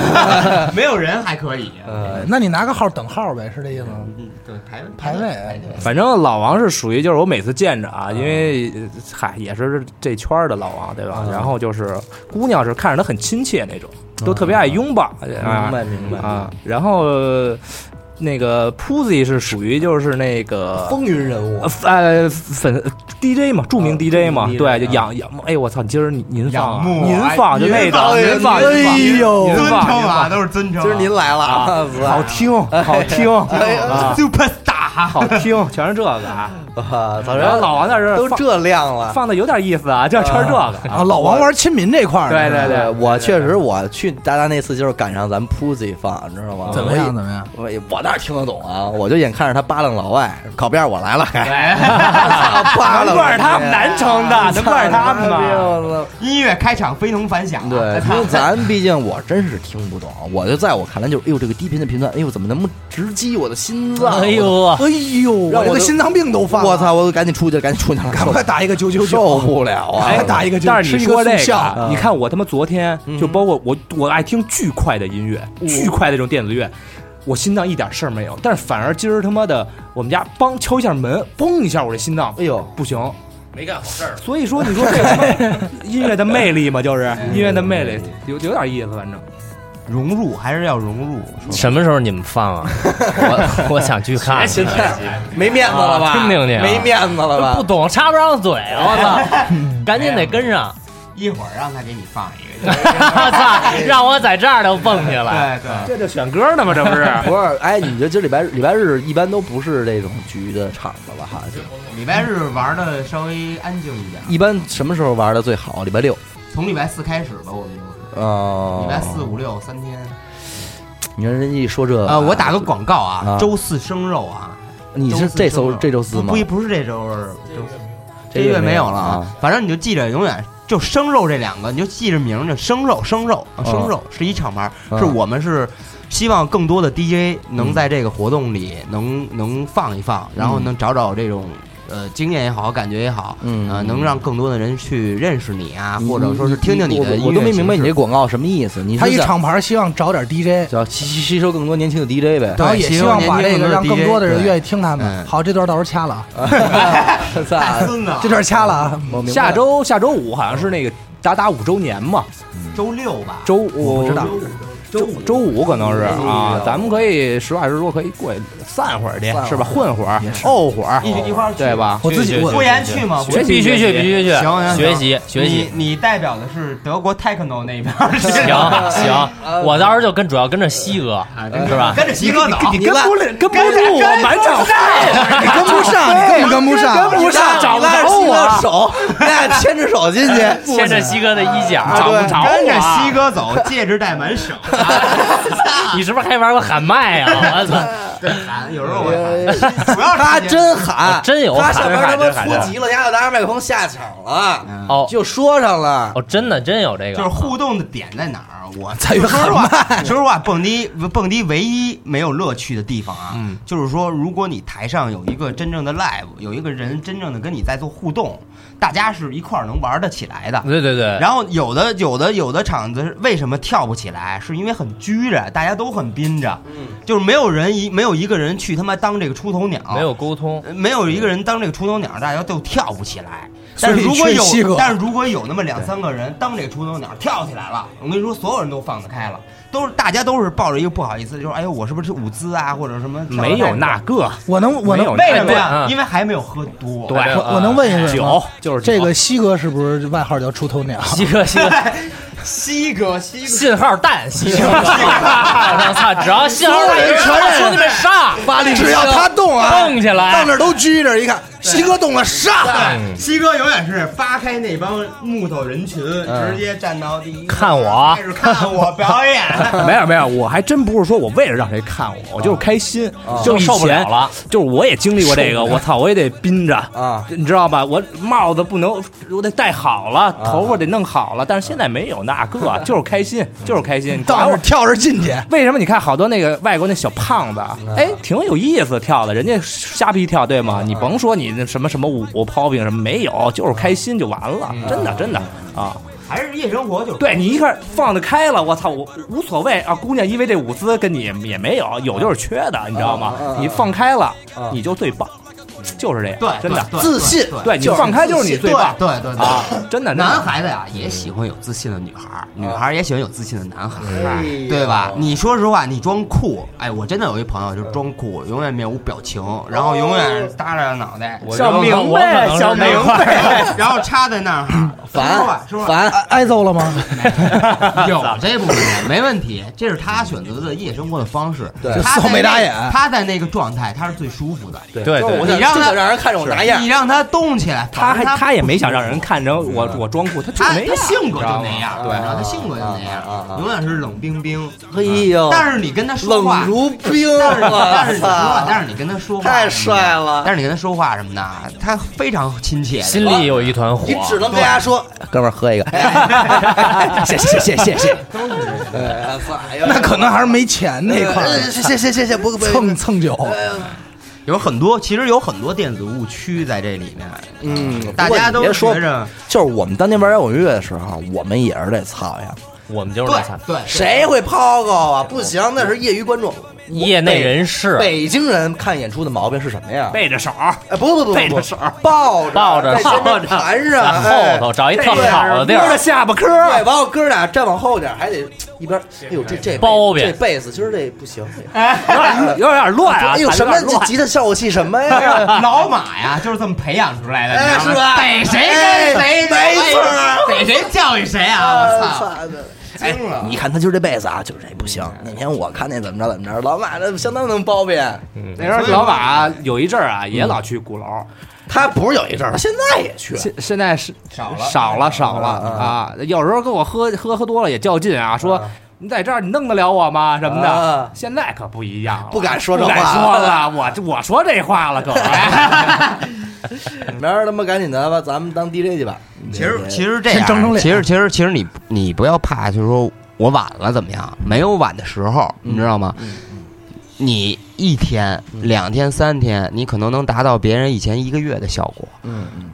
E: 没有人还可以。
A: 呃，
B: 那你拿个号等号呗，是这意思吗？
E: 嗯，对，排位
B: 排位
E: 排位
D: 反正老王是属于就是我每次见着啊，因为呃嗨也是这圈儿的老王对
A: 嗯
D: 吧？然后就是姑娘是看着他很亲切那种，都特别爱拥抱
A: 嗯明
D: 啊
A: 白明白，
D: 啊。然后呃那个 Pussy 是属于就是那个
A: 风云人物
D: 呃，呃粉 DJ 嘛，著名 DJ 嘛，
A: 嗯
D: 对，
A: 嗯
D: 就仰仰慕。哎，我操，今儿您您放
E: 仰慕
D: 啊您放就那种，
A: 哎呀
D: 您放您放
A: 哎呦
D: 您
E: 尊
D: 放
E: 称
D: 您
E: 啊，
D: 放，
E: 都是尊称啊。
A: 今儿您来了，啊
D: 好听
B: 哎
D: 好听
E: 哎
D: 啊，
E: superstar，
D: 好听，全是这个啊。
A: 啊，早
D: 然
A: 上
D: 后老王在这
A: 都
D: 放
A: 这样了。
D: 放的有点意思啊，就全是这个。
B: 啊，老王玩亲民这块儿呢，
D: 对对
A: 对
D: 对，
A: 我确实，我去达达那次就是赶上咱 Pussy 放，你知道吗？
B: 怎么样？怎么样？
A: 我也我哪听得懂啊？我就眼看着他扒楞老外，靠边儿我来了，还 扒
D: 啊难
A: 拉
D: 怪是他们南城的，难怪是他们
A: 哎
D: 嘛。
A: 嘛。
E: 音乐开场非同凡响啊。
A: 对，因为咱毕竟我真是听不懂，我就在我看来就是，哎呦这个低频的频段，哎呦怎么那么直击我的心脏？
G: 哎，呦，
B: 哎呦，
A: 让
B: 我
A: 我
B: 这
A: 都
B: 个心脏病都犯了，
A: 我操！我赶紧出去了，赶紧出去了，
B: 赶快打一个九九
A: 受
B: 九，
A: 不了啊！
B: 哎打一个就
D: 但是你说
B: 吃一
D: 这
B: 个速效
D: 个，啊你看我他妈昨天就包括我，我爱听巨快的音乐，巨快的这种电子乐，我心脏一点事儿没有。但是反而今儿他妈的，我们家梆敲一下门，嘣一下，我这心脏
A: 哎呦，
D: 不行。
K: 没干好事儿。
D: 所以说，你说这他妈音乐的魅力嘛，就是音乐的魅力，有有点意思，反正。
E: 融入还是要融入。
G: 什么时候你们放啊？我我想去看看，
A: 没面子了吧？
G: 啊听听去啊
A: 没面子了吧？
G: 不懂插不上嘴，我操！赶紧得跟上，
E: 一会儿让他给你放一个。
G: 我操！让我在这儿都蹦起来，
E: 对对，
D: 这就选歌呢嘛，这不是？
A: 不是，哎，你这今儿礼拜礼拜日一般都不是这种局的场子了哈，就
E: 礼拜日玩的稍微安静一点，
A: 一般什么时候玩的最好？礼拜六，
E: 从礼拜四开始吧，我们就是
A: 哦，
E: 礼拜四、五六三天。
A: 你看人家一说这
E: 呃，我打个广告
A: 啊
E: 啊，周四生肉啊。
A: 你
E: 周
A: 是
E: 四
A: 这
E: 生
A: 周
E: 肉
A: 这周四吗
E: 不？不不是这周日，周四这
A: 月
E: 月没有
A: 了
E: 了啊。反正你就记着，永远就生肉这两个，你就记着名儿，就生肉，生肉，啊生肉是一厂牌，
A: 哦嗯
E: 是我们是希望更多的 DJ 能在这个活动里能能放一放，然后能找找这种。呃，经验也好，感觉也好，
A: 嗯
E: 呃，能让更多的人去认识你啊，
A: 你
E: 或者说是听听你的
A: 我
E: 音乐
A: 我都没
E: 形
A: 明白你
E: 式
A: 这广告什么意思。你是
B: 他一
A: 想
B: 厂牌希望找点 DJ，
A: 想吸吸吸收更多年轻的 DJ 呗？
B: 然后也希望把这个让更多的人愿
E: 意。
B: 意听他们。
E: 嗯
B: 好，这段到时候掐了啊，
A: 太
E: 孙子了
B: 这段掐了啊。
A: 我明白
D: 下周下周五好像是那个达达五周年嘛，
E: 周六吧，
D: 周
B: 我
D: 我
B: 不知道，
D: 周周五可能是啊，咱们可以实话实说，可以过去散会儿去，是吧？混会儿、哦怄会儿，
E: 一起一块儿去
D: 对吧？
B: 我自己我
E: 郭岩去吗？
D: 学习
G: 必须去，必须去，
E: 行行行
G: 学习学习。
E: 你你代表的是德国 techno 那一边儿，
G: 行行，我到时候就跟主要跟着西哥，是吧？
E: 跟着西哥走。
A: 你跟不
D: 跟不住我满场
B: 你跟不上，你根本跟不上，
A: 不上，
G: 找不着我
A: 我手，咱俩牵着手进去。
G: 牵着西哥的衣角，找不着
E: 啊
G: 啊
E: 跟着西
G: 我。
E: 哥走，戒指戴满手。 啊
G: 你是不是还玩过喊麦啊？我操！
E: 对，喊有时候我喊，主要是
A: 他真喊，
G: 真有
A: 他
G: 喊
A: 上边他妈
G: 真喊真
A: 出
G: 喊
A: 急了，丫头拿着麦克风下场了，
G: 哦
A: 就说上了。
G: 哦，真的真有这
E: 就是
G: 个，
E: 互动的点在哪儿？啊我在于说实话，说实话，蹦迪蹦迪唯一没有乐趣的地方啊，
G: 嗯
E: 就是说，如果你台上有一个真正的 live，有一个人真正的跟你在做互动，大家是一块儿能玩得起来的。
G: 对对对，
E: 然后有的有的有的场子是为什么跳不起来，是因为很拘着，大家都很憋着，
G: 嗯
E: 就是没有人一没有一个人去他妈当这个出头鸟，
G: 没有沟通。
E: 呃没有一个人当这个出头鸟，大家都跳不起来。
B: 所以
E: 但是如果
B: 缺西哥
E: 有，但是如果有那么两三个人当这个出头鸟跳起来了，我跟你说，所有人都放得开了，都是大家都是抱着一个不好意思，就说哎呦，我是不是舞姿啊，或者什么跳得
D: 没
E: 太
D: 有那个，
B: 我能
D: 没
B: 我能
D: 有
E: 为什么呀？
G: 嗯
E: 因为还没有喝多。
G: 对，
B: 我我能问一问吗
D: 酒就是
B: 这个西哥是不是外号叫出头鸟？
G: 西哥西哥。
E: 西哥，西哥，
D: 啊
G: 信号弹，信号弹，我操！只要信号弹一传，兄弟们上，
B: 巴黎只要他动啊，
G: 蹦起来
B: 到那儿都拘着，一看西哥动了，上！
E: 哎西哥永远是扒开那帮木头人群，直接站到第一个，
G: 看我
E: 开始看我表 演。
D: 没有没有，我还真不是说我为了让谁看我，我就是开心，就以
G: 啊受不
D: 前
G: 了了。
D: 就是我也经历过这个，我操，我也得憋着
A: 啊，
D: 你知道吧？我帽子不能，我得戴好了，
G: 啊
D: 头发得弄好了，但是现在没有那个， 就是开心，就是开心。你
B: 到
D: 管
B: 那
D: 我
B: 儿跳着进去，
D: 为什么你看好多那个外国那小胖子，
E: 啊
D: 哎，挺有意思跳的，人家瞎逼跳，对吗？你甭说你那什么什么舞 popping 什么没有，就是开心就完了，真的真的啊！
E: 还是夜生活就是
D: 对你一看放得开了，我操，我无所谓啊。姑娘因为这舞姿跟你也没有，有就是缺
E: 啊
D: 的，你知道吗？你放开了，你就最棒，就是这样，
E: 嗯对，
D: 真的。
E: 对
A: 自信
E: 对对
D: 对你放开就是你最棒
E: 对对对对
D: 啊，真 的，
E: 男
D: 真的。
E: 孩子呀，也喜欢有自信的女孩儿，女孩儿也喜欢有自信的男孩儿，对吧？你说实话，你装酷，哎，我真的有一朋友就是装酷，永远面无表情，然后永远耷拉着脑袋，
G: 小明白，小明
E: 明白， 然后插在那儿，说
A: 烦
E: 吧，说吧，
A: 烦，
B: 挨挨揍了吗？
E: 有这部分没问题，这是他选择的夜生活的方式，
A: 对
E: 他在
B: 扫眉打眼
E: 那他在那个状态，他是最舒服的，
A: 对
G: 对对
A: 我想
E: 对你让
A: 就
E: 他
A: 想让人看着我拿样
E: 你，让他动起来，
D: 他还
E: 反正
D: 他也没想让人看成我我装酷，他就
E: 他
D: 没
E: 哎他
D: 样。
E: 性格就那样，
A: 对
E: 你知道他性格就那
A: 啊啊啊
E: 样，
A: 啊
E: 永远是冷冰冰。嗯
A: 哎呦，
E: 但是你跟他说话
A: 冷，如冰
E: 但是但是你说话
A: 啊！
E: 但是你跟他说话什么的，
A: 太帅了
E: 但是你跟他说话什么的，他非常亲切的。
G: 心里有一团火
A: 你。只能跟大家说，哥们儿喝一个，
D: 谢谢谢谢谢，
A: 哎
B: 那可能还是没钱那块
A: 呃
B: 儿，
A: 谢谢谢谢谢，不不
B: 蹭蹭酒。
E: 有很多，其实有很多电子误区在这里面。
A: 嗯，
E: 大家
A: 不过
E: 都
A: 你别说
E: 觉着，
A: 就是我们当年玩摇滚乐的时候，我们也是得操呀，
G: 我们就是
E: 对
G: 那惨
E: 对，
A: 谁会抛高啊？不行，那是业余观众。
G: 业内人士，
A: 北京人看演出的毛病是什么呀？
D: 背着手，
A: 哎，不不不
D: 背
A: 不
D: 着
A: 不
D: 手，
A: 抱着
G: 抱着
A: 在身
G: 抱
A: 上
G: 着
A: 缠
G: 在
A: 上
G: 后头。找一特好的地
D: 摸着
G: 儿，
D: 下巴颏
A: 哎
D: 儿
A: 对，完我哥俩站往后点儿，还得一边，哎呦这这
G: 包哎庇
A: 这贝斯今儿这不行，
D: 有点有点乱啊，
A: 哎呦
D: 有
A: 什么
D: 点
A: 这
D: 乱。
A: 吉他效果器什么呀？
E: 老马呀，就是这么培养出来的，
A: 哎
E: 你知道吗
A: 是吧
E: 逮谁跟
A: 哎
E: 谁，
A: 没错儿
E: 逮谁教育谁啊！我操，
A: 哎，你看他今儿这贝斯啊，就是这不行。那天我看那怎么着怎么着，老马那相当能包庇。
D: 那时候老马有一阵儿啊，也老去鼓楼，
A: 他不是有一阵儿，他现在也去。
D: 现现在是
E: 少了
D: 少了少了啊！有时候跟我喝喝喝多了也较劲啊，说你在这儿你弄得了我吗什么的
A: 啊。
D: 现在可嗯不一样了，
A: 不敢说这
D: 不
A: 话
D: 敢说了，我我说这话 了，可
A: 明儿他妈赶紧的吧，咱们当 DJ 去吧。
E: 其实其实这
B: 先争争
E: 样，
B: 脸
E: 其实其实其实你你不要怕，就是说我晚了怎么样？没有晚的时候，你知道吗？
A: 嗯
E: 你一天、两天、三天，你可能能达到别人以前一个月的效果。
A: 嗯嗯，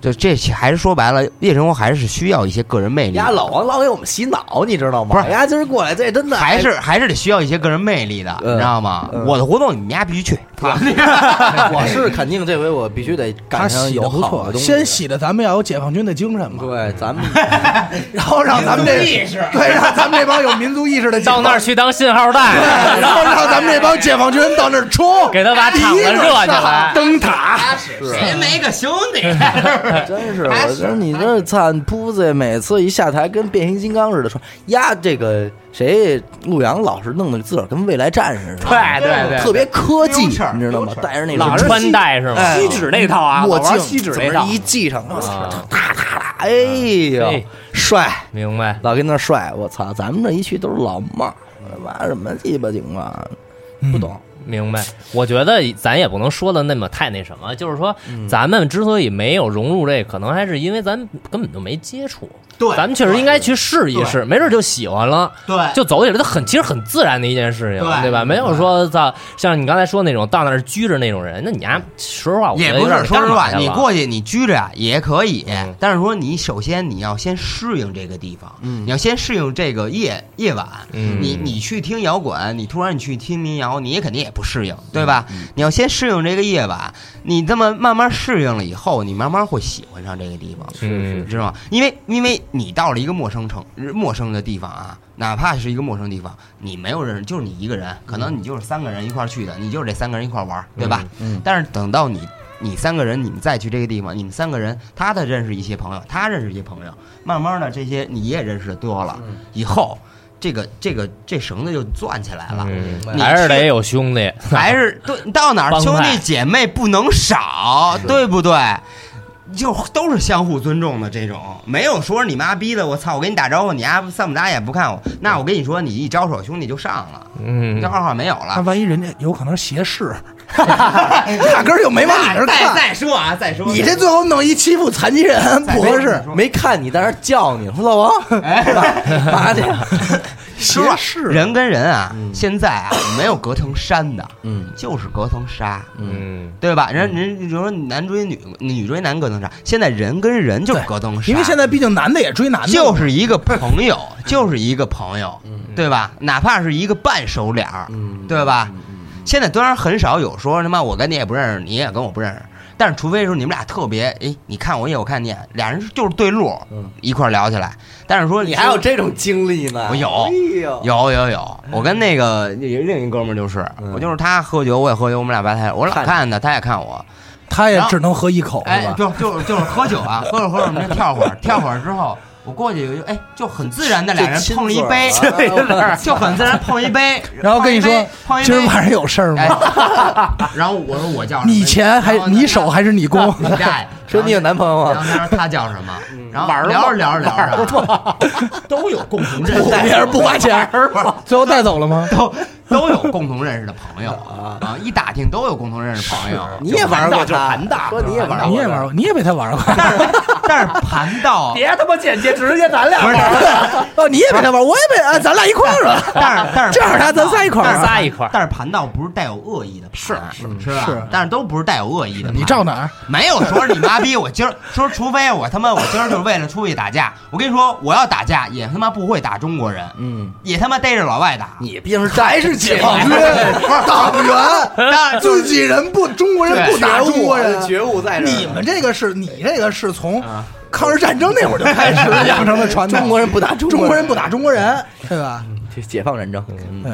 E: 就这还是说白了，夜生活还是需要一些个人魅力
A: 丫，老王老给我们洗脑，你知道吗？
E: 不是
A: 丫今儿过来，这真的
E: 还是还是得需要一些个人魅力的，
A: 嗯
E: 你知道吗？
A: 嗯
E: 我的活动你们家必须去，啊
A: 哎我是肯定这回我必须得
B: 他
A: 赶上
B: 洗
A: 有
B: 的不
A: 好的
B: 错，
A: 东西。
B: 先洗的咱们要有解放军的精神嘛，
A: 对，啊咱们
B: 然后让咱们这对，让咱们这帮有民族意识的解
G: 到那儿去当信号弹，
B: 对，然后让咱们这帮解放军到那儿冲，
G: 给他把场子热起来。
B: 灯塔，
L: 谁没个兄弟？
A: 真是，我说你这惨扑子，每次一下台跟变形金刚似的说，呀，这个谁陆阳老是弄得自个儿跟未来战士似的，
G: 对对对，
A: 哎特别科技，
L: 溜齿儿
A: 你知道吗
L: 溜齿？儿
A: 戴着那
G: 老
A: 种
G: 穿戴是吗？
A: 哎
D: 锡纸那套啊，
A: 墨
D: 老玩
A: 镜，
D: 锡纸
A: 怎
D: 那
A: 么
D: 套
A: 一，系上，我操，哒哒哒，哎呦
G: 嘿，
A: 帅，
G: 明白。
A: 老跟那儿帅，我操，咱们这一去都是老帽儿，他妈什么鸡巴情况，不懂，
G: 明白，我觉得咱也不能说的那么太那什么，就是说，咱们之所以没有融入这，可能还是因为咱根本就没接触。
L: 对
G: 咱们确实应该去试一试，没准就喜欢了，
E: 哎
L: 对
G: 就走起来，它很其实很自然的一件事情，
L: 对
G: 对吧？没有说操，像你刚才说那种到那儿拘着那种人，那你丫说实话，我觉
E: 也
G: 得
E: 不
G: 有点
E: 是，说实
G: 干嘛
E: 话，
G: 去了
E: 你过去你拘着呀也可以
G: 嗯，
E: 但是说你首先你要先适应这个地方，你要先适应这个夜夜晚。
G: 嗯
E: 你你去听摇滚，你突然你去听民谣，你也肯定也不适应，对吧？
G: 嗯
E: 你要先适应这个夜晚，你这么慢慢适应了以后，你慢慢会喜欢上这个地方。
G: 嗯
E: 你知道吗？因为因为你到了一个陌生城、陌生的地方啊，哪怕是一个陌生地方，你没有认识，就是你一个人，可能你就是三个人一块儿去的，你就是这三个人一块儿玩儿，对吧？
A: 嗯嗯嗯
E: 但是等到你你三个人，你们再去这个地方，你们三个人，他的认识一些朋友，他认识一些朋友，慢慢的这些你也认识的多了，
A: 嗯
E: 以后这个这个这绳子就攥起来了。
G: 嗯
E: 你
G: 还是
E: 去
G: 得有 兄弟，
E: 还是对到哪儿
G: 帮
E: 兄
G: 派
E: 弟姐妹不能少，对不对？就都是相互尊重的这种，没有说你妈逼的，我操，我跟你打招呼，你丫三不眨眼不看我，那我跟你说，你一招手，兄弟就上了，
G: 嗯
E: 你这，二话没有
B: 那
E: 了。
B: 万一人家有可能斜视，
A: 啊
B: 压根儿就没往你这儿
E: 再
B: 看，
E: 再说啊，再说
B: 你这最后弄一欺负残疾人不合适，
A: 没看你在那儿叫你，说老王，妈的，
E: 是
B: 斜视
E: 人跟人啊，现在啊没有隔层山的，
A: 嗯
E: 就是隔层纱。
G: 嗯，
E: 对吧？人人你说男追女，女追男隔层纱，现在人跟人就是隔层纱。
B: 因为现在毕竟男的也追
A: 啊
B: 男的，
E: 就是一个 朋友，就是一个朋友，
A: 嗯
E: 对吧？哪怕是一个半熟脸儿，对吧？
A: 嗯
E: 现在当然很少有说他妈我跟你也不认识，你也跟我不认识，但是除非说你们俩特别，哎，你看我一眼，我看你一眼，俩人就是对路，一块儿聊起来。但是说
A: 嗯你还有这种经历呢？
E: 我有
A: 哎呦，
E: 有有有，我跟那个另一哥们儿就是，我就是他喝酒，我也喝酒，我们俩白菜，我老
A: 嗯看
E: 看他，他也看我，
B: 他也只能喝一口，
E: 哎
B: 是，吧？
E: 就就就是喝酒啊，喝着喝着我们就跳会儿，跳会儿之后，我过去哎，就很自然的俩人碰了一杯， 就很自然碰一杯，
B: 然后跟你说
E: 碰一杯
B: 今儿晚上有事儿
E: 哎
B: 吗？，
E: 然后我说我叫什么
B: 你钱还
E: 然后他
B: 你手还是你攻？
E: 你大爷，
A: 说你有男朋友
E: 然后
A: 吗？
E: 他说他叫什么，然后聊着聊着啊聊着，都有共同 认识，
B: 别人不花钱，最后带走了吗？
E: 都都有共同认识的朋友啊，一打听都有共同认识的朋友，
A: 你也玩过
E: 就是
A: 他
E: 盘大，
A: 说你也玩过
B: 你也玩过，你也被他玩过，
E: 但是但是盘到，
D: 别他妈间接，直接咱俩玩儿。
B: 哦，你也被他玩，我也被，啊，咱俩一块儿吧。
E: 但是但是
B: 这样他咱仨一块
E: 但
B: 儿
E: 是
B: 啊。
G: 仨一块儿，
E: 但是盘道不是带有恶意的盘，是是吧？
B: 是
E: 但是都不是带有恶意的盘。
B: 你照 哪儿？
E: 没有说你妈逼我今儿说，除非我他妈我今儿就是为了出去打架。我跟你说，我要打架也他妈不会打中国人，
A: 嗯，
E: 也他妈逮着老外打。
A: 你毕竟是还是解放军，
B: 党员，
E: 当然
B: 自己人不，中国人不打中国人。
A: 觉悟啊在这儿。啊
B: 你们这个是你这个是从抗日战争那会儿就开始 养成的传统。
A: 中国人不打中
B: 中
A: 国
B: 国
A: 人
B: 人不打中国人，对吧？
A: 这 解放战争，嗯
B: 对，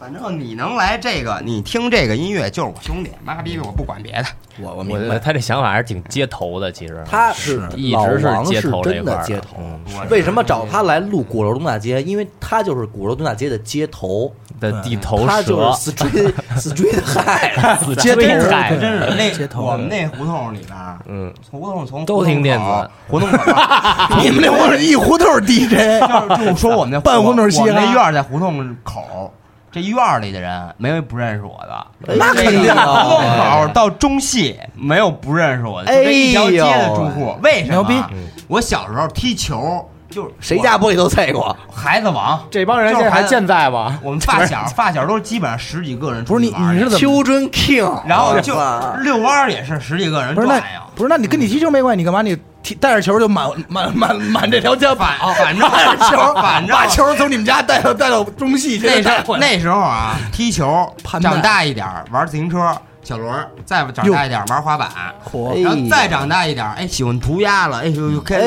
E: 反正你能来这个，你听这个音乐就是我兄弟。妈逼，我不管别的。
A: 我我
G: 嗯我觉
A: 明
G: 得
A: 白，
G: 他这想法还是挺街头的，其实
A: 他是
G: 一
A: 老
G: 直
A: 王
G: 街
A: 是
G: 头这一
A: 真
G: 块
A: 的
G: 儿
A: 街头。
G: 嗯
A: 为什么找他来录鼓楼东大街？因为他就是鼓楼东大街的街头，
G: 的地头
A: 他就
G: 蛇，
A: 是 street street high，
G: 死
B: 街头
G: 追
B: 人
G: 赶
E: 真是那
B: 街头
E: 我们那胡同里边，
G: 嗯，
E: 胡同从
G: 都听电子，
E: 胡同口，
B: 你们那会儿一胡同儿 DJ，
E: 就是就是说我们那
B: 半胡同嘻
E: 我
B: 哈
E: 们那院
B: 啊
E: 儿在胡同口，这院儿里的人没有不认识我的。
B: 哎
A: 那肯定
E: 胡同
A: 啊！
E: 口到中戏没有不认识我的，就这一条街的住户。为什么？
B: 哎牛逼！
E: 我小时候踢球，就是
A: 谁家玻璃都碎过，
E: 我孩子王，
D: 这帮人
E: 就
D: 现
E: 是
D: 在还
E: 孩子
D: 健在吗？
E: 我们发小发小都是基本上十几个人，
B: 不是你你是怎么？
A: Children King，
E: 然后就
A: 哇
E: 遛弯儿也是十几个人
B: 啊不是
E: 转
B: 那
E: 呀。
B: 不是那你跟你踢球没关系，你干嘛你踢带着球就满满满满这条街
E: 反
B: 跑，
E: 反正
B: 带着球
E: 反正
B: 把球从你们家带到带到中戏去，
E: 那时
B: 带
E: 候
B: 回来
E: 那时候啊，踢球，
B: 盘带
E: 长大一点儿玩自行车、小轮儿，再长大一点儿玩滑板，
B: 火
A: 哎
E: 然后再长大一点儿，哎，喜欢涂鸦了，哎呦，又开始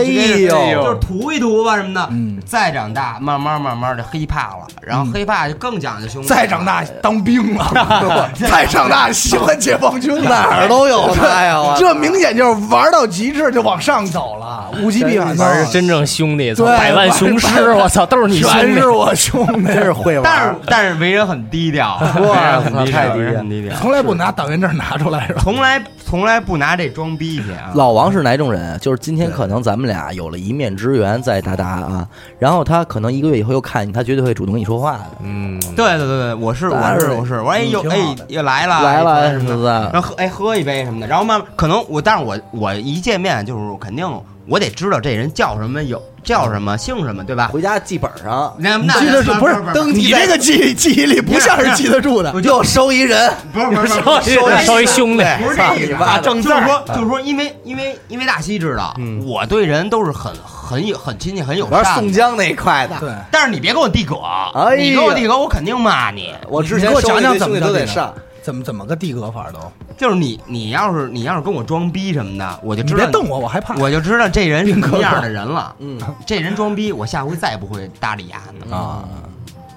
A: 哎呦
E: 就是涂一涂吧什么的。
B: 嗯
E: 再长大，慢慢慢慢的黑怕了，然后黑怕就更讲究兄弟。
B: 再长大当兵了，再长大喜欢解放军
A: 哪
B: 了。
A: 儿都有他呀！哎我
B: 这明显就是玩到极致就往上走了，物极必反嘛。
G: 而是真正兄弟，操
B: 对
G: 百万雄
B: 百
G: 师，
B: 万
G: 我操，都是你兄
B: 全
G: 弟
B: 是。我兄弟，真是会
E: 但是但是为人很低调，
A: 哇
E: 为人很低
A: 太
E: 调，
A: 低
E: 为人
A: 了
E: 很低调，
B: 从来不拿党员证拿出 来是吧？
E: 从来从来不拿这装逼去啊。
A: 老王是哪种人？就是今天可能咱们俩有了一面之缘在达达啊，然后他可能一个月以后又看你，他绝对会主动跟你说话的。
G: 嗯，
E: 对对对对，我是
A: 当
E: 我
A: 然
E: 是
A: 了
E: 我是，我说哎
B: 嗯
E: 呦
B: 挺
E: 哎
B: 好的
E: 又来了
A: 来了
E: 什
A: 什
E: 么
A: 么
E: 的
A: 的，
E: 然后喝哎喝一杯什么的，然后慢慢可能我，但是我我一见面就是我肯定我得知道这人叫什么有叫什么姓什么对吧？
A: 回家记本上，
E: 那
B: 你
E: 那
B: 记得住不是？你这个记忆记忆力不像是记得住 的。
A: 又收一人，
E: 不是不是
G: 稍微稍微兄弟，
E: 不是这意思
A: 爸
E: 啊，
A: 爸
E: 正就是说就是说，因为因为因为大西知道，
B: 嗯
E: 我对人都是很很有很亲近很友
A: 玩
E: 善
A: 宋
E: 的，
A: 江那一块的。
B: 对，
E: 但是你别给我递葛
A: 哎，
E: 你给我
A: 呀
E: 递葛我肯定骂你。
A: 我之
B: 你
A: 前
B: 给我
A: 收
B: 讲
A: 那堆
B: 讲怎
A: 兄弟
B: 么着
A: 都
B: 地
A: 得
B: 的
A: 上，
B: 怎么怎么个地格法都？
E: 就是你，你要是你要是跟我装逼什么的，我就
B: 你
E: 知道
B: 别瞪我，我害怕。
E: 我就知道这人是什
B: 宾客
E: 么样的人了。
A: 嗯
E: 这人装逼，我下回再也不会搭理他了。
A: 啊，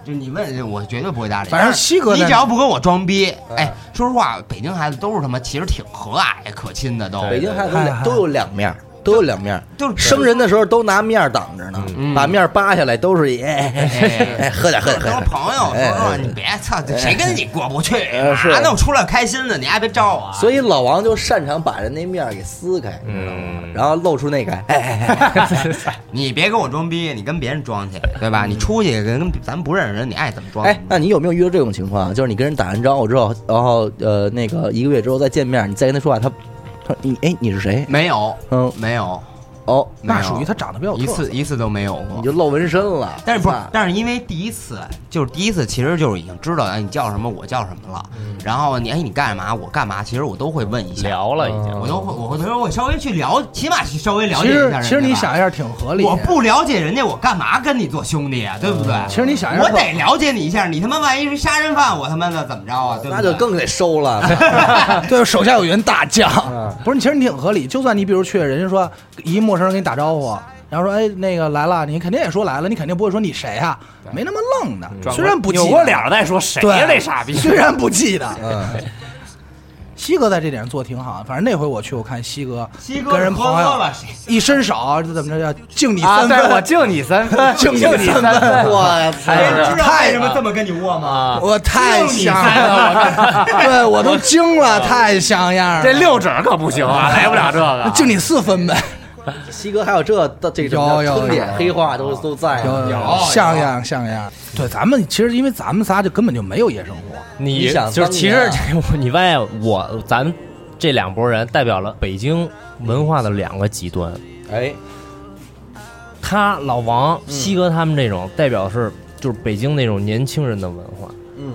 E: 就你问我，绝对不会搭理。
B: 反正西哥嗯
E: 你
B: 在
E: 只要不跟我装逼，哎，说实话，北京孩子都是他妈其实挺和蔼可亲的，都
A: 啊北京孩子都
B: 嗨
A: 两
B: 嗨
A: 都有两面儿，都有两面儿。
E: 就是
A: 生人的时候都拿面儿挡着呢，
E: 嗯
A: 把面儿扒下来都是 哎 哎哎，喝点喝
E: 都
A: 点喝点，
E: 是朋友，
A: 哎
E: 说实话，
A: 哎
E: 你别操，谁跟你过不去？
A: 哎是
E: 哪能出来开心的？你还别招我啊。
A: 所以老王就擅长把人那面儿给撕开，你知道吗？然后露出那个 哎哎哎
E: 你别跟我装逼，你跟别人装去，对吧？你出去跟跟咱不认识人，你爱怎么装？啊
A: 哎， 那你有没有遇到这种情况？啊就是你跟人打完招呼之后，然后呃那个一个月之后再见面，你再跟他说话，他他你哎你是谁？
E: 没有，
A: 嗯
E: 没有，
A: 哦，
B: 那
E: 没有
B: 属于他长得比较有
E: 一
B: 特色
E: 次一次都没有过
A: 你。就露纹身了。
E: 但是不是
A: 吧？
E: 但是因为第一次就是第一次，其实就是已经知道哎你叫什么，我叫什么了。
B: 嗯
E: 然后你哎你干嘛，我干嘛，其实我都会问一下，
G: 聊了已
D: 嗯
G: 经。
E: 我都会我会我稍微去了，起码去稍微了
B: 其
E: 解一下
B: 实
E: 人家吧
B: 其实你想一下挺合理。
E: 我，不了解人家，我干嘛跟你做兄弟啊？对不对？
B: 嗯其实你想一下，
E: 我得了解你一下，你他妈万一是杀人犯，我他妈的怎么着啊？对不
A: 那
E: 对？
A: 就更得收了。
B: 对手下有员大将，不是？你其实你挺合理。就算你比如去，人家说一陌生人跟你打招呼，然后说哎那个来了，你肯定也说来了，你肯定不会说你谁啊，没那么愣的。虽然不记得
D: 扭过脸儿再说谁
B: 对
D: 呀？那傻逼！
B: 虽然不记得，
A: 嗯，
B: 西哥在这点上做得挺好。反正那回我去，我看西哥
E: 西哥
B: 跟人
E: 喝多
B: 朋友
E: 了，谁
B: 一伸手就怎么着叫敬你
D: 啊，
B: 三
D: 对，我
B: 分，
D: 敬你三 分，敬你
B: 三
D: 三分，
A: 我
E: 谁
A: 操！
E: 知道为什么这么跟你握
G: 啊
E: 吗？
B: 我太像了， 对我都惊
G: 啊
B: 了，太像样
D: 这
B: 了。
D: 六指可不行 啊，来不了这个。
B: 敬你四分呗，
A: 西哥还有这这
B: 有
A: 种
B: 有
A: 春点
B: 有
A: 黑话都都在啊。
B: 像样像样。对，咱们其实因为咱们仨就根本就没有夜生活，
G: 你
A: 你想
G: 就是
A: 当
G: 其
A: 年
G: 实
A: 啊
G: 你发现我咱这两拨人代表了北京文化的两个极端，
A: 哎，
G: 他老王、
A: 嗯
G: 西哥他们这种代表是就是北京那种年轻人的文化，
A: 嗯，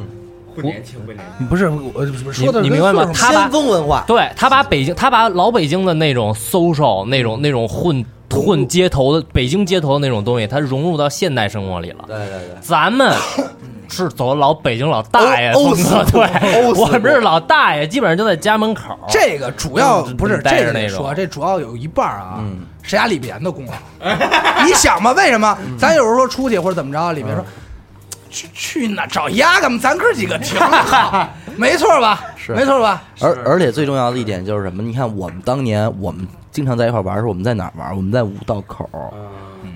M: 不年轻不年轻，
B: 不是我说的
G: 你明白吗
B: 跟岁数
G: 他把
A: 先锋文化，
G: 对他把北京他把老北京的那种 social 那种那种混混街头的北京街头的那种东西，他融入到现代生活里了。
A: 对对对，
G: 咱们是走老北京老大爷
A: 欧
G: 风格，
A: 欧式
G: 对，
A: 欧式
G: 我们是老大爷，基本上就在家门口。
B: 这个主要
G: 嗯
B: 不是
G: 带
B: 这
G: 着
B: 个
G: 那
B: 得
G: 种
B: 说，这主要有一半儿啊
A: 嗯，
B: 是家里边的功劳。 你想吧，为什么
G: 嗯
B: 咱有时候出去或者怎么着，里边说去去哪找鸭干嘛？咱哥几个挺好， 没错吧？
A: 是
B: 没错吧？
A: 而而且最重要的一点就是什么？你看我们当年我们经常在一块玩的时候，我们在哪儿玩？我们在五道口，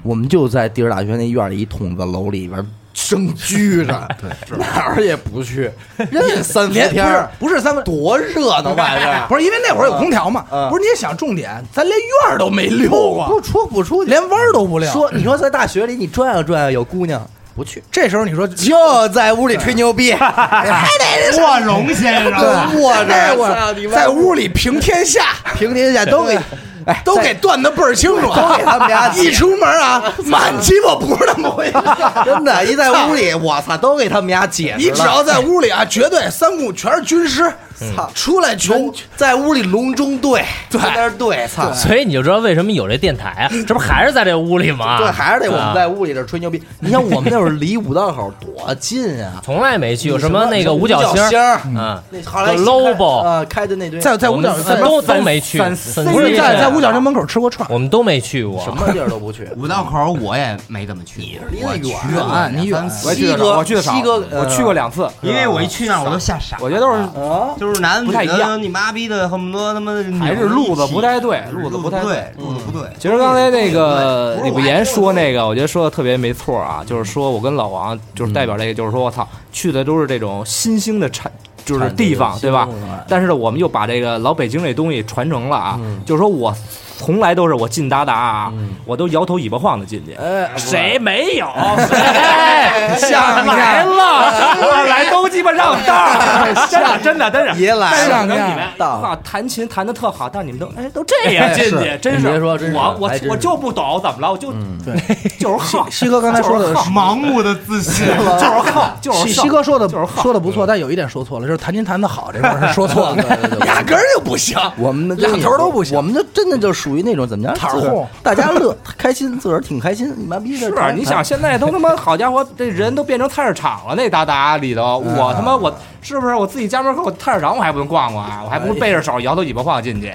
A: 我们就在第二大学那院里一筒子楼里 边生居着，哪儿也不去，人家三伏
B: 连不
A: 天
B: 是
A: 儿
B: 不是三分
A: 多热闹外边，
B: 不是因为那会儿有空调嘛？
A: 嗯
B: 不是你也想重点，咱连院儿都没溜 过，
A: 不出不出去，
B: 连弯儿都不溜。
A: 说你说在大学里你转悠转悠啊有姑娘不去，
B: 这时候你说
A: 就在屋里吹牛 逼，还得
E: 卧龙先生，。
A: 我
B: 那
A: 这
B: 会
A: 我
B: 儿在屋里平天下，
A: 平天下都给哎，
B: 都给断的倍儿清楚啊，
A: 都给他们家
B: 一出 门啊，满鸡巴不是那么回事。
A: 真的，一在屋里，我操，都给他们家解
B: 你
A: 释
B: 只
A: 了。
B: 要在屋里啊，绝对三顾全是军师，操，出来
A: 嗯龙
B: 穷
A: 在屋里隆中对，对，在那儿对，操，
G: 所以你就知道为什么有这电台啊，这不还是在这屋里吗？
A: 对，还是得我们
G: 啊，
A: 在屋里这儿吹牛逼。你像我们那会儿离五道口多近啊
G: 从来没去有
A: 有
G: 什么那个
A: 五
G: 五角
A: 星
G: 星儿，
A: 儿，
G: 嗯，
A: 那后来
G: Lobo
A: 啊开的那堆
B: 在在
G: 我
B: 五
G: 们
B: 角
G: 三
B: 在
G: 都都没去，
B: 不是在在五角
G: 星，
B: 星门口吃过串儿，
G: 我们都没去过。
A: 什么地儿都不去
E: 五道口我也没怎么去过，我去了
B: 你远
E: 两三
B: 西
E: 次
D: 啊我也去
A: 西哥
D: 的少，我去的少，
A: 西哥呃
D: 我去过两次，
E: 因为我一去那儿我都吓傻，
D: 我觉得都是
A: 啊，
E: 就是男的
D: 不太一样
E: 女的你妈逼的，恨不得他妈
D: 还是路子不太对，
E: 路
D: 子
E: 子
D: 不
E: 不
D: 太对。
E: 对，路子不对。
D: 其实刚才那个
E: 不是
D: 李
E: 我
D: 不言说那个，我觉得说的特别没错啊，就是说我跟老王就是代表这个，就是说我操，去的都是这种新兴的产，就是地方，对吧？但是呢，我们又把这个老北京这东西传承了啊，就是说我从来都是我进达达啊，我都摇头尾巴晃的进去，哎谁没有？谁 想来了？我来都鸡巴让道， 真的真的真是。
A: 别来
D: 但是
A: 了，
D: 你们
A: 到
D: 啊，弹琴弹的特好，但是你们都哎都这样进去，真是
A: 你别说真是
D: 我我
A: 还真是嗯
D: 我就不懂怎么了，我就
B: 对
D: 就是好，
B: 西哥刚才说的
D: 就是好
E: 盲目的自 信，
D: 就是好，就是
B: 西
D: 上
B: 西哥说的
D: 就是好，
B: 说的不错，但有一点说错了，就是弹琴弹的好这块 儿是说错了
A: 嗯对对对，对
B: 压根儿就不行。
A: 我们的
B: 俩
A: 真的
B: 头儿都不行
A: 我们就真的就属于那种怎么讲，
B: 摊儿
A: 自个儿
B: 货
A: 大家乐 开心，自个儿挺开心，你妈逼的。
D: 是啊你想现在都他妈好家伙，这人都变成菜市场了，那达达里头，我他妈我是不是我自己家门口菜市场我还不能逛逛啊？我还不能背着手摇头尾巴晃进去？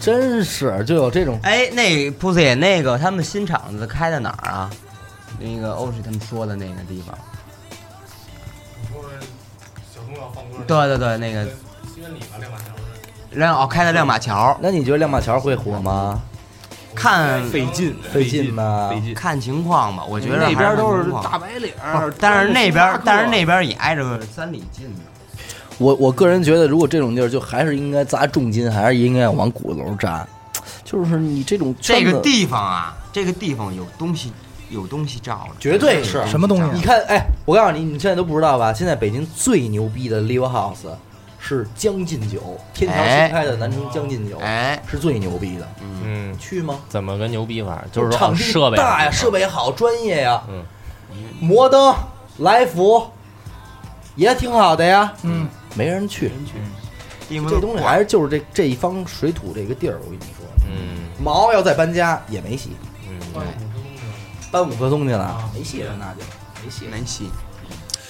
A: 真是就有这种
E: 哎，那 pussy 那个他们新厂子开在哪儿啊？那个欧是他们说的那个地方。
N: 小东要放歌，
E: 对对对，那个
N: 西安里吧，亮马桥那
E: 亮哦，开在亮马桥，
A: 那你觉得亮马桥会火吗？
E: 看
D: 费劲，
A: 费劲吗？
D: 费劲。
E: 看情况吧。我觉得
D: 那
E: 还
D: 边
E: 看
D: 都是
E: 情况
D: 大白领儿，
E: 不是但是那
D: 星巴
E: 边
D: 克
E: 但是那啊边也挨着三里近的。
A: 我我个人觉得，如果这种地儿，就还是应该砸重金，还是应该往鼓楼扎。就是你这种圈
E: 这
A: 子
E: 个地方啊，这个地方有东西，有东西罩着，
A: 绝对是
B: 什么东西啊
A: 你看，哎，我告诉你，你现在都不知道吧？现在北京最牛逼的 live house 是将进酒，天堂新开的南城将进酒、
E: 哎，
A: 是最牛逼的。
G: 嗯，
A: 去吗？
G: 怎么个牛逼法？就是说
A: 场
G: 好
A: 地
G: 设备啊
A: 大呀，设备好，专业呀。
G: 嗯，
A: 摩登、来福也挺好的呀，
B: 嗯，
A: 没人去。
E: 地方
A: 这东西还
E: 是
A: 是就是这这一方水土这个地儿，我跟你说，
G: 嗯
A: 毛要再搬家也没戏，
G: 嗯，
N: 儿，
A: 搬五棵松去了，没戏了那就没戏了。
E: 没戏。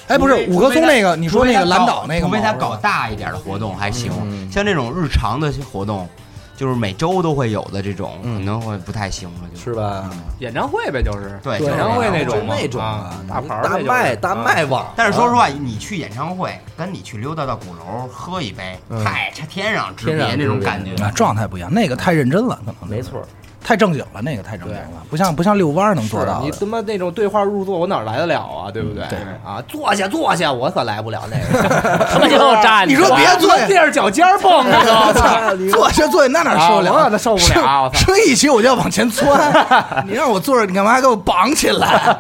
B: 哎，不是
E: 除非
B: 五棵松那个，你
E: 你
B: 说那个蓝岛那个
E: 除
B: 吗
E: 非？他搞大一点的活动还行
A: 嗯，
E: 像这种日常的活动，就是每周都会有的这种，可能会不太行了，就是
A: 吧？
D: 演唱会呗，就是
E: 对
D: 演唱会那
A: 啊就
D: 种嘛
A: 那种嗯
D: 啊
A: 啊，
D: 大牌儿
A: 大
D: 那就是
A: 麦大
D: 啊
A: 麦网。
E: 但是说实话，你去演唱会跟你去溜达到鼓楼喝一杯，太差天壤之
A: 天壤
E: 别
A: 之
E: 那种
A: 别
E: 感觉。
B: 啊，状态不一样，那个太认真了，可能
A: 没错，
B: 太正经了，那个太正经了，不像不像遛弯儿能做到
D: 你
B: 的。
D: 他妈那种对话入座，我哪来得了啊？对不对？
B: 对
D: 啊，坐下坐下，我可来不了那个。
G: 他妈就站着，
B: 你说别坐
D: 坐，垫着脚尖 儿蹦着
A: 哦
D: 呢，我操！
B: 坐下坐下，那哪受得
D: 啊我
B: 了？
D: 那受不了
B: 生
D: 我操
B: 生一起我就要往前窜，你让我坐着，你干嘛还给我绑起来？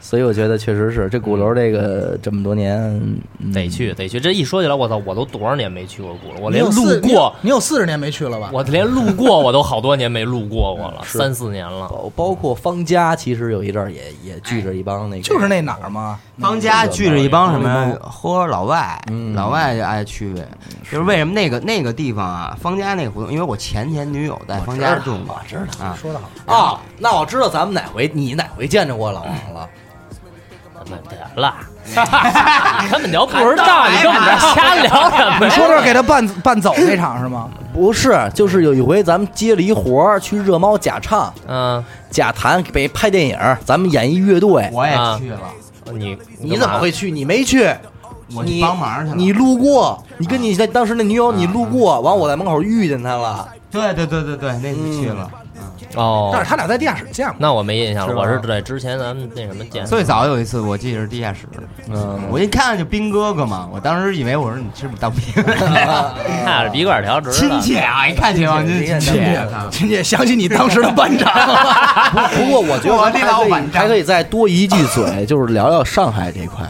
A: 所以我觉得确实是这鼓楼这个这么多年嗯
G: 得去得去。这一说起来，我操，我都多少年没去过鼓楼，我
B: 你
G: 连
B: 有
G: 路
B: 四
G: 过，
B: 你有四十年没去了吧？
G: 我连路过我都好多年没路过过了，三四年了。
A: 包包括方家，其实有一阵儿也也聚着一帮那个，
B: 就是那哪儿吗？
E: 嗯方家聚着一帮什么喝老外，老外就爱去呗。就是为什么那个那个地方啊，方家那个活动，因为我前前女友在方家住过，知道啊。
B: 说的好，
A: 啊。那我知道咱们哪回你哪回见着我老王了，
G: 咱们得了， 根本聊不知道，你跟我们这儿瞎聊什么
B: 你
G: 呀？
B: 说的是给他办办走那场是吗？
A: 嗯不是，就是有一回咱们接了一活儿去热猫假唱、
G: 嗯，
A: 假弹，被拍电影儿，咱们演一乐队。
E: 我也
G: 啊
E: 去了，
G: 你
A: 你怎么会去？你没去，
E: 我
A: 你
E: 去帮忙去了。嗯
A: 你路过，你跟你那当时那女友你路过，完我在门口遇见她了。
E: 对对对对对，那次去了。
G: 哦？
B: 但是他俩在地下室见过。
G: 那我没印象了，
B: 是吧
G: 我是在之前咱们那什么见的。
E: 最早有一次，我记得是地下室，
A: 嗯，
E: 我一看就兵哥哥嘛，我当时以为我说你是不是当兵？
G: 看着笔管条直
E: 亲切啊，一看解放军亲啊
A: 亲
E: 切
A: 切。
B: 亲姐想起你当时的班长了，
A: 不过我觉得
E: 我
A: 还
E: 那老
A: 可以
E: 板
A: 还可以再多一句嘴，就是聊聊上海这块。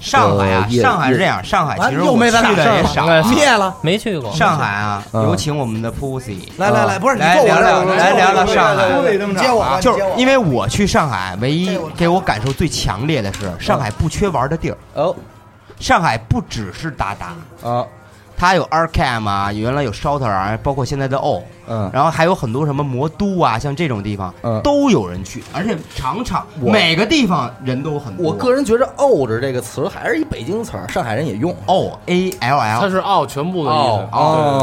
E: 上海啊
A: 呃，也
E: 上海是
A: 也
E: 这样，上海
B: 完
E: 其实
B: 又
E: 我
B: 没
E: 去
B: 咱俩事
E: 的
B: 儿
E: 也
B: 了
E: 少。
B: 灭了。
G: 没去过
E: 上海啊，
A: 嗯
E: 有请我们的 Pussy。
B: 来来来，不是你
E: 来
B: 坐我
E: 聊
B: 这
E: 聊
B: 儿，
E: 来聊聊上海
B: 你接我吧，啊你接
E: 就
B: 我
E: 是
B: 吧，
E: 因为我去上海，唯一给我感受最强烈的是，上海不缺玩的地儿。
A: 哦
E: 上海不只是达达，
A: 啊
E: 它有 Arcam 啊，原来有 Shelter 啊，包括现在的 O，
A: 嗯
E: 然后还有很多什么魔都啊，像这种地方
A: 嗯
E: 都有人去，而且场场
A: 我
E: 每个地方人都很多。
A: 我个人觉着“沤着”这个词还是一北京词儿，上海人也用。
E: O A L
I: 它
E: L，
I: 是奥全部的意思啊
A: 哦，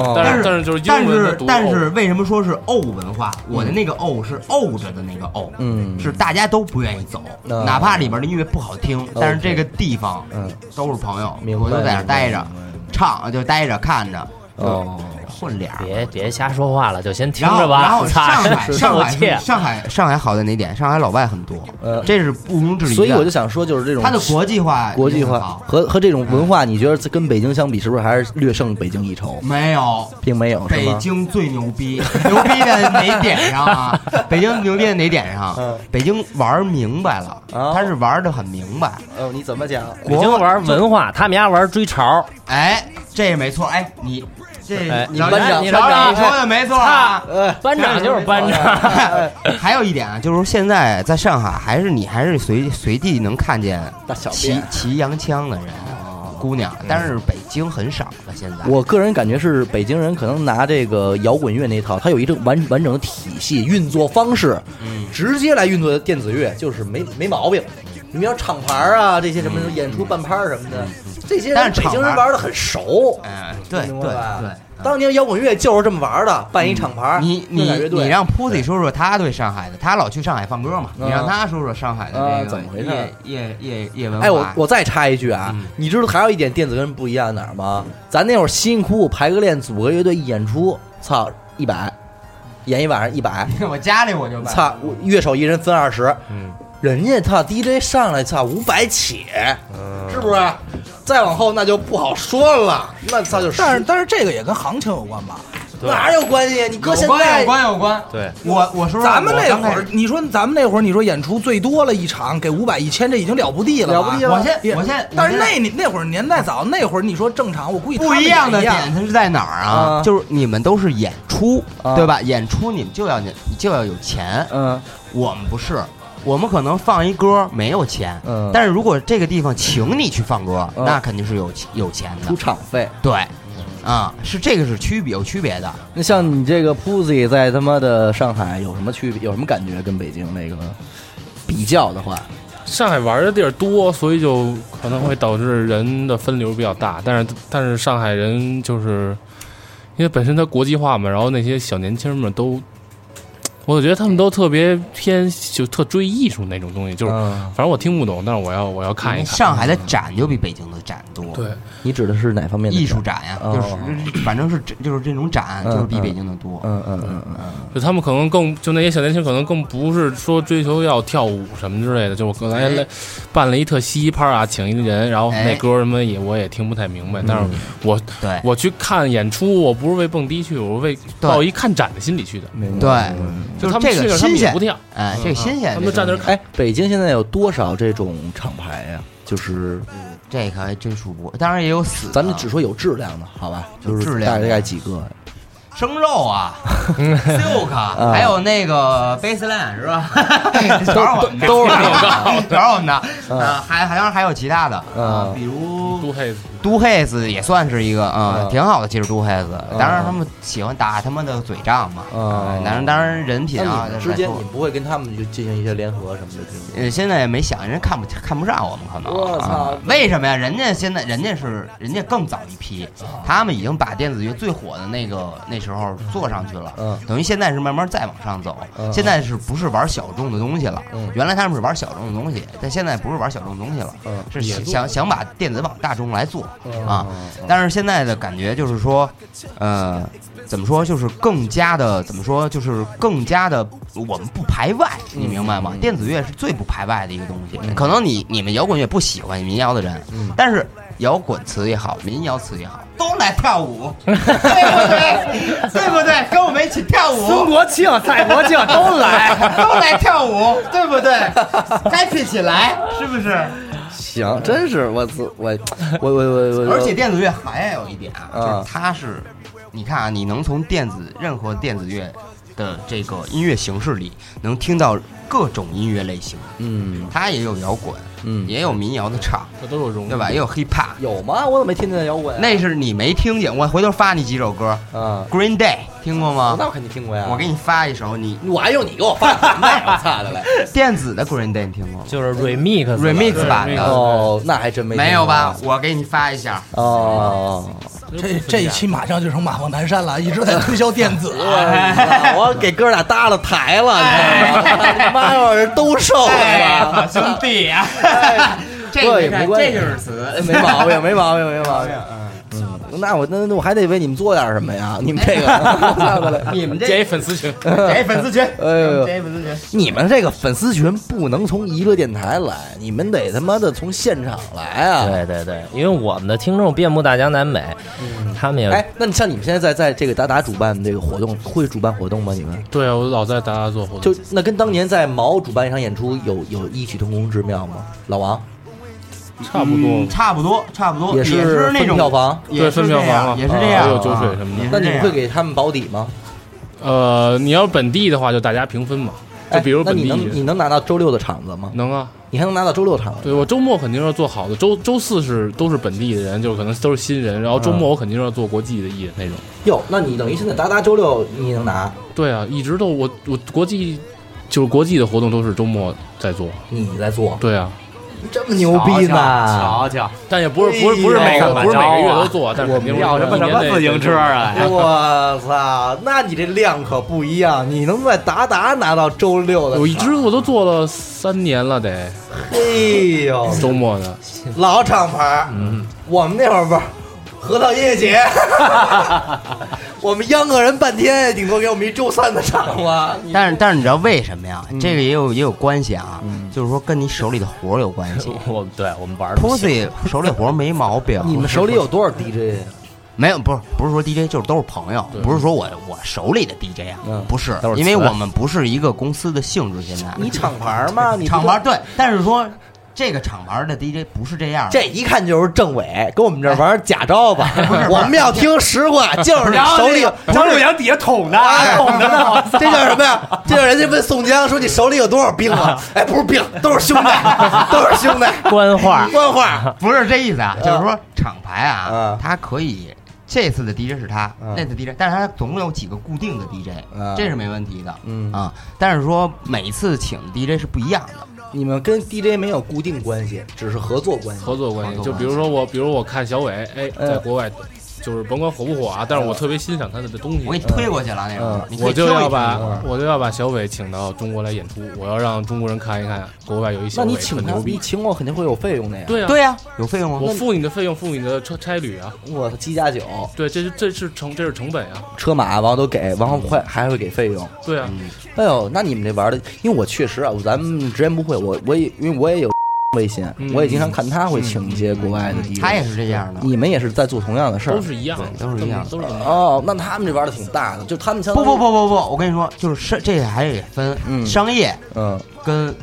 A: 哦
I: 对但
E: 但
I: 是但是就是
E: 但
I: 英文它
E: 是
I: 读
E: 但
I: 欧
E: 是为什么说是 O 文化？我的那个 O 是 O 着的那个 O，
A: 嗯
E: 是大家都不愿意走，
A: 嗯
E: 哪怕里边的音乐不好听，但是这个地方
A: 嗯
E: 都是朋友，
A: 明白
E: 我就在那儿待着
A: 明白，
E: 唱就待着看着，
A: 哦，
E: 混脸儿。
G: 别别瞎说话了，就先听
E: 然后，
G: 着
E: 然
G: 吧。
E: 后上海，上
G: 我
E: 海
G: 切
E: 是，上海，上海好在哪点？上海老外很多
A: 呃，
E: 这是毋庸置疑的。
A: 所以我就想说，就是这种
E: 它的国际化，
A: 国际化
E: 嗯好，
A: 和和这种文化，你觉得跟北京相比，是不是还是略胜北京一筹？
E: 没有。
A: 并没有，是
E: 北
A: 吗？
E: 京最牛逼， 牛逼在哪点上 啊？北京牛逼在哪点
A: 嗯
E: 上？北京玩明白了，
A: 哦
E: 他是玩的很明白。
A: 哦，你怎么讲？
G: 北京玩文化，他们家玩追潮，
E: 哎，这没错。哎，你这
G: 哎
E: 你
A: 班长
E: 你
A: 班长
E: 你说的 没错啊。
G: 班长哎就是班长。
E: 还有一点啊，就是现在在上海，还是你还是随随地能看见
A: 大小
E: 骑
A: 便。
E: 骑洋枪的人，姑娘，但是北京很少了。现在
A: 哦我个人感觉是北京人可能拿这个摇滚乐那一套，它有一个完完整的体系运作方式，
E: 嗯
A: 直接来运作电子乐，就是没没毛病。你们要厂牌啊，这些什么演出办拍儿什么的，这些
E: 嗯但
A: 人
E: 是
A: 北
E: 厂
A: 京人
E: 牌
A: 玩的很熟。
E: 嗯，对
A: 明
E: 对
A: 白吧
E: 对。嗯
A: 当年摇滚乐就是这么玩的，办一厂牌儿，
E: 你
A: 弄
E: 你
A: 点乐队
E: 你让 Pussy 说说他对上海的，他老去上海放歌嘛，
A: 嗯
E: 你让他说说上海的
A: 啊
E: 这个
A: 怎么回事
E: 夜夜夜夜文化。
A: 哎，我我再插一句啊，
E: 嗯
A: 你知道还有一点电子跟不一样的哪儿吗？咱那会儿辛辛苦苦排个练，组个乐队一演出，操一百，演一晚上一百，
E: 我家里我就办
A: 操我乐手一人分二十，
E: 嗯
A: 人家操 DJ 上来操五百起，
E: 嗯
A: 是不是？再往后那就不好说了，那操就是，
B: 但是但是这个也跟行情有关吧？
A: 哪有关系？你哥现
E: 有关有
A: 在
E: 关有关。
G: 对，
E: 我我说说
B: 咱们
E: 我
B: 那
E: 刚
B: 会
E: 开
B: 儿
E: 始，
B: 你说咱们那会儿，你说演出最多了一场给五百一千，这已经了不地了吧，
A: 了不地了
E: 我先
B: 也
E: 我先
B: 但是
E: 我先
B: 那那会儿年代早，那会儿你说正常，我估计他
E: 不
B: 们
E: 一
B: 也
E: 样的
B: 一
E: 点它是在哪儿啊
A: 啊？
E: 就是你们都是演出，
A: 啊
E: 对吧？演出你们就要你就要有钱，
A: 嗯
E: 我们不是，我们可能放一歌没有钱，
A: 嗯
E: 但是如果这个地方请你去放歌，
A: 嗯
E: 那肯定是有有钱的
A: 出，场费。
E: 对，啊、是这个是区别有区别的。
A: 那像你这个 Pussy 在他妈的上海有什么区别？有什么感觉？跟北京那个比较的话，
I: 上海玩的地儿多，所以就可能会导致人的分流比较大。但是但是上海人就是因为本身它国际化嘛，然后那些小年轻们都，我觉得他们都特别偏，就特追艺术那种东西，就是、
A: 嗯，
I: 反正我听不懂，但是我要我要看一看。
E: 上海的展就比北京的展多，
I: 对，
A: 你指的是哪方面的
E: 艺术？展呀、
A: 哦
E: 就是反正是这就是这种展，
A: 嗯
E: 就是比北京的多。
A: 嗯嗯嗯嗯嗯，
I: 就他们可能更就那些小年轻可能更不是说追求要跳舞什么之类的，就我刚才来办了一特西趴啊，请一人，然后那
E: 哎
I: 歌什么也我也听不太明白，但是我
A: 嗯
E: 对
I: 我去看演出，我不是为蹦迪去，我是为抱一看展的心理去的。
A: 明白。
E: 对，就
A: 嗯
I: 就是他们
E: 这
I: 去那
E: 个
I: 儿他
E: 新
I: 们也
E: 鲜
I: 不，跳，
E: 哎，这个新鲜，
I: 嗯他们就站那儿看。
A: 哎，北京现在有多少这种厂牌呀、就是
E: 这个还真数不过，当然也有死的，
A: 咱们只说有质量的，好吧？就是
E: 质量
A: 大
E: 的
A: 概几个？
E: 生肉 啊，silk，啊
A: 嗯
E: 还有那个 baseline 是吧？全是我们的，都是广告，全是我们的。啊，还还当然还有其他的，啊
A: 嗯，
E: 比如
I: 杜黑子，
E: 都黑子也算是一个啊
A: 嗯，
E: 挺好的。其实都黑子，当然他们喜欢打他们的嘴仗嘛，啊
A: 嗯
E: 当然当然人品
A: 那
E: 啊
A: 你们，之
E: 再
A: 间
E: 说
A: 你们不会跟他们就进行一些联合什么的这种？
E: 呃，现在也没想，人家看不看不上我们，可能。
A: 我操
E: 啊！为什么呀？人家现在，人家是人家更早一批，
A: 啊
E: 他们已经把电子乐最火的那个那时候做上去了，
A: 嗯
E: 等于现在是慢慢再往上走。
A: 嗯
E: 现在是不是玩小众的东西了？
A: 嗯
E: 原来他们是玩小众的东西，但现在不是玩小众的东西了，
A: 嗯
E: 是想想想把电子往大众来做
A: 嗯
E: 啊。但是现在的感觉就是说，呃，怎么说，就是更加的怎么说，就是更加的，我们不排外，你明白吗？电子乐是最不排外的一个东西。可能你你们摇滚乐不喜欢民谣的人，但是摇滚词也好，民谣词也好，都来跳舞，对不对？对不对？跟我们一起跳舞，
G: 国 庆、蔡国庆都来，
E: 都来跳舞，对不对？嗨皮起来，是不是？
A: 行，真是我自我我我我我，
E: 而且电子乐还有一点啊，
A: 啊
E: 就是它是，你看啊，你能从电子任何电子乐的这个音乐形式里，能听到各种音乐类型，
A: 嗯
E: 它也有摇滚，
A: 嗯
E: 也有民谣的唱，
I: 这都有融入
E: 对吧？也有 hip hop，
A: 有吗？我怎么没听见摇滚啊？
E: 那是你没听见，我回头发你几首歌
A: 啊，
E: ，Green Day 听过
A: 那
E: 吗？
A: 我肯定听过呀。
E: 我给你发一首，你
A: 我还用你给我发 什么呀？我操的嘞！
E: 电子的 Green Day 你听过吗
G: 就是 remix 了
E: ？remix 版的
A: 哦，那还真没
E: 没有吧
A: 听？
E: 我给你发一下，
A: 过？哦，
B: 这这一期马上就成马放南山了，一直在推销电子。啊
A: 哎我给哥俩搭了台了，
E: 哎
A: 你妈要是都瘦了，
E: 好兄弟 呀，哎这
A: 不过也
E: 个
A: 没关系
E: 这就是词，
A: 没毛病，没毛病，没毛病。嗯，那我那那我还得为你们做点什么呀？你们这个，操 的嘞
E: 你们
I: 建
E: 这
I: 一
E: 嗯
I: 粉丝群，
E: 给粉丝群，
A: 哎呦
E: 给粉丝群，
A: 你们这个粉丝群不能从娱乐电台来，你们得他妈的从现场来啊！
G: 对对对，因为我们的听众遍布大江南北，他们也
A: 哎，那你像你们现在在在这个达达主办这个活动，会主办活动吗？你们
I: 对啊，我老在达达做活动
A: 就，那跟当年在毛主办一场演出有有异曲同工之妙吗？老王，
I: 差不多
E: 嗯。差不多，差不多，
A: 哦也
E: 也
A: 是
E: 那种
A: 分票房
E: 也
I: 对
E: 是
I: 分票
E: 这样
I: 房啊
E: 也是
I: 啊
E: 这样，
I: 还有酒水什么
E: 也
I: 的
E: 是
A: 那你
E: 这
A: 们
E: 样
A: 会给他们保底吗？
I: 呃，你要本地的话，就大家平分嘛，就
A: 哎
I: 比如
A: 那
I: 本
A: 你
I: 地
A: 能你
I: 人
A: 能拿到周六的场子吗？
I: 能啊，
A: 你还能拿到周六场子？
I: 对我周末肯定要做好的，周周四是都是本地的人，就可能都是新人，然后周末我肯定要做国际的艺人那种。
A: 哟，那你等于现在达达周六你能拿，
I: 对啊，一直都我我国际就是国际的活动都是周末在做。
A: 你在做，
I: 对啊，
A: 这么牛逼呢？
D: 瞧瞧，
I: 但也不是不是不是每个哎不是每个月都做，但啊是肯定
D: 要
I: 是
D: 什么
I: 一
D: 什
I: 年
D: 么
I: 内
D: 自行车啊？
A: 我操，那你这量可不一样，你能在达达拿到周六的，
I: 我一直我都做了三年了得，
A: 哎呦，
I: 周末的。
A: 老厂牌，嗯， 我们那会儿不是核桃音乐节， 我们央个人半天，顶多给我们一周三的场子。你
E: 但是但是你知道为什么呀？
A: 嗯
E: 这个也有也有关系啊，就是说跟你手里的活儿有关 系。
G: 我们对我们玩的
E: Pussy 手里活儿没毛病，
A: 你们手里有多少 DJ
E: 没有？不是不是说 DJ，就是都是朋友，不是说我我手里的 DJ 啊
A: 嗯，
E: 不是
A: 都，是
E: 因为
A: 词
I: 啊
E: 我们不是一个公司的性质，现在
A: 你厂牌吗？你不
E: 厂牌对，但是说这个厂牌的 DJ 不是这样的，
A: 这一看就是政委，跟我们这玩假招吧。我们要听实话，就是你
D: 然后
A: 手里有
D: 张六阳底下捅的，啊 捅的呢。
A: 这叫什么呀？这叫人家问宋江说你手里有多少兵啊？哎，不是兵，都是兄弟，都是兄弟。
G: 官 话，
A: 官话，
E: 不是这意思啊，就是说厂牌啊
A: 嗯，
E: 它可以这次的 DJ 是他
A: 嗯，
E: 那次 DJ，但是它总有几个固定的 DJ，
A: 嗯
E: 这是没问题的，
A: 嗯
E: 啊，但是说每次请的 DJ 是不一样的，
A: 你们跟 DJ 没有固定关系，只是合作关系。
I: 合作关系。
E: 合作关系
I: 就比如说我，比如我看小伟，哎，
A: 嗯
I: 在国外，就是甭管火不火啊，但是我特别欣赏他的东
E: 我给
I: 西
E: 你，推过去了那种
A: 嗯，
E: 你可以
I: 我就
E: 听一
I: 要
E: 听
I: 把我就要把小伟请到中国来演出，我要让中国人看一看国外有一小
A: 那
I: 伟
A: 你请
I: 很
A: 他
I: 牛，
A: 你
I: 逼。
A: 请我肯定会有费用的呀。，
I: 对啊，
E: 对呀，有费用吗？
I: 我付你的费用，付你的车差旅啊，
A: 我的七加九
I: 对，这是这是成这是成本啊，
A: 车马王都给，王快还会给费用。
I: 对啊，
G: 嗯
A: 哎呦，那你们这玩的，因为我确实啊，咱们直言不讳，我我也因为我也
I: 嗯
A: 有微信，我也经常看他会请一些国外的 DJ，
E: 他也是这样的，
A: 你们也是在做同样的事儿
I: 都。是一样的，
E: 对都是一样的
I: 都是样的
A: 哦，那他们这玩的挺大的，就他
I: 嗯
A: 们相
E: 不
A: 当于
E: 不，不不不，我跟你说，就是商这个还得
A: 嗯
E: 分商业
A: 嗯，
E: 跟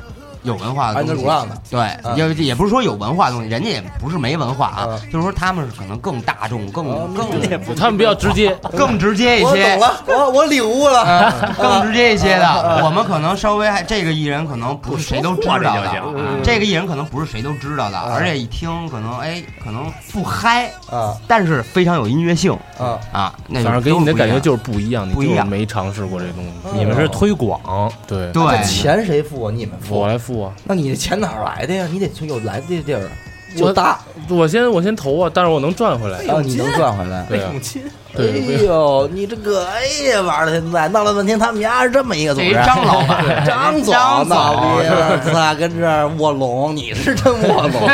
E: 有文化的
A: 安德鲁
E: 东西。
A: 浪的，嗯
E: 对，也也不是说有文化的东西，人家也不是没文化啊，
A: 嗯
E: 就是说他们是可能更大众、
A: 哦
E: 更
A: 那
E: 更
I: 他们比较直接，
E: 更直接一
A: 我
E: 些
A: 懂，
E: 嗯
A: 了，嗯我我领悟了，
E: 更直接一些的。我们可能稍微还这个艺人可能不是谁都知道
D: 不说话这就嗯
E: 的，嗯这个艺人可能不是谁都知道的，
A: 嗯
E: 而且一听可能哎可能不嗨，
I: 嗯
A: 啊
E: 但是非常有音乐性
A: 啊，
E: 啊。那
I: 反
E: 种
I: 正给你的感觉
E: 就
I: 就是不一样，你
E: 不一
I: 就是
E: 样
I: 没尝试过这东西，
G: 你们是推广，
I: 对，
E: 不一样
A: 那
E: 对。
A: 钱谁付啊？你们付
I: 我？来付啊，
A: 那你这钱哪儿来的呀？你得从有来的地儿啊，就搭，
I: 我先我先投啊，但是我能赚回来，
A: 啊，你能赚回来。
I: 对啊，
A: 哎
I: 对，不一样
A: 呦，你这个哎呀，玩的现在闹了半天，他们家是这么一个组
E: 这一
A: 织。
E: 张老 板，
A: 张总，哎
E: 张总
A: 老逼了，操，跟这儿卧龙，你是真卧龙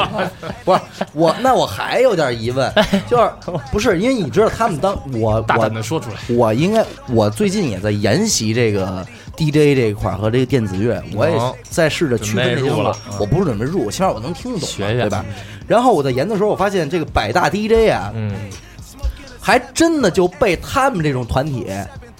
A: 啊，不是我？那我还有点疑问，就是不是因为你知道他们当我
I: 大胆
A: 我
I: 的说出来，
A: 我应该我最近也在研习这个 DJ 这一块儿和这个电子乐，我也在试着区分这些
G: 嗯准备入
A: 东
G: 了
A: 西。我不是准备入，我起码我能听懂嘛，
G: 学学
A: 对吧？然后我在研的时候，我发现这个百大 DJ 啊，
G: 嗯，
A: 还真的就被他们这种团体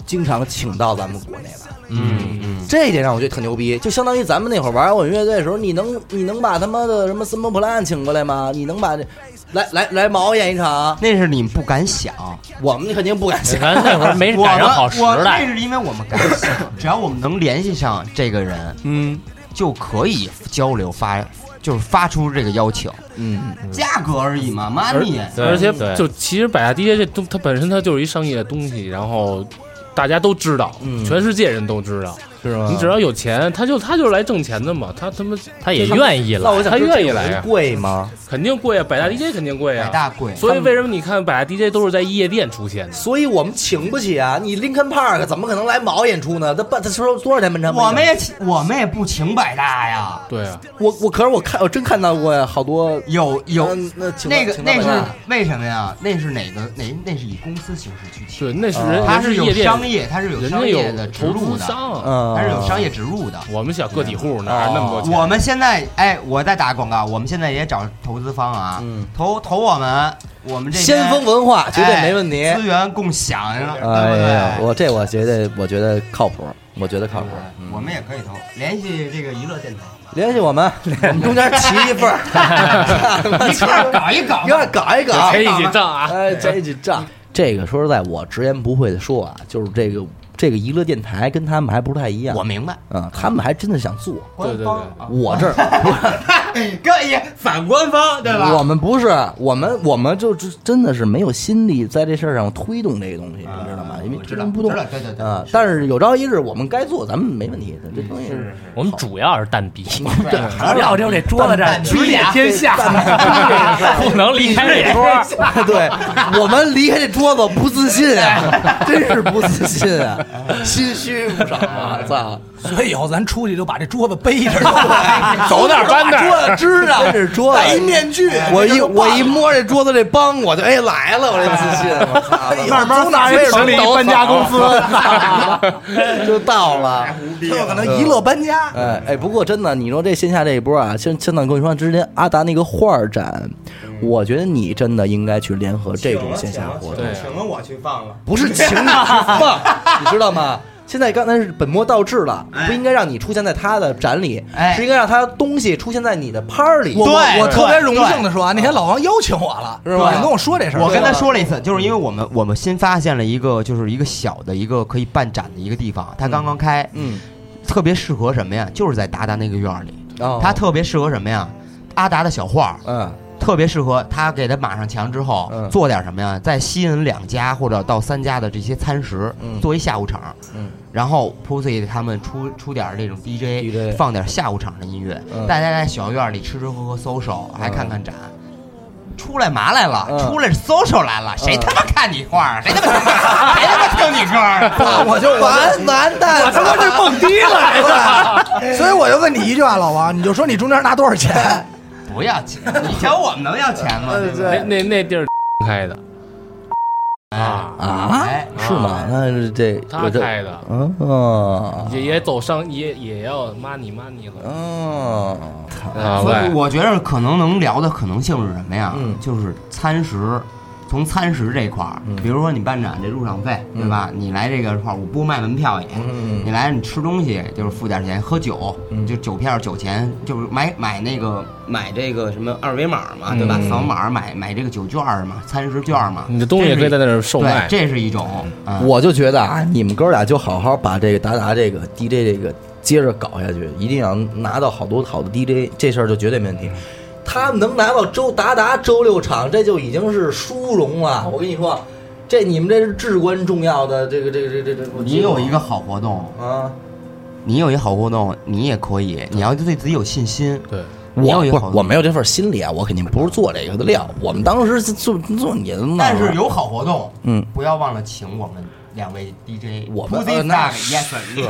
A: 经常请到咱们国内来，
O: 嗯嗯，
A: 这一点让我觉得特牛逼。就相当于咱们那会儿玩摇滚乐队的时候，你能你能把他妈的什么 Simple Plan 请过来吗？你能把这来来来毛演一场？啊
E: 那是你们不敢想，
A: 我们肯定不敢想。
G: 咱那会儿
I: 哎
G: 没
E: 我
G: 赶上
E: 们
G: 好时
E: 我那
G: 代，
E: 是因为我们敢想，只要我们能联系上这个人，
O: 嗯，
E: 就可以交流发，就是发出这个邀请，
A: 嗯，
E: 价格而已嘛，money。
G: 对
I: 而且
G: 对
I: 就其实百大 DJ 这东，它本身它就是一商业的东西，然后大家都知道，
E: 嗯
I: 全世界人都知道，
A: 是吗？
I: 你只要有钱，他就他就是来挣钱的嘛，他他妈
G: 他也愿意
A: 那
G: 了。
A: 我想
I: 他
A: 知道
I: 愿意
A: 这个
I: 来
A: 人
I: 啊
A: 贵吗？
I: 肯定贵啊，百大 DJ 肯定贵
E: 百
I: 啊。
E: 大贵，
I: 所以为什么你看百大 DJ 都是在夜店出现的？
A: 所以我们请不起啊！你 Linkin Park 怎么可能来毛演出呢？他办他收多少钱门场费呢？
E: 我们也请我们也不请百大呀，
I: 对啊，
A: 我我可是我看我真看到过好多
E: 有有
A: 嗯那请到
E: 那个
A: 请到
E: 那
A: 百
E: 是
A: 大
E: 为什么呀？那是哪个哪？那是以公司形式去请，
I: 对，那是人，
E: 它
I: 人
E: 有
I: 夜店，
E: 商业，哦它是有
I: 人
E: 商
I: 家
E: 业的
I: 有
E: 植
I: 投
E: 入
I: 资
E: 的，哦
I: 商啊。
A: 嗯，
E: 它是有商业植入的。
I: 我们小个体户哪有那么多钱？
E: 我们现在哎，我在打广告，我们现在也找投资方啊，
I: 嗯
E: 投投我们，我们这边
A: 先锋文化绝对没问题。
E: 哎资源共享，对不
A: 哎呀，
E: 对？嗯
A: 我这我觉得我觉得靠谱，我觉得靠谱。
E: 对我们也可以投，联系这个娱乐电台，
A: 联系我 们，我们中间齐一份儿，
E: 一块儿搞一搞
A: 一。块儿搞一搞，
G: 可以一起挣啊！
A: 哎，这一起账。这个说实在，我直言不讳的说啊，就是这个这个娱乐电台跟他们还不太一样，
E: 我明白，
A: 嗯，他们还真的想做。
E: 官方啊，
A: 我这儿，
E: 哥也反官方 对吧？
A: 我们不是，我们我们就就真的是没有心力在这事儿上推动这个东西，
E: 啊
A: 你知道吗？因为
E: 我知
A: 推
E: 道
A: 动不动
E: 知道对对对
A: 啊。但是有朝一日我们该做，咱们没问题的。这东西
G: 我们主要是蛋逼，
E: 对
G: 主要就这桌子这儿
E: 你俩
G: 天下， 不能离开这桌。
A: 啊 对，我们离开这桌子不自信啊，真是不自信啊，心虚不少啊， 操！
B: 所以以后咱出去就把这桌子背着，
A: 走哪儿搬哪桌子支上，这桌子戴哎一面具，我一我一摸这桌子这帮，我就哎来了，我这自 信，我
B: 哎
A: 操，慢慢拿这行李搬家公
B: 啊
A: 司 就到了。
B: 有可能一乐搬家。
A: 哎哎，不过真的，你说这线下这一波啊，现现在跟你说，之前阿达那个画儿展，我觉得你真的应该去联合这种线下活动，
E: 请了我去放了。
A: 不是请你去放， 你知道吗？现在刚才是本末倒置了，不应该让你出现在他的展里，
E: 哎
A: 是应该让他东西出现在你的拍儿里。
B: 我我
E: 对
B: 我特别
E: 对
B: 荣幸的说啊，那天老王邀请我了，
A: 是吧
B: 你跟我说这事儿，
E: 我跟他说了一次，就是因为我们我们新发现了一个，就是一个小的一个可以办展的一个地方，它刚刚开，
A: 嗯，
E: 特别适合什么呀？就是在达达那个院儿里，
A: 哦
E: 它特别适合什么呀？阿达的小画儿，
A: 嗯
E: 特别适合他给他码上墙之后
A: 嗯
E: 做点什么呀？再吸引两家或者到三家的这些餐食
A: 嗯，
E: 做一下午场
A: 嗯，
E: 然后 Pussy 他们出出点这种 DJ，
A: DJ
E: 放点下午场的音乐
A: 嗯，
E: 大家在小院里吃吃喝喝 social，还看看展。出来嘛来了？
A: 嗯
E: 出来 social 来了，谁他妈看你画儿？谁他妈 谁他妈听你歌儿？
B: 我就
A: 完完蛋，我他妈是蹦迪 来的。
B: 所以我就问你一句啊，老王，你就说你中间拿多少钱？
E: 不要钱！你瞧我们能要钱吗？对不对
I: 那那那地儿 开的啊，
A: 啊？
E: 哎，
A: 是吗？那是这
I: 他
A: 我这
I: 开的，
A: 嗯嗯
I: 也也走上也也要 money money 了
A: 嗯，
I: 啊，
E: 所以
I: 喂，
E: 我觉得可能能聊的可能性是什么呀？
A: 嗯
E: 就是餐食，从餐食这块儿，
I: 嗯
E: 比如说你办展这入场费，对吧？你来这个块儿，我不卖门票
I: 嗯
E: 也，你来你吃东西就是付点钱，喝酒、
I: 嗯
E: 就酒票酒钱，就是买买那个买这个什么二维码嘛，
I: 嗯
E: 对吧？扫码买买这个酒券儿嘛，餐食券儿嘛，
I: 你的东西也可以在那儿售卖。
E: 对，这是一种。嗯
A: 我就觉得啊，你们哥俩就好好把这个达达这个 DJ 这个接着搞下去，一定要拿到好多好的 DJ，这事儿就绝对没问题。他们能拿到周达达周六场，这就已经是殊荣了。我跟你说，这你们这是至关重要的这个这个这个这个。这
E: 你有一个好活动，
A: 啊，
E: 你有一好活动，你也可以，你要对自己有信心。
I: 对，
E: 你要
A: 我
E: 有
A: 不
E: 好
A: 是
E: 活
A: 我
E: 动
A: 没有这份心理啊，我肯定不是做这个的料。我们当时是做做你的嘛，
E: 但是有好活动，
A: 嗯，
E: 不要忘了请我们两位 DJ，
A: 我们
E: Pussy
A: 呃
E: Dog
A: 那
E: yes，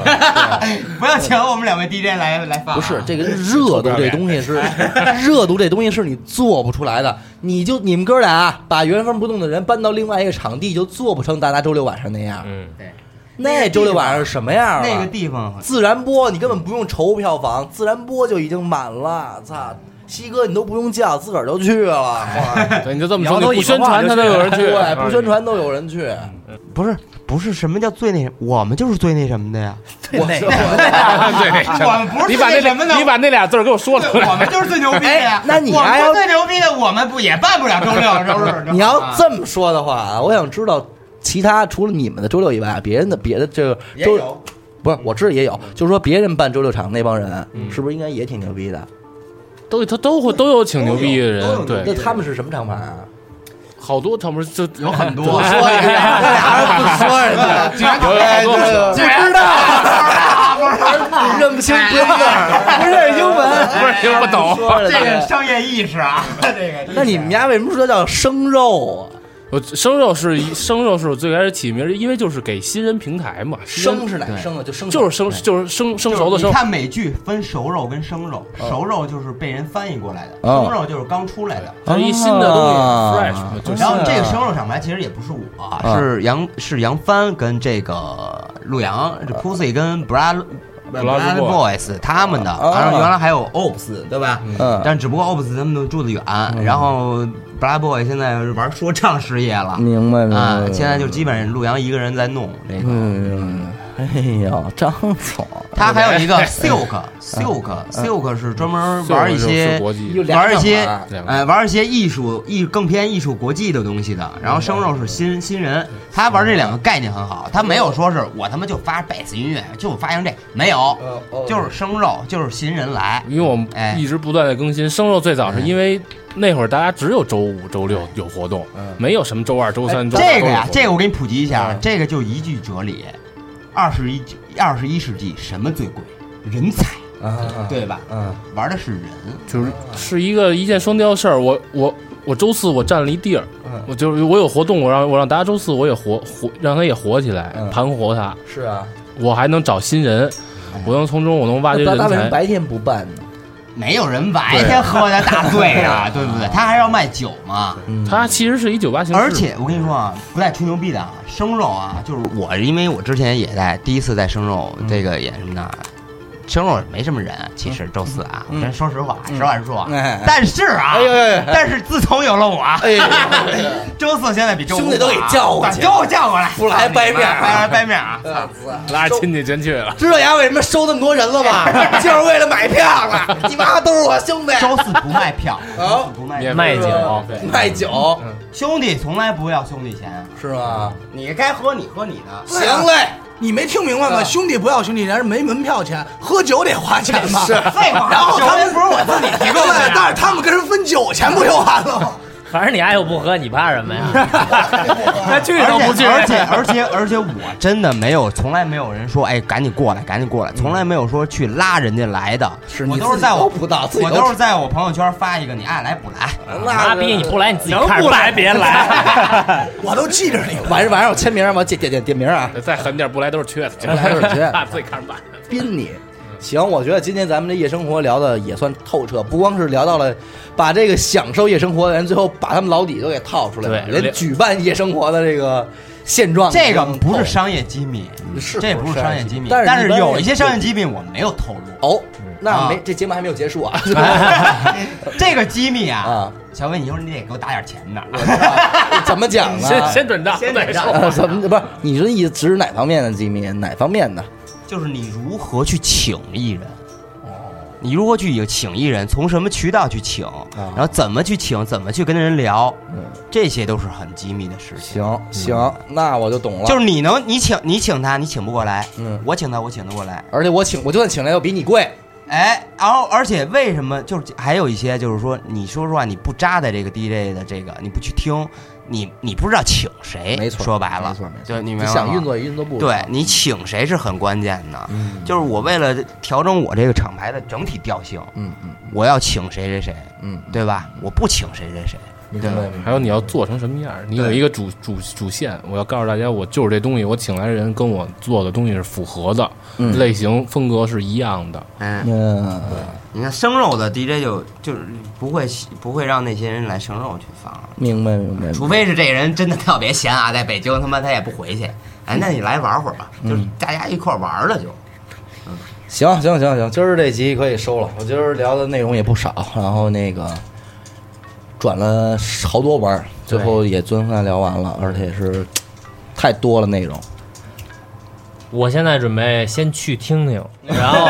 E: 不 要请我们两位 DJ 来来放啊，
A: 不是这个热度这东西是热度这东西是你做不出来的，你就你们哥俩啊把原封不动的人搬到另外一个场地，就做不成大家周六晚上那样。
I: 嗯，
E: 对
A: 那周六晚上是什么样了？
E: 那个地方，
A: 自然播你根本不用愁票房，自然播就已经满了。操，西哥你都不用叫，自个儿就去了。
I: 对，你就这么
A: 摇
I: 说，
A: 头
I: 你
A: 以
I: 不宣
A: 后啊
I: 传，
A: 就
I: 他都有人去
A: 对，，不宣传都有人去。
E: 不是不是什么叫最那什么，我们就是最那什么的 呀。
B: 我
I: 对，
E: 我们不是
I: 你把
E: 最
I: 那
E: 那什么的，
I: 你把那俩字儿给我说出
E: 对
I: 来。
E: 我们就是最牛逼的呀
A: 哎。那你
E: 我们
A: 还
E: 不
A: 要
E: 是最牛逼的，我们不也办不了周六周日？
A: 你
E: 啊
A: 要这么说的话，我想知道其他除了你们的周六以外，别人的别的这个
E: 也
A: 周
E: 有
A: 不是我知道也有，就是说别人办周六场那帮人是不是应该也挺牛逼的？
I: 都他都会都有挺牛逼的
E: 都有
I: 人，
A: 那
I: 对，
A: 他们是什么厂牌啊？
I: 好多他们就
E: 有很多，
A: 不说人 家，俩人不说哎人家，
E: 竟然
A: 不知道，认不清标准，不认识英文。
I: 不是听不懂。
E: 这个商业意识啊，这个
A: 那你们家为什么说叫生肉啊？
I: 我生肉是生肉是我最开始起名儿，因为就是给新人平台嘛，新人
A: 生是哪生啊？就生
I: 就是生就是生生熟的
E: 你
I: 生，
E: 看美剧分熟肉跟生肉，熟肉就是被人翻译过来的，
A: 哦
E: 生肉就是刚出来的。
I: 就是一新的东西
A: 啊
I: ，fresh 嘛就是
E: 然后这个生肉厂牌其实也不是我，啊是杨是杨帆跟这个陆阳
A: 啊
E: 这 Pussy 跟 Brad。呃
I: Brother
E: Boys 他们的，
A: 啊
E: 然后原来还有 Ops，对吧？
A: 嗯
E: 但只不过 Ops 他们都住得远，然后 Brad Boy 现在玩说唱事业了，
A: 明白明白
E: 啊
A: 明，白
E: 现在就基本上陆阳一个人在弄这个。
A: 嗯，哎呦，张总，
E: 他还有一
I: 嗯
E: 个 Silk
A: 嗯
E: Silk Silk 是专门玩一
I: 就是
E: 些
I: 国际的，
E: 玩一些
I: 两个
E: 呃玩一些艺术艺更偏艺术国际的东西的，然后生肉是新新人，他玩这两个概念很好，他没有说是我他妈就发贝斯音乐就发扬这没有，
I: 哦
E: 就是生肉就是新人来，
I: 因为我们
E: 哎嗯
I: 一直不断的更新。生肉最早是因为那会儿大家只有周五、周六有活动，
A: 嗯
I: 没有什么周二、周三、周四
E: 哎这个呀
I: 嗯都有活动
E: 这个我给你普及一下
I: 嗯，
E: 这个就一句哲理，二十一二十一世纪什么最贵？人才，对吧？
A: 嗯，
E: 玩的是人，
I: 就是是一个一箭双雕的事儿。我我我周四我占了一地儿，
A: 嗯
I: 我就是我有活动，我让我让大家周四我也活活，让他也火起来，
A: 嗯
I: 盘活他，
A: 是啊，
I: 我还能找新人，我能从中我能挖掘
A: 哎那
I: 人
A: 大为什么
I: 才。
A: 白天不办呢？
E: 没有人白天喝的大醉 啊，对不对？他还要卖酒嘛。
I: 他其实是一酒吧形式，
E: 而且我跟你说啊，不带吹牛逼的啊，生肉啊，就是我，因为我之前也在第一次在生肉这个也什么的，
A: 嗯
E: 生肉没什么人，其实周四啊，我真说实话，实话实说啊，
A: 哎
E: 但是啊
A: 哎呦哎呦，
E: 但是自从有了我，啊
A: 呦哎
E: 周四现在比周五
A: 兄弟都给叫过去
E: 把都给叫过来，
A: 不来掰面儿
E: 不来掰 面啊！
I: 拉着亲戚真去了。
A: 知道丫为什么收那么多人了吧？就是为了买票了。你妈都是我兄弟，
E: 周四不卖票，周四不哎卖票，
G: 卖酒，
I: 哦
A: 卖酒
I: 嗯
E: 兄弟从来不要兄弟钱，啊
A: 是吗？
E: 你该喝你喝你的，
I: 嗯
A: 行
I: 哎
A: 嘞，
B: 你没听明白吗？兄弟不要兄弟，人家没门票钱，喝酒得花钱吧？是。
E: 废话，
B: 然后他
E: 酒
B: 们
E: 也不是我自己提供的
B: 对
E: 呀，
B: 但是他们跟人分酒钱不就完了吗？
G: 反正你爱又不喝，你怕什么呀？那去
E: 而
G: 都
E: 且
G: 不去，
E: 而且而且而且，我真的没有，从来没有人说，哎，赶紧过来，赶紧过来，从来没有说去拉人家来的。
A: 是
E: 我
A: 你
E: 都
A: 自
E: 是
A: 己
E: 在我
A: 都不到自己
E: 我
A: 都嗯
E: 都是在我朋友圈发一个，你爱来不来。
G: 妈逼，你不来你自己看着办，别来。
B: 我都记着你。
A: 晚上晚上我签名，我点点点点名啊，
I: 再狠点，不来都是瘸子，
A: 不来都是啊瘸子
I: 怕自己看着办。
A: 宾你。
I: 嗯
A: 行，我觉得今天咱们这夜生活聊的也算透彻，不光是聊到了把这个享受夜生活的人，最后把他们老底都给套出来了，
I: 对
A: 连举办夜生活的这个现状都
E: 这
A: 能透，
E: 个不是商业机密，
A: 嗯是
E: 这
A: 不
E: 不
A: 是
E: 是
A: 商
E: 商
A: 业
E: 业
A: 机
E: 机
A: 密
E: 密，
A: 但是
E: 但
A: 一
E: 是
A: 般
E: 有
A: 人
E: 一些商业机密我没有透露。
A: 哦，
I: 嗯
A: 那
E: 啊
A: 没这节目还没有结束啊，
I: 哎
E: 这个机密啊
A: 啊，
E: 小薇，你说你得给我打点钱呢。
A: 怎么讲呢？
I: 哎先先转账，
E: 先
I: 再
E: 转账
I: 说。
A: 呃，怎么不是？你这意思指哪方面的机密？哪方面的？
E: 就是你如何去请艺人。
A: 哦
E: 你如何去请艺人？从什么渠道去请？
A: 啊
E: 然后怎么去请？怎么去跟人聊？这些都是很机密的事情。
A: 嗯行行，那我就懂了。
E: 就是你能，你请你请他，你请不过来。
A: 嗯
E: 我请他，我请得过来。
A: 而且我请，我就算请来，要比你贵。
E: 哎，然后而且为什么就是还有一些就是说，你说实话，你不扎在这个 DJ 的这个，你不去听，你你不知道请谁。
A: 没错
E: 说白了，
A: 没错没错
E: 就你明白吗
A: 想运作也运作不了
E: 对你请谁是很关键的，就是我为了调整我这个厂牌的整体调性，
A: 嗯嗯
E: 我要请谁谁谁，
A: 嗯，
E: 对吧？我不请谁谁谁，
A: 明
E: 对
A: 白
E: 吧
A: 明白
I: 还有你要做成什么样儿，你有一个主主主线，我要告诉大家，我就是这东西，我请来的人跟我做的东西是符合的，
A: 嗯
I: 类型风格是一样 的。
E: 嗯，
A: 嗯，
E: 你看生肉的 DJ 就就是不会不会让那些人来生肉去放，
A: 明白明白。
E: 除非是这人真的 特别闲啊，在北京他妈他也不回去，哎，那你来玩会儿吧，就是大家一块儿玩儿了就。
A: 行行行行，今儿这集可以收了。我今儿聊的内容也不少，然后那个转 了好多弯儿，最后也总算聊完了，而且是太多了内容。
G: 我现在准备先去听听，然后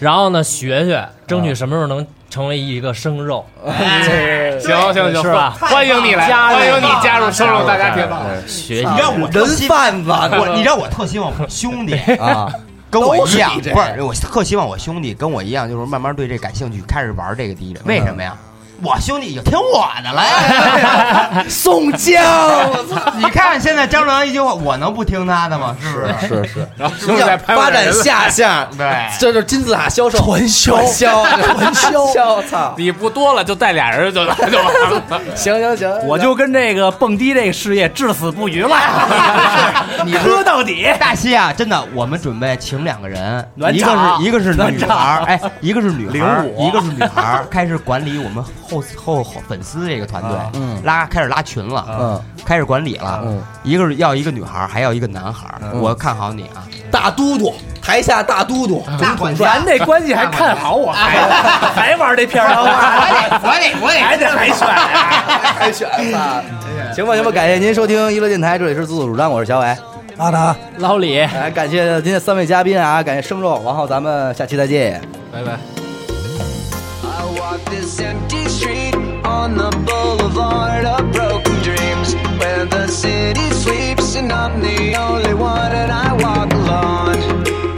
G: 然后呢学学，争取什么时候能成为一个生肉。
I: 行行行，
G: 是吧
I: 欢迎你来，
G: 加入
I: 欢迎你加入收入大家庭。
G: 学习
E: 你知道我特
A: 人
E: 希
A: 贩子
E: 我你知道我特希望我兄弟
A: 啊，
E: 跟我一样，
A: 都是你这
E: 不是我特希望我兄弟跟我一样，就是慢慢对这感兴趣，开始玩这个第一人。为什么呀？我兄弟就听我的了呀。
A: 宋江，
E: 你看现在张朝阳一句话，我能不听他的吗？是不
A: 是
E: 是？
A: 是，
I: 然后兄弟在拍我
A: 发
I: 的
A: 展
I: 人了，
A: 下项，
E: 对
A: 这就是金字塔销售传销，传销， 传销，操！
I: 你不多了，就带俩人就来就完了。
A: 行行行，
D: 我就跟这个蹦迪这个事业至死不渝了，你喝到底。
E: 大西啊，真的，我们准备请两个人，
D: 暖
E: 一个
D: 场
E: 是一个是女孩儿，哎，一个是女孩儿，
D: 05
E: 一个是女孩儿，开始管理我们后后后粉丝这个团队，拉开始拉群了，开始管理了，一个是要一个女孩儿，还要一个男孩儿，我看好你啊，
A: 大都督，台下大都督，
E: 大管家，
D: 咱这关系还看好 我，还还玩这片儿啊，
E: 我得我
D: 还
E: 得
D: 得海选啊。
A: 海选 啊！行吧行吧，感谢您收听娱乐电台，这里是自作主张，我是小伟。
P: 阿达，
G: 老李，
A: 哎，感谢今天三位嘉宾啊，感谢生肉，然后咱们下期再见。
I: 拜拜。
Q: I walk this empty street on the boulevard of broken dreams where the city sleeps and I'm the only one and I walk alone.